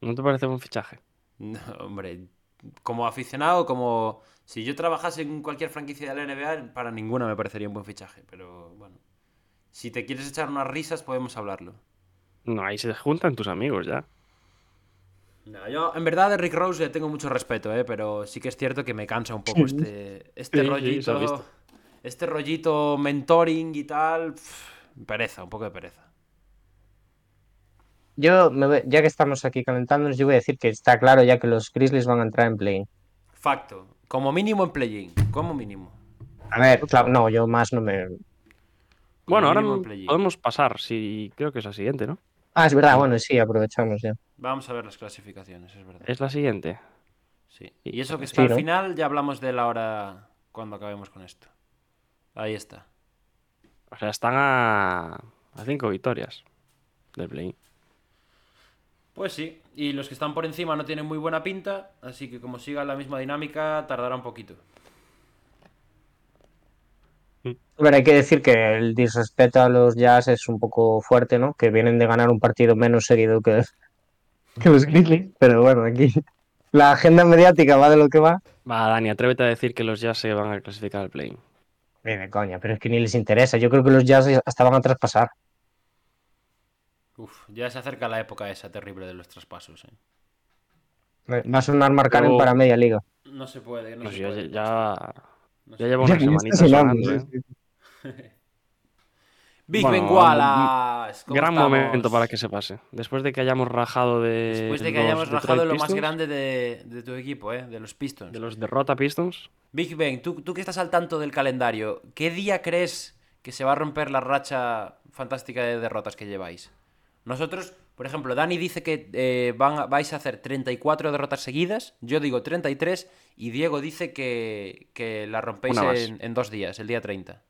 Speaker 1: ¿No te parece buen fichaje?
Speaker 3: No, hombre, como aficionado, como si yo trabajase en cualquier franquicia de la NBA, para ninguna me parecería un buen fichaje, pero bueno. Si te quieres echar unas risas, podemos hablarlo.
Speaker 1: No, ahí se juntan tus amigos ya.
Speaker 3: No, yo en verdad de Rick Rose le tengo mucho respeto, ¿eh? pero sí que es cierto que me cansa un poco este, este
Speaker 1: Sí, sí, se ha
Speaker 3: rollito.
Speaker 1: visto.
Speaker 3: este rollito mentoring y tal. pf, pereza, un poco de pereza.
Speaker 2: Yo, me voy- ya que estamos aquí calentándonos, yo voy a decir que está claro ya que los Grizzlies van a entrar en play.
Speaker 3: Facto. Como mínimo en play-in. Como mínimo.
Speaker 2: A ver, claro, no, yo más no me.
Speaker 3: Como
Speaker 1: Bueno, ahora
Speaker 3: mínimo en play-in.
Speaker 1: podemos pasar, sí, creo que es la siguiente, ¿no?
Speaker 2: Ah, es verdad, bueno, sí, aprovechamos ya.
Speaker 3: Vamos a ver las clasificaciones, es verdad.
Speaker 1: Es la siguiente.
Speaker 3: Sí.
Speaker 1: Sí,
Speaker 3: Y eso que
Speaker 2: sí,
Speaker 3: está al
Speaker 2: ¿no?
Speaker 3: final, ya hablamos de la hora cuando acabemos con esto. Ahí está.
Speaker 1: O sea, están a, a cinco victorias del play.
Speaker 3: Pues sí, y los que están por encima no tienen muy buena pinta, así que como siga la misma dinámica, tardará un poquito.
Speaker 2: A ver, hay que decir que el disrespeto a los Jazz es un poco fuerte, ¿no? Que vienen de ganar un partido menos seguido que, que los Grizzlies. Pero bueno, aquí la agenda mediática va de lo que va.
Speaker 1: Va, Dani, atrévete a decir que los Jazz se van a clasificar al play.
Speaker 2: Ni de coña, pero es que ni les interesa. Yo creo que los Jazz hasta van a traspasar.
Speaker 3: Uf, ya se acerca la época esa terrible de los traspasos. ¿eh?
Speaker 2: Va a sonar marcar
Speaker 1: Pero-
Speaker 2: para media liga.
Speaker 3: No se puede, no
Speaker 1: Pues
Speaker 3: se
Speaker 1: ya,
Speaker 3: puede.
Speaker 1: ya,
Speaker 3: No
Speaker 1: ya
Speaker 3: sé.
Speaker 1: lleva una ¿eh?
Speaker 2: Ya, ya está
Speaker 1: semanita
Speaker 2: sonando,
Speaker 1: sonando,
Speaker 2: sí,
Speaker 1: ¿eh?
Speaker 3: Big
Speaker 1: Bueno,
Speaker 3: Ben Wallace. estás? ¿Cómo
Speaker 1: Gran
Speaker 3: estamos?
Speaker 1: momento para que se pase. Después de que hayamos rajado de.
Speaker 3: Después de que
Speaker 1: los
Speaker 3: hayamos
Speaker 1: Detroit
Speaker 3: rajado lo más
Speaker 1: Pistons,
Speaker 3: grande de, de tu equipo, ¿eh? de los Pistons.
Speaker 1: De los derrota Pistons.
Speaker 3: Big Ben, tú, tú que estás al tanto del calendario, ¿qué día crees que se va a romper la racha fantástica de derrotas que lleváis? Nosotros, por ejemplo, Dani dice que eh, van a- vais a hacer 34 derrotas seguidas, yo digo 33 y Diego dice que, que la rompéis
Speaker 1: Una más.
Speaker 3: en, en dos días, el día 30.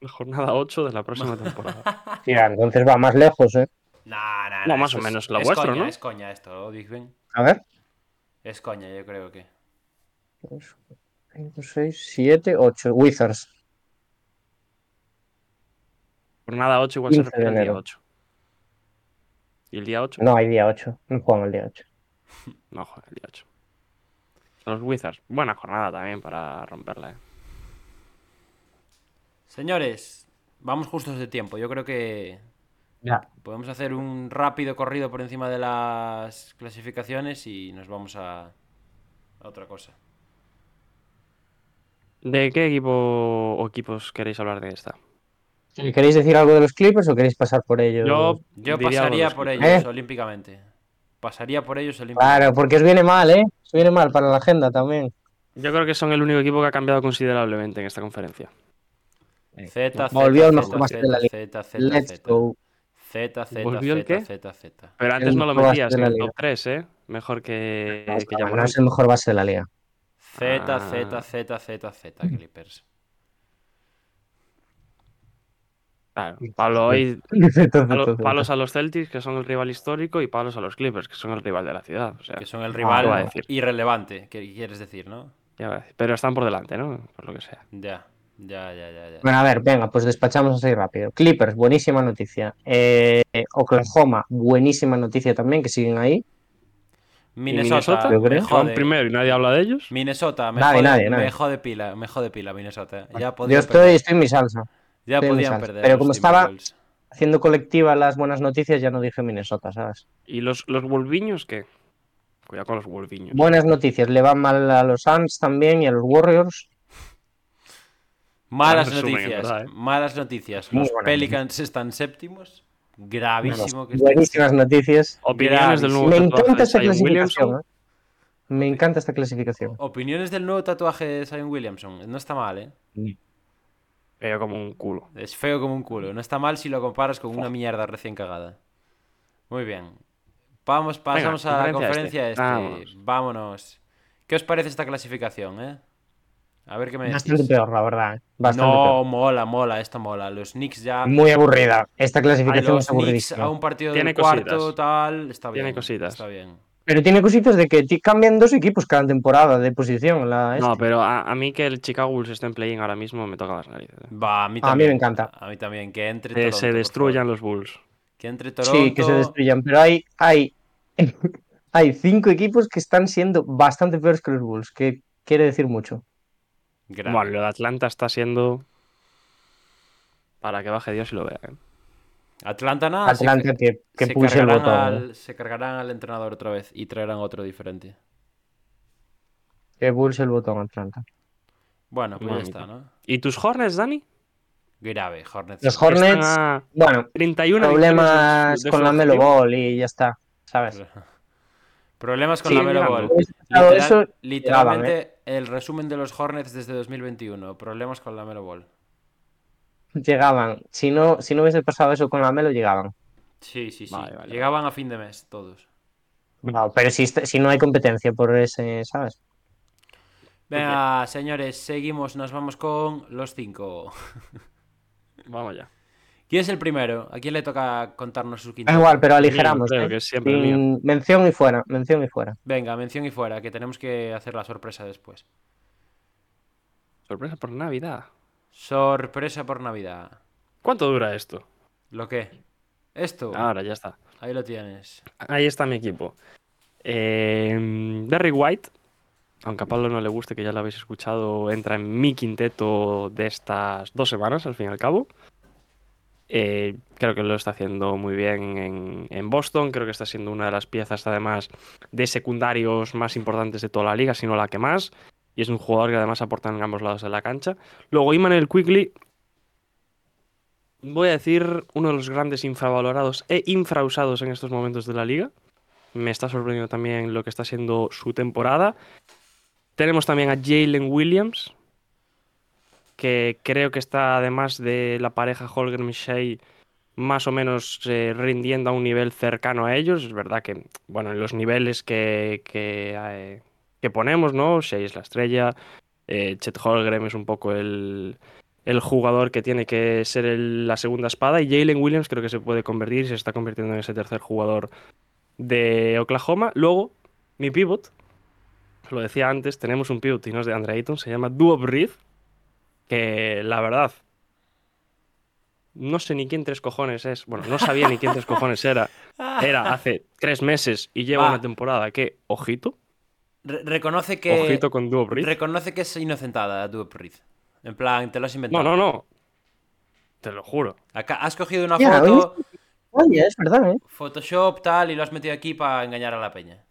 Speaker 1: La jornada 8 de la próxima temporada.
Speaker 2: Tía, entonces va más lejos, ¿eh?
Speaker 3: Nah, nah,
Speaker 1: No,
Speaker 3: nah,
Speaker 1: más
Speaker 3: eso
Speaker 1: o
Speaker 3: es-
Speaker 1: menos lo
Speaker 3: es
Speaker 1: vuestro,
Speaker 3: coña,
Speaker 1: ¿no?
Speaker 3: Es coña esto, oh, Big Ben.
Speaker 2: A ver.
Speaker 3: Es coña, yo creo que.
Speaker 2: 5, 6, 7, 8. Wizards.
Speaker 1: Jornada 8 igual se
Speaker 2: 15 de
Speaker 1: refiere al día
Speaker 2: enero.
Speaker 1: 8. ¿Y el día 8?
Speaker 2: No, hay día 8. No jugamos el día 8.
Speaker 1: No, joder, el día 8. Los Wizards. Buena jornada también para romperla. ¿eh?
Speaker 3: Señores, vamos justos de tiempo. Yo creo que
Speaker 2: Ya.
Speaker 3: Podemos hacer un rápido corrido por encima de las clasificaciones y nos vamos a, a otra cosa.
Speaker 1: ¿De qué equipo o equipos queréis hablar de esta?
Speaker 2: ¿Queréis decir algo de los Clippers o queréis pasar por ellos?
Speaker 1: Yo,
Speaker 3: Yo
Speaker 1: diría algo de
Speaker 3: pasaría
Speaker 1: los
Speaker 3: por
Speaker 1: Clippers.
Speaker 3: ellos
Speaker 2: ¿Eh?
Speaker 3: olímpicamente. Pasaría por ellos olímpicamente.
Speaker 2: Claro, porque os viene mal, ¿eh? Os viene mal para la agenda también.
Speaker 1: Yo creo que son el único equipo que ha cambiado considerablemente en esta conferencia.
Speaker 3: Eh, Z, Z,
Speaker 2: Volvió el
Speaker 3: Z,
Speaker 2: mejor más
Speaker 3: Z,
Speaker 2: de la liga.
Speaker 3: Z, Z,
Speaker 2: Let's
Speaker 3: Z.
Speaker 2: go.
Speaker 3: Z, Z,
Speaker 1: ¿Volvió el
Speaker 3: Z,
Speaker 1: qué?
Speaker 3: Z, Z.
Speaker 1: Pero antes no lo
Speaker 2: mejor base
Speaker 1: metías
Speaker 2: de
Speaker 1: en
Speaker 2: la
Speaker 1: el
Speaker 2: liga.
Speaker 1: top 3, ¿eh? Mejor que,
Speaker 3: Eh,
Speaker 2: No,
Speaker 1: que
Speaker 2: no,
Speaker 1: Jamoran.
Speaker 2: no es el mejor base de la liga.
Speaker 3: Z,
Speaker 1: Ah.
Speaker 3: Z, Z, Z, Z, Clippers.
Speaker 1: Claro, Pablo, hoy palo-
Speaker 2: Entonces,
Speaker 1: palos a los Celtics, que son el rival histórico, y palos a los Clippers, que son el rival de la ciudad. o sea,
Speaker 3: Que
Speaker 2: Ah,
Speaker 3: son el
Speaker 1: iba a
Speaker 3: rival
Speaker 1: decir.
Speaker 3: irrelevante, que quieres decir, ¿no?
Speaker 1: ya ves. pero están por delante, ¿no? Por lo que sea.
Speaker 3: Ya, ya, ya, ya. ya.
Speaker 2: Bueno, a ver, venga, pues despachamos así rápido. Clippers, buenísima noticia. Eh, Oklahoma, buenísima noticia también, que siguen ahí.
Speaker 3: Minnesota,
Speaker 1: ¿Y
Speaker 2: Yo
Speaker 3: me
Speaker 2: creo.
Speaker 1: Minnesota? Que van
Speaker 3: jode.
Speaker 1: primero y nadie habla de ellos.
Speaker 3: Minnesota, me,
Speaker 2: Nadie,
Speaker 3: jode,
Speaker 2: nadie, nadie.
Speaker 3: me jode pila, me jode pila Minnesota. Ya
Speaker 2: Yo
Speaker 3: podían
Speaker 2: estoy,
Speaker 3: perder,
Speaker 2: estoy en mi salsa.
Speaker 3: ya
Speaker 2: estoy en
Speaker 3: podían
Speaker 2: esas.
Speaker 3: perder
Speaker 2: Pero
Speaker 3: los
Speaker 2: como estaba-
Speaker 3: Timberwolves.
Speaker 2: Haciendo colectiva las buenas noticias, ya no dije Minnesota, ¿sabes?
Speaker 1: ¿Y los, los Wolviños qué? Cuidado con los Wolviños.
Speaker 2: Buenas noticias, le van mal a los Suns también y a los Warriors.
Speaker 3: Malas
Speaker 1: Gran resumen,
Speaker 3: noticias,
Speaker 1: ¿verdad, eh?
Speaker 3: malas noticias.
Speaker 2: Muy
Speaker 3: Los
Speaker 2: buena
Speaker 3: Pelicans están séptimos. Gravísimo que estén.
Speaker 2: Buenísimas noticias.
Speaker 1: Opiniones del nuevo
Speaker 2: Me
Speaker 1: tatuaje
Speaker 2: encanta
Speaker 1: de
Speaker 2: esta
Speaker 1: Zion
Speaker 2: clasificación.
Speaker 1: Williamson.
Speaker 2: ¿eh? Me encanta esta clasificación.
Speaker 3: Oh, Opiniones del nuevo tatuaje de Zion Williamson. No está mal, ¿eh?
Speaker 2: ¿eh?
Speaker 1: Veo como un culo.
Speaker 3: Es feo como un culo. No está mal si lo comparas con una mierda recién cagada. Muy bien. Vamos, pasamos a la
Speaker 1: conferencia
Speaker 3: conferencia
Speaker 1: este.
Speaker 3: este. Vámonos. ¿Qué os parece esta clasificación, eh? A ver qué me decís.
Speaker 2: Bastante peor, la verdad. ¿eh? Bastante
Speaker 3: no,
Speaker 2: peor.
Speaker 3: mola, mola, esto mola. Los Knicks ya.
Speaker 2: Muy aburrida. Esta clasificación
Speaker 3: los
Speaker 2: es
Speaker 3: Knicks
Speaker 2: aburridísima.
Speaker 3: a un partido
Speaker 1: Tiene
Speaker 3: del cuarto,
Speaker 1: cositas.
Speaker 3: tal. Está bien.
Speaker 1: Tiene cositas.
Speaker 3: Está bien.
Speaker 2: Pero tiene cositas de que ti- cambian dos equipos cada temporada de posición. La
Speaker 1: No,
Speaker 2: este.
Speaker 1: pero a, a mí que el Chicago Bulls esté en play ahora mismo me toca las narices. ¿eh?
Speaker 3: Va, a
Speaker 2: A mí
Speaker 3: mí también.
Speaker 2: me encanta.
Speaker 3: A mí también. Que entre
Speaker 1: Que
Speaker 3: Toronto,
Speaker 1: se
Speaker 3: por
Speaker 1: destruyan
Speaker 3: favor.
Speaker 1: los Bulls.
Speaker 3: Que entre Toronto.
Speaker 2: Sí, que se destruyan. Pero hay, hay, hay cinco equipos que están siendo bastante peores que los Bulls, que quiere decir mucho.
Speaker 3: Grave.
Speaker 1: Bueno, lo de Atlanta está siendo. Para que baje Dios y lo vea. ¿eh?
Speaker 3: Atlanta nada. se
Speaker 2: Atlanta
Speaker 3: ca-
Speaker 2: que, que
Speaker 3: Ah, se
Speaker 2: pulse el
Speaker 3: cargarán
Speaker 2: botón. ¿eh?
Speaker 3: al- se cargarán al entrenador otra vez y traerán otro diferente.
Speaker 2: Que pulse el botón Atlanta.
Speaker 3: Bueno, pues ya
Speaker 1: Mamita.
Speaker 3: está, ¿no?
Speaker 1: ¿Y tus Hornets, Dani?
Speaker 3: Grave, Hornets.
Speaker 2: Los
Speaker 1: Que están
Speaker 2: Hornets,
Speaker 1: a
Speaker 2: bueno,
Speaker 1: 31 victorias
Speaker 2: problemas
Speaker 1: de su- de
Speaker 2: con
Speaker 1: su
Speaker 2: la Melo
Speaker 1: objetivo.
Speaker 2: Ball y ya está, ¿sabes?
Speaker 3: Problemas con
Speaker 1: Sí,
Speaker 3: la Melo
Speaker 1: llegando.
Speaker 3: Ball.
Speaker 2: Claro,
Speaker 3: Literal-
Speaker 2: eso
Speaker 3: literalmente el resumen de los Hornets desde 2021. Problemas con la Melo Ball.
Speaker 2: llegaban. Si no, si no hubiese pasado eso con la Melo, llegaban.
Speaker 3: Sí, sí, sí.
Speaker 1: Vale, vale,
Speaker 3: Llegaban a fin de mes todos.
Speaker 2: No, pero si, est- si no hay competencia por ese, ¿sabes?
Speaker 3: Venga, señores, seguimos. Nos vamos con los cinco.
Speaker 1: Vamos ya.
Speaker 3: ¿Quién es el primero? ¿A quién le toca contarnos su
Speaker 2: Da
Speaker 3: quinto?
Speaker 2: igual, pero aligeramos.
Speaker 1: creo
Speaker 2: ¿eh?
Speaker 1: que es siempre
Speaker 2: Sin-
Speaker 1: el
Speaker 2: mención y fuera, mención y fuera.
Speaker 3: Venga, mención y fuera, que tenemos que hacer la sorpresa después.
Speaker 1: Sorpresa por Navidad.
Speaker 3: Sorpresa por Navidad.
Speaker 1: ¿Cuánto dura esto?
Speaker 3: ¿Lo qué? Esto.
Speaker 1: Ahora ya está.
Speaker 3: Ahí lo tienes.
Speaker 1: Ahí está mi equipo. Eh, Derry White, aunque a Pablo no le guste, que ya lo habéis escuchado, entra en mi quinteto de estas dos semanas, al fin y al cabo. Eh, creo que lo está haciendo muy bien en, en Boston. Creo que está siendo una de las piezas, además, de secundarios más importantes de toda la liga, si no la que más. Y es un jugador que además aporta en ambos lados de la cancha. Luego, Iman el Quickly voy a decir uno de los grandes infravalorados e infrausados en estos momentos de la liga. Me está sorprendiendo también lo que está siendo su temporada. Tenemos también a Jalen Williams, que creo que está, además de la pareja Holger Michel, más o menos eh, rindiendo a un nivel cercano a ellos. Es verdad que, bueno, en los niveles que, que, eh, que ponemos, ¿no? Shea es la estrella, eh, Chet Holgren es un poco el, el jugador que tiene que ser el- la segunda espada y Jalen Williams creo que se puede convertir y se está convirtiendo en ese tercer jugador de Oklahoma. Luego, mi pivot, os lo decía antes, tenemos un pivot y no es de Andre Ayton, se llama Duo Reed, que la verdad, no sé ni quién tres cojones es, bueno, no sabía ni quién tres cojones era, era hace tres meses y lleva
Speaker 3: Va.
Speaker 1: una temporada que, ojito,
Speaker 3: Re- reconoce que.
Speaker 1: ojito con Duo Reed.
Speaker 3: Reconoce que es inocentada Duo Priz. En plan, te lo has inventado.
Speaker 1: No, no, no. Te lo juro.
Speaker 3: Acá has cogido una
Speaker 2: Ya,
Speaker 3: foto,
Speaker 2: Oye, es verdad, ¿eh?
Speaker 3: Photoshop, tal, y lo has metido aquí para engañar a la peña.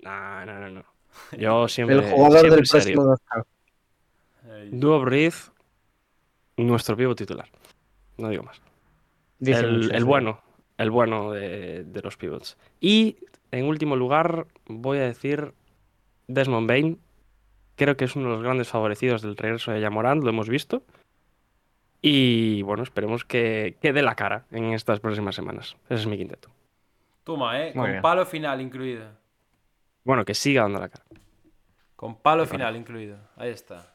Speaker 1: No, no, no, no. Yo siempre.
Speaker 2: El jugador
Speaker 1: siempre
Speaker 2: del
Speaker 1: serio.
Speaker 2: próximo 2K.
Speaker 1: Duo Briz, nuestro vivo titular. No digo más.
Speaker 2: Dice mucho
Speaker 1: El, el
Speaker 2: eso.
Speaker 1: bueno. El bueno de, de los pivots. Y en último lugar, voy a decir Desmond Bain. Creo que es uno de los grandes favorecidos del regreso de Yamorant, lo hemos visto. Y bueno, esperemos que, que dé la cara en estas próximas semanas. Ese es mi quinteto.
Speaker 3: Toma, eh.
Speaker 2: Muy
Speaker 3: con
Speaker 2: bien.
Speaker 3: palo final incluido.
Speaker 1: Bueno, que siga dando la cara.
Speaker 3: Con palo final incluido. Ahí está.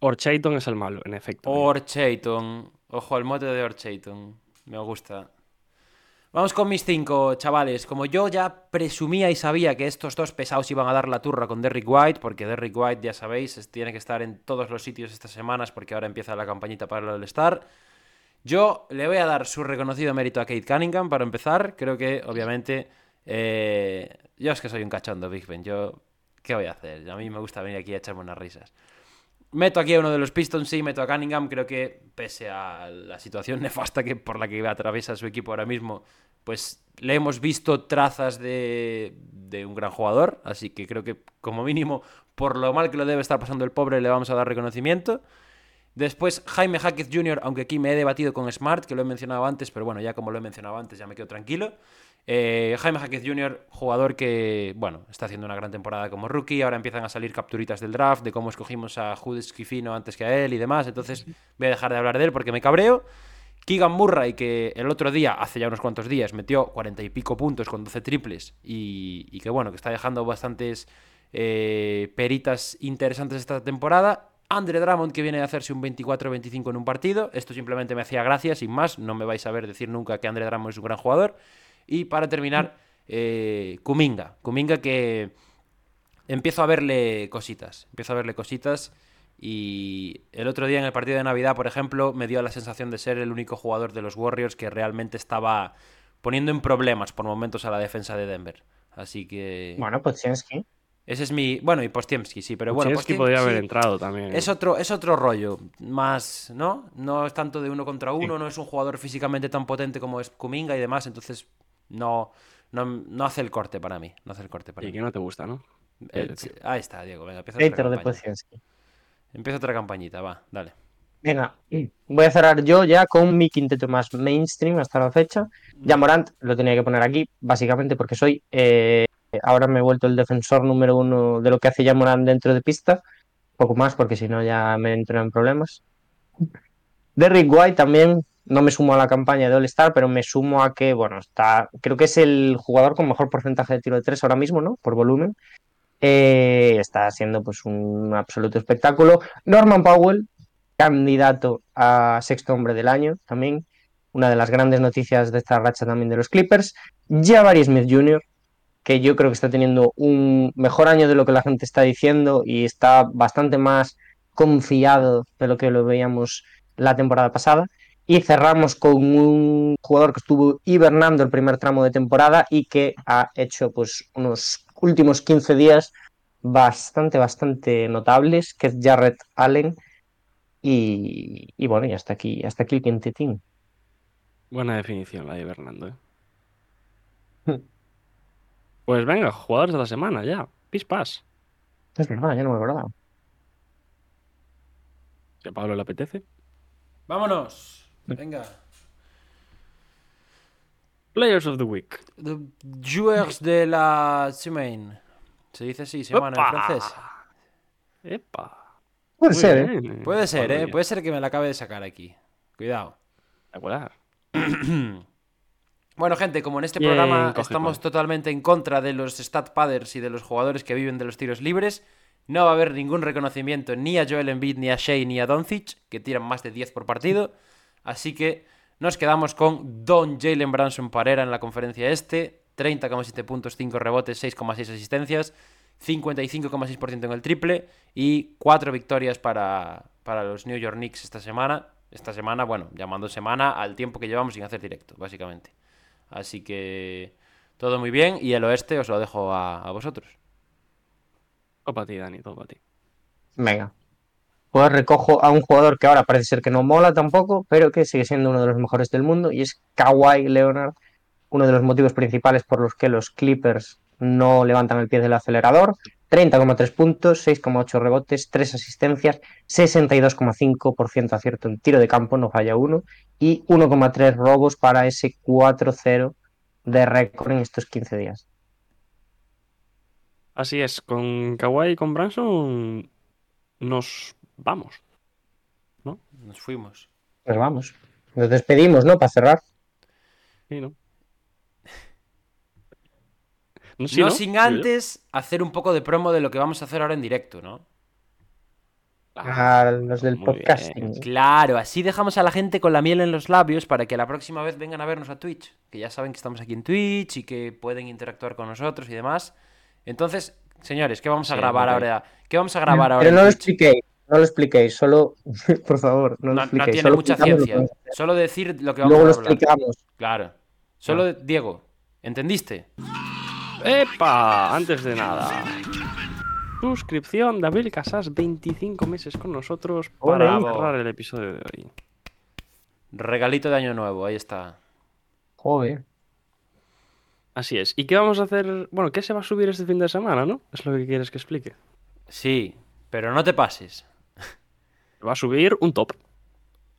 Speaker 1: Orchayton es el malo, en efecto.
Speaker 3: Orchayton. Ojo al mote de Orchayton. Me gusta. Vamos con mis cinco, chavales. Como yo ya presumía y sabía que estos dos pesados iban a dar la turra con Derrick White, porque Derrick White, ya sabéis, es- tiene que estar en todos los sitios estas semanas porque ahora empieza la campañita para el All-Star. Yo le voy a dar su reconocido mérito a Kate Cunningham para empezar. Creo que, obviamente, eh, yo es que soy un cachondo, Big Ben. Yo, ¿qué voy a hacer? A mí me gusta venir aquí a echarme unas risas. Meto aquí a uno de los Pistons, sí, meto a Cunningham. Creo que, pese a la situación nefasta que por la que atraviesa su equipo ahora mismo, pues le hemos visto trazas de, de un gran jugador. Así que creo que, como mínimo, por lo mal que lo debe estar pasando el pobre, le vamos a dar reconocimiento. Después, Jaime Hackett Jr., aunque aquí me he debatido con Smart, que lo he mencionado antes, pero bueno, ya como lo he mencionado antes, ya me quedo tranquilo. Eh, Jaime Hackett Jr., jugador que, bueno, está haciendo una gran temporada como rookie, ahora empiezan a salir capturitas del draft, de cómo escogimos a Judas Kifino antes que a él y demás, entonces voy a dejar de hablar de él porque me cabreo. Keegan Murray, que el otro día, hace ya unos cuantos días, metió cuarenta y pico puntos con 12 triples y, y que bueno, que está dejando bastantes eh, peritas interesantes esta temporada. Andre Drummond, que viene de hacerse un 24-25 en un partido. Esto simplemente me hacía gracia, sin más. No me vais a ver decir nunca que Andre Drummond es un gran jugador. Y para terminar, eh, Kuminga. Kuminga que empiezo a verle cositas. Empiezo a verle cositas. Y el otro día en el partido de Navidad, por ejemplo, me dio la sensación de ser el único jugador de los Warriors que realmente estaba poniendo en problemas por momentos a la defensa de Denver. Así que
Speaker 2: Bueno, pues tienes que.
Speaker 3: ese es mi. Bueno, y Postiemski, sí, pero bueno.
Speaker 1: Bueno,
Speaker 3: Postiemski-
Speaker 1: podría haber
Speaker 3: sí,
Speaker 1: entrado también.
Speaker 3: es otro, es otro rollo, más, ¿no? No es tanto de uno contra uno, no es un jugador físicamente tan potente como es Kuminga y demás, entonces no, no, no hace el corte para mí. No hace el corte para
Speaker 1: Y
Speaker 3: mí.
Speaker 1: que no te gusta, ¿no?
Speaker 3: Eh, sí, ahí está, Diego, venga, empieza otra
Speaker 2: Hater de pues
Speaker 3: campaña.
Speaker 2: Podziemski.
Speaker 3: Empieza otra campañita, va, dale.
Speaker 2: Venga, voy a cerrar yo ya con mi quinteto más mainstream hasta la fecha. Ya Morant lo tenía que poner aquí, básicamente porque soy. eh, ahora me he vuelto el defensor número uno de lo que hace ya Morant dentro de pista. Poco más, porque si no ya me entro en problemas. Derrick White también. No me sumo a la campaña de All-Star, pero me sumo a que, bueno, está. Creo que es el jugador con mejor porcentaje de tiro de tres ahora mismo, ¿no? Por volumen. Eh, está siendo pues un absoluto espectáculo. Norman Powell, candidato a sexto hombre del año también. Una de las grandes noticias de esta racha también de los Clippers. Jabari Smith Jr., que yo creo que está teniendo un mejor año de lo que la gente está diciendo y está bastante más confiado de lo que lo veíamos la temporada pasada. Y cerramos con un jugador que estuvo hibernando el primer tramo de temporada y que ha hecho pues unos últimos 15 días bastante, bastante notables, que es Jarrett Allen, y, y bueno, y hasta aquí, hasta aquí el quintetín.
Speaker 1: Buena definición la de Fernando, ¿eh?
Speaker 2: Hmm.
Speaker 1: Pues venga, jugadores de la semana ya. Pispas.
Speaker 2: Es verdad, ya no me acordaba.
Speaker 1: Que a Pablo le apetece.
Speaker 3: Vámonos. Venga.
Speaker 1: Players of the Week.
Speaker 3: The Joueurs de la Semaine. Se dice así, semana en
Speaker 1: ¡Epa!
Speaker 3: francés.
Speaker 1: Epa.
Speaker 2: Puede
Speaker 1: Muy
Speaker 2: ser, ¿eh?
Speaker 1: bien.
Speaker 3: Puede ser,
Speaker 1: Madre
Speaker 3: ¿eh?
Speaker 1: mía.
Speaker 3: Puede ser que me la acabe de sacar aquí. Cuidado.
Speaker 1: Espectacular.
Speaker 3: Bueno, gente, como en este
Speaker 1: Bien,
Speaker 3: programa
Speaker 1: coge
Speaker 3: estamos
Speaker 1: Juan.
Speaker 3: totalmente en contra de los stat padders y de los jugadores que viven de los tiros libres, no va a haber ningún reconocimiento ni a Joel Embiid, ni a Shea, ni a Doncic, que tiran más de 10 por partido. Así que nos quedamos con Don Jalen Branson Parera en la conferencia este: 30,7 puntos, 5 rebotes, 6,6 asistencias, 55,6% en el triple y 4 victorias para, para los New York Knicks esta semana. Esta semana, bueno, llamando semana al tiempo que llevamos sin hacer directo, básicamente. Así que todo muy bien y el oeste os lo dejo a, a vosotros.
Speaker 1: Todo para ti, Dani, todo para ti.
Speaker 2: Venga. Pues recojo a un jugador que ahora parece ser que no mola tampoco, pero que sigue siendo uno de los mejores del mundo y es Kawhi Leonard. Uno de los motivos principales por los que los Clippers no levantan el pie del acelerador. 30,3 puntos, 6,8 rebotes, 3 asistencias, 62,5% acierto en tiro de campo, no falla uno, y 1,3 robos para ese 4-0 de récord en estos 15 días.
Speaker 1: Así es, con Kawhi y con Branson nos vamos.
Speaker 3: Nos fuimos.
Speaker 2: Pues vamos. Nos despedimos, ¿no? Para cerrar.
Speaker 1: Sí, ¿no? No, sí,
Speaker 3: no,
Speaker 1: ¿no?
Speaker 3: sin
Speaker 2: ¿eh?
Speaker 1: Digo yo.
Speaker 3: antes hacer un poco de promo de lo que vamos a hacer ahora en directo, ¿no?
Speaker 2: A los del
Speaker 1: muy
Speaker 2: podcasting.
Speaker 3: Claro, así dejamos a la gente con la miel en los labios para que la próxima vez vengan a vernos a Twitch. Que ya saben que estamos aquí en Twitch y que pueden interactuar con nosotros y demás. Entonces, señores, ¿qué vamos a
Speaker 1: Sí,
Speaker 3: grabar
Speaker 1: ok.
Speaker 3: ahora? ¿Qué vamos a grabar ahora?
Speaker 2: Pero
Speaker 3: en
Speaker 2: no lo
Speaker 3: Twitch?
Speaker 2: expliquéis, no lo expliquéis, solo, por favor, no lo
Speaker 3: No- no
Speaker 2: expliquéis.
Speaker 3: tiene
Speaker 2: solo
Speaker 3: mucha
Speaker 2: explicamos lo
Speaker 3: ciencia.
Speaker 2: que vamos a hacer.
Speaker 3: Solo decir lo que vamos
Speaker 2: Luego lo Ah.
Speaker 3: a hablar.
Speaker 2: explicamos.
Speaker 3: Claro. Solo, de- Diego, ¿entendiste?
Speaker 1: ¡Epa! Antes de nada. Suscripción de Abel Casas, 25 meses con nosotros
Speaker 2: Oh,
Speaker 1: para
Speaker 3: Ole.
Speaker 1: cerrar el episodio de hoy.
Speaker 3: Regalito de año nuevo, ahí está.
Speaker 2: Joder.
Speaker 1: Así es. ¿Y qué vamos a hacer? Bueno, ¿qué se va a subir este fin de semana, no? Es lo que quieres que explique.
Speaker 3: Sí, pero no te pases.
Speaker 1: Va a subir un top.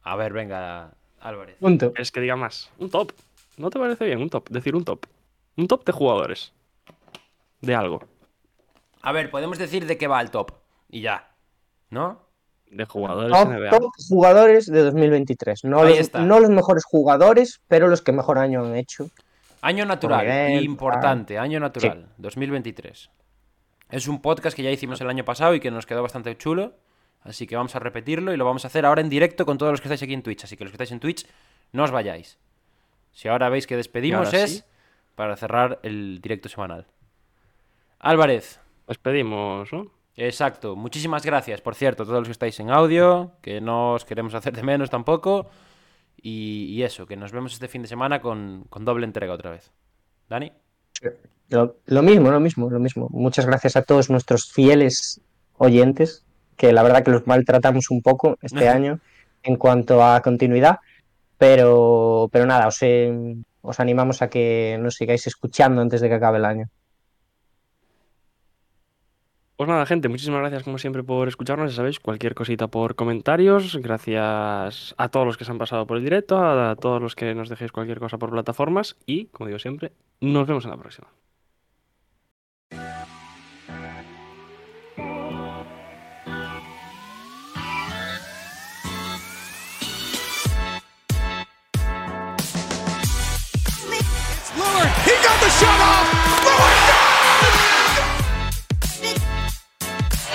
Speaker 3: A ver, venga, Álvarez.
Speaker 2: Punto.
Speaker 1: ¿Quieres que diga más? Un top. ¿No te parece bien un top? Decir un top. Un top de jugadores. De algo.
Speaker 3: A ver, podemos decir de qué va el top. Y ya. ¿No?
Speaker 1: De jugadores
Speaker 2: Top,
Speaker 1: NBA.
Speaker 2: top jugadores de 2023. No
Speaker 3: Ahí
Speaker 2: los,
Speaker 3: está.
Speaker 2: no los mejores jugadores, pero los que mejor año han hecho.
Speaker 3: Año natural,
Speaker 2: Nivel,
Speaker 3: importante, año natural, 2023. Es un podcast que ya hicimos el año pasado y que nos quedó bastante chulo, así que vamos a repetirlo y lo vamos a hacer ahora en directo con todos los que estáis aquí en Twitch, así que los que estáis en Twitch, no os vayáis. Si ahora veis que despedimos
Speaker 1: ahora
Speaker 3: es
Speaker 1: sí.
Speaker 3: para cerrar el directo semanal. Álvarez,
Speaker 1: Despedimos, ¿no?
Speaker 3: Exacto, muchísimas gracias, por cierto, a todos los que estáis en audio, que no os queremos hacer de menos tampoco. Y, y eso, que nos vemos este fin de semana con, con doble entrega otra vez. Dani,
Speaker 2: Lo, lo mismo, lo mismo, lo mismo. Muchas gracias a todos nuestros fieles oyentes, que la verdad que los maltratamos un poco este año en cuanto a continuidad, pero, pero nada, os, eh, os animamos a que nos sigáis escuchando antes de que acabe el año.
Speaker 1: Pues nada, gente, muchísimas gracias como siempre por escucharnos. Ya sabéis, cualquier cosita por comentarios. Gracias a todos los que se han pasado por el directo, a todos los que nos dejéis cualquier cosa por plataformas. Y, como digo siempre, nos vemos en la próxima.
Speaker 5: Lillard, he got the shot off. Lillard got it!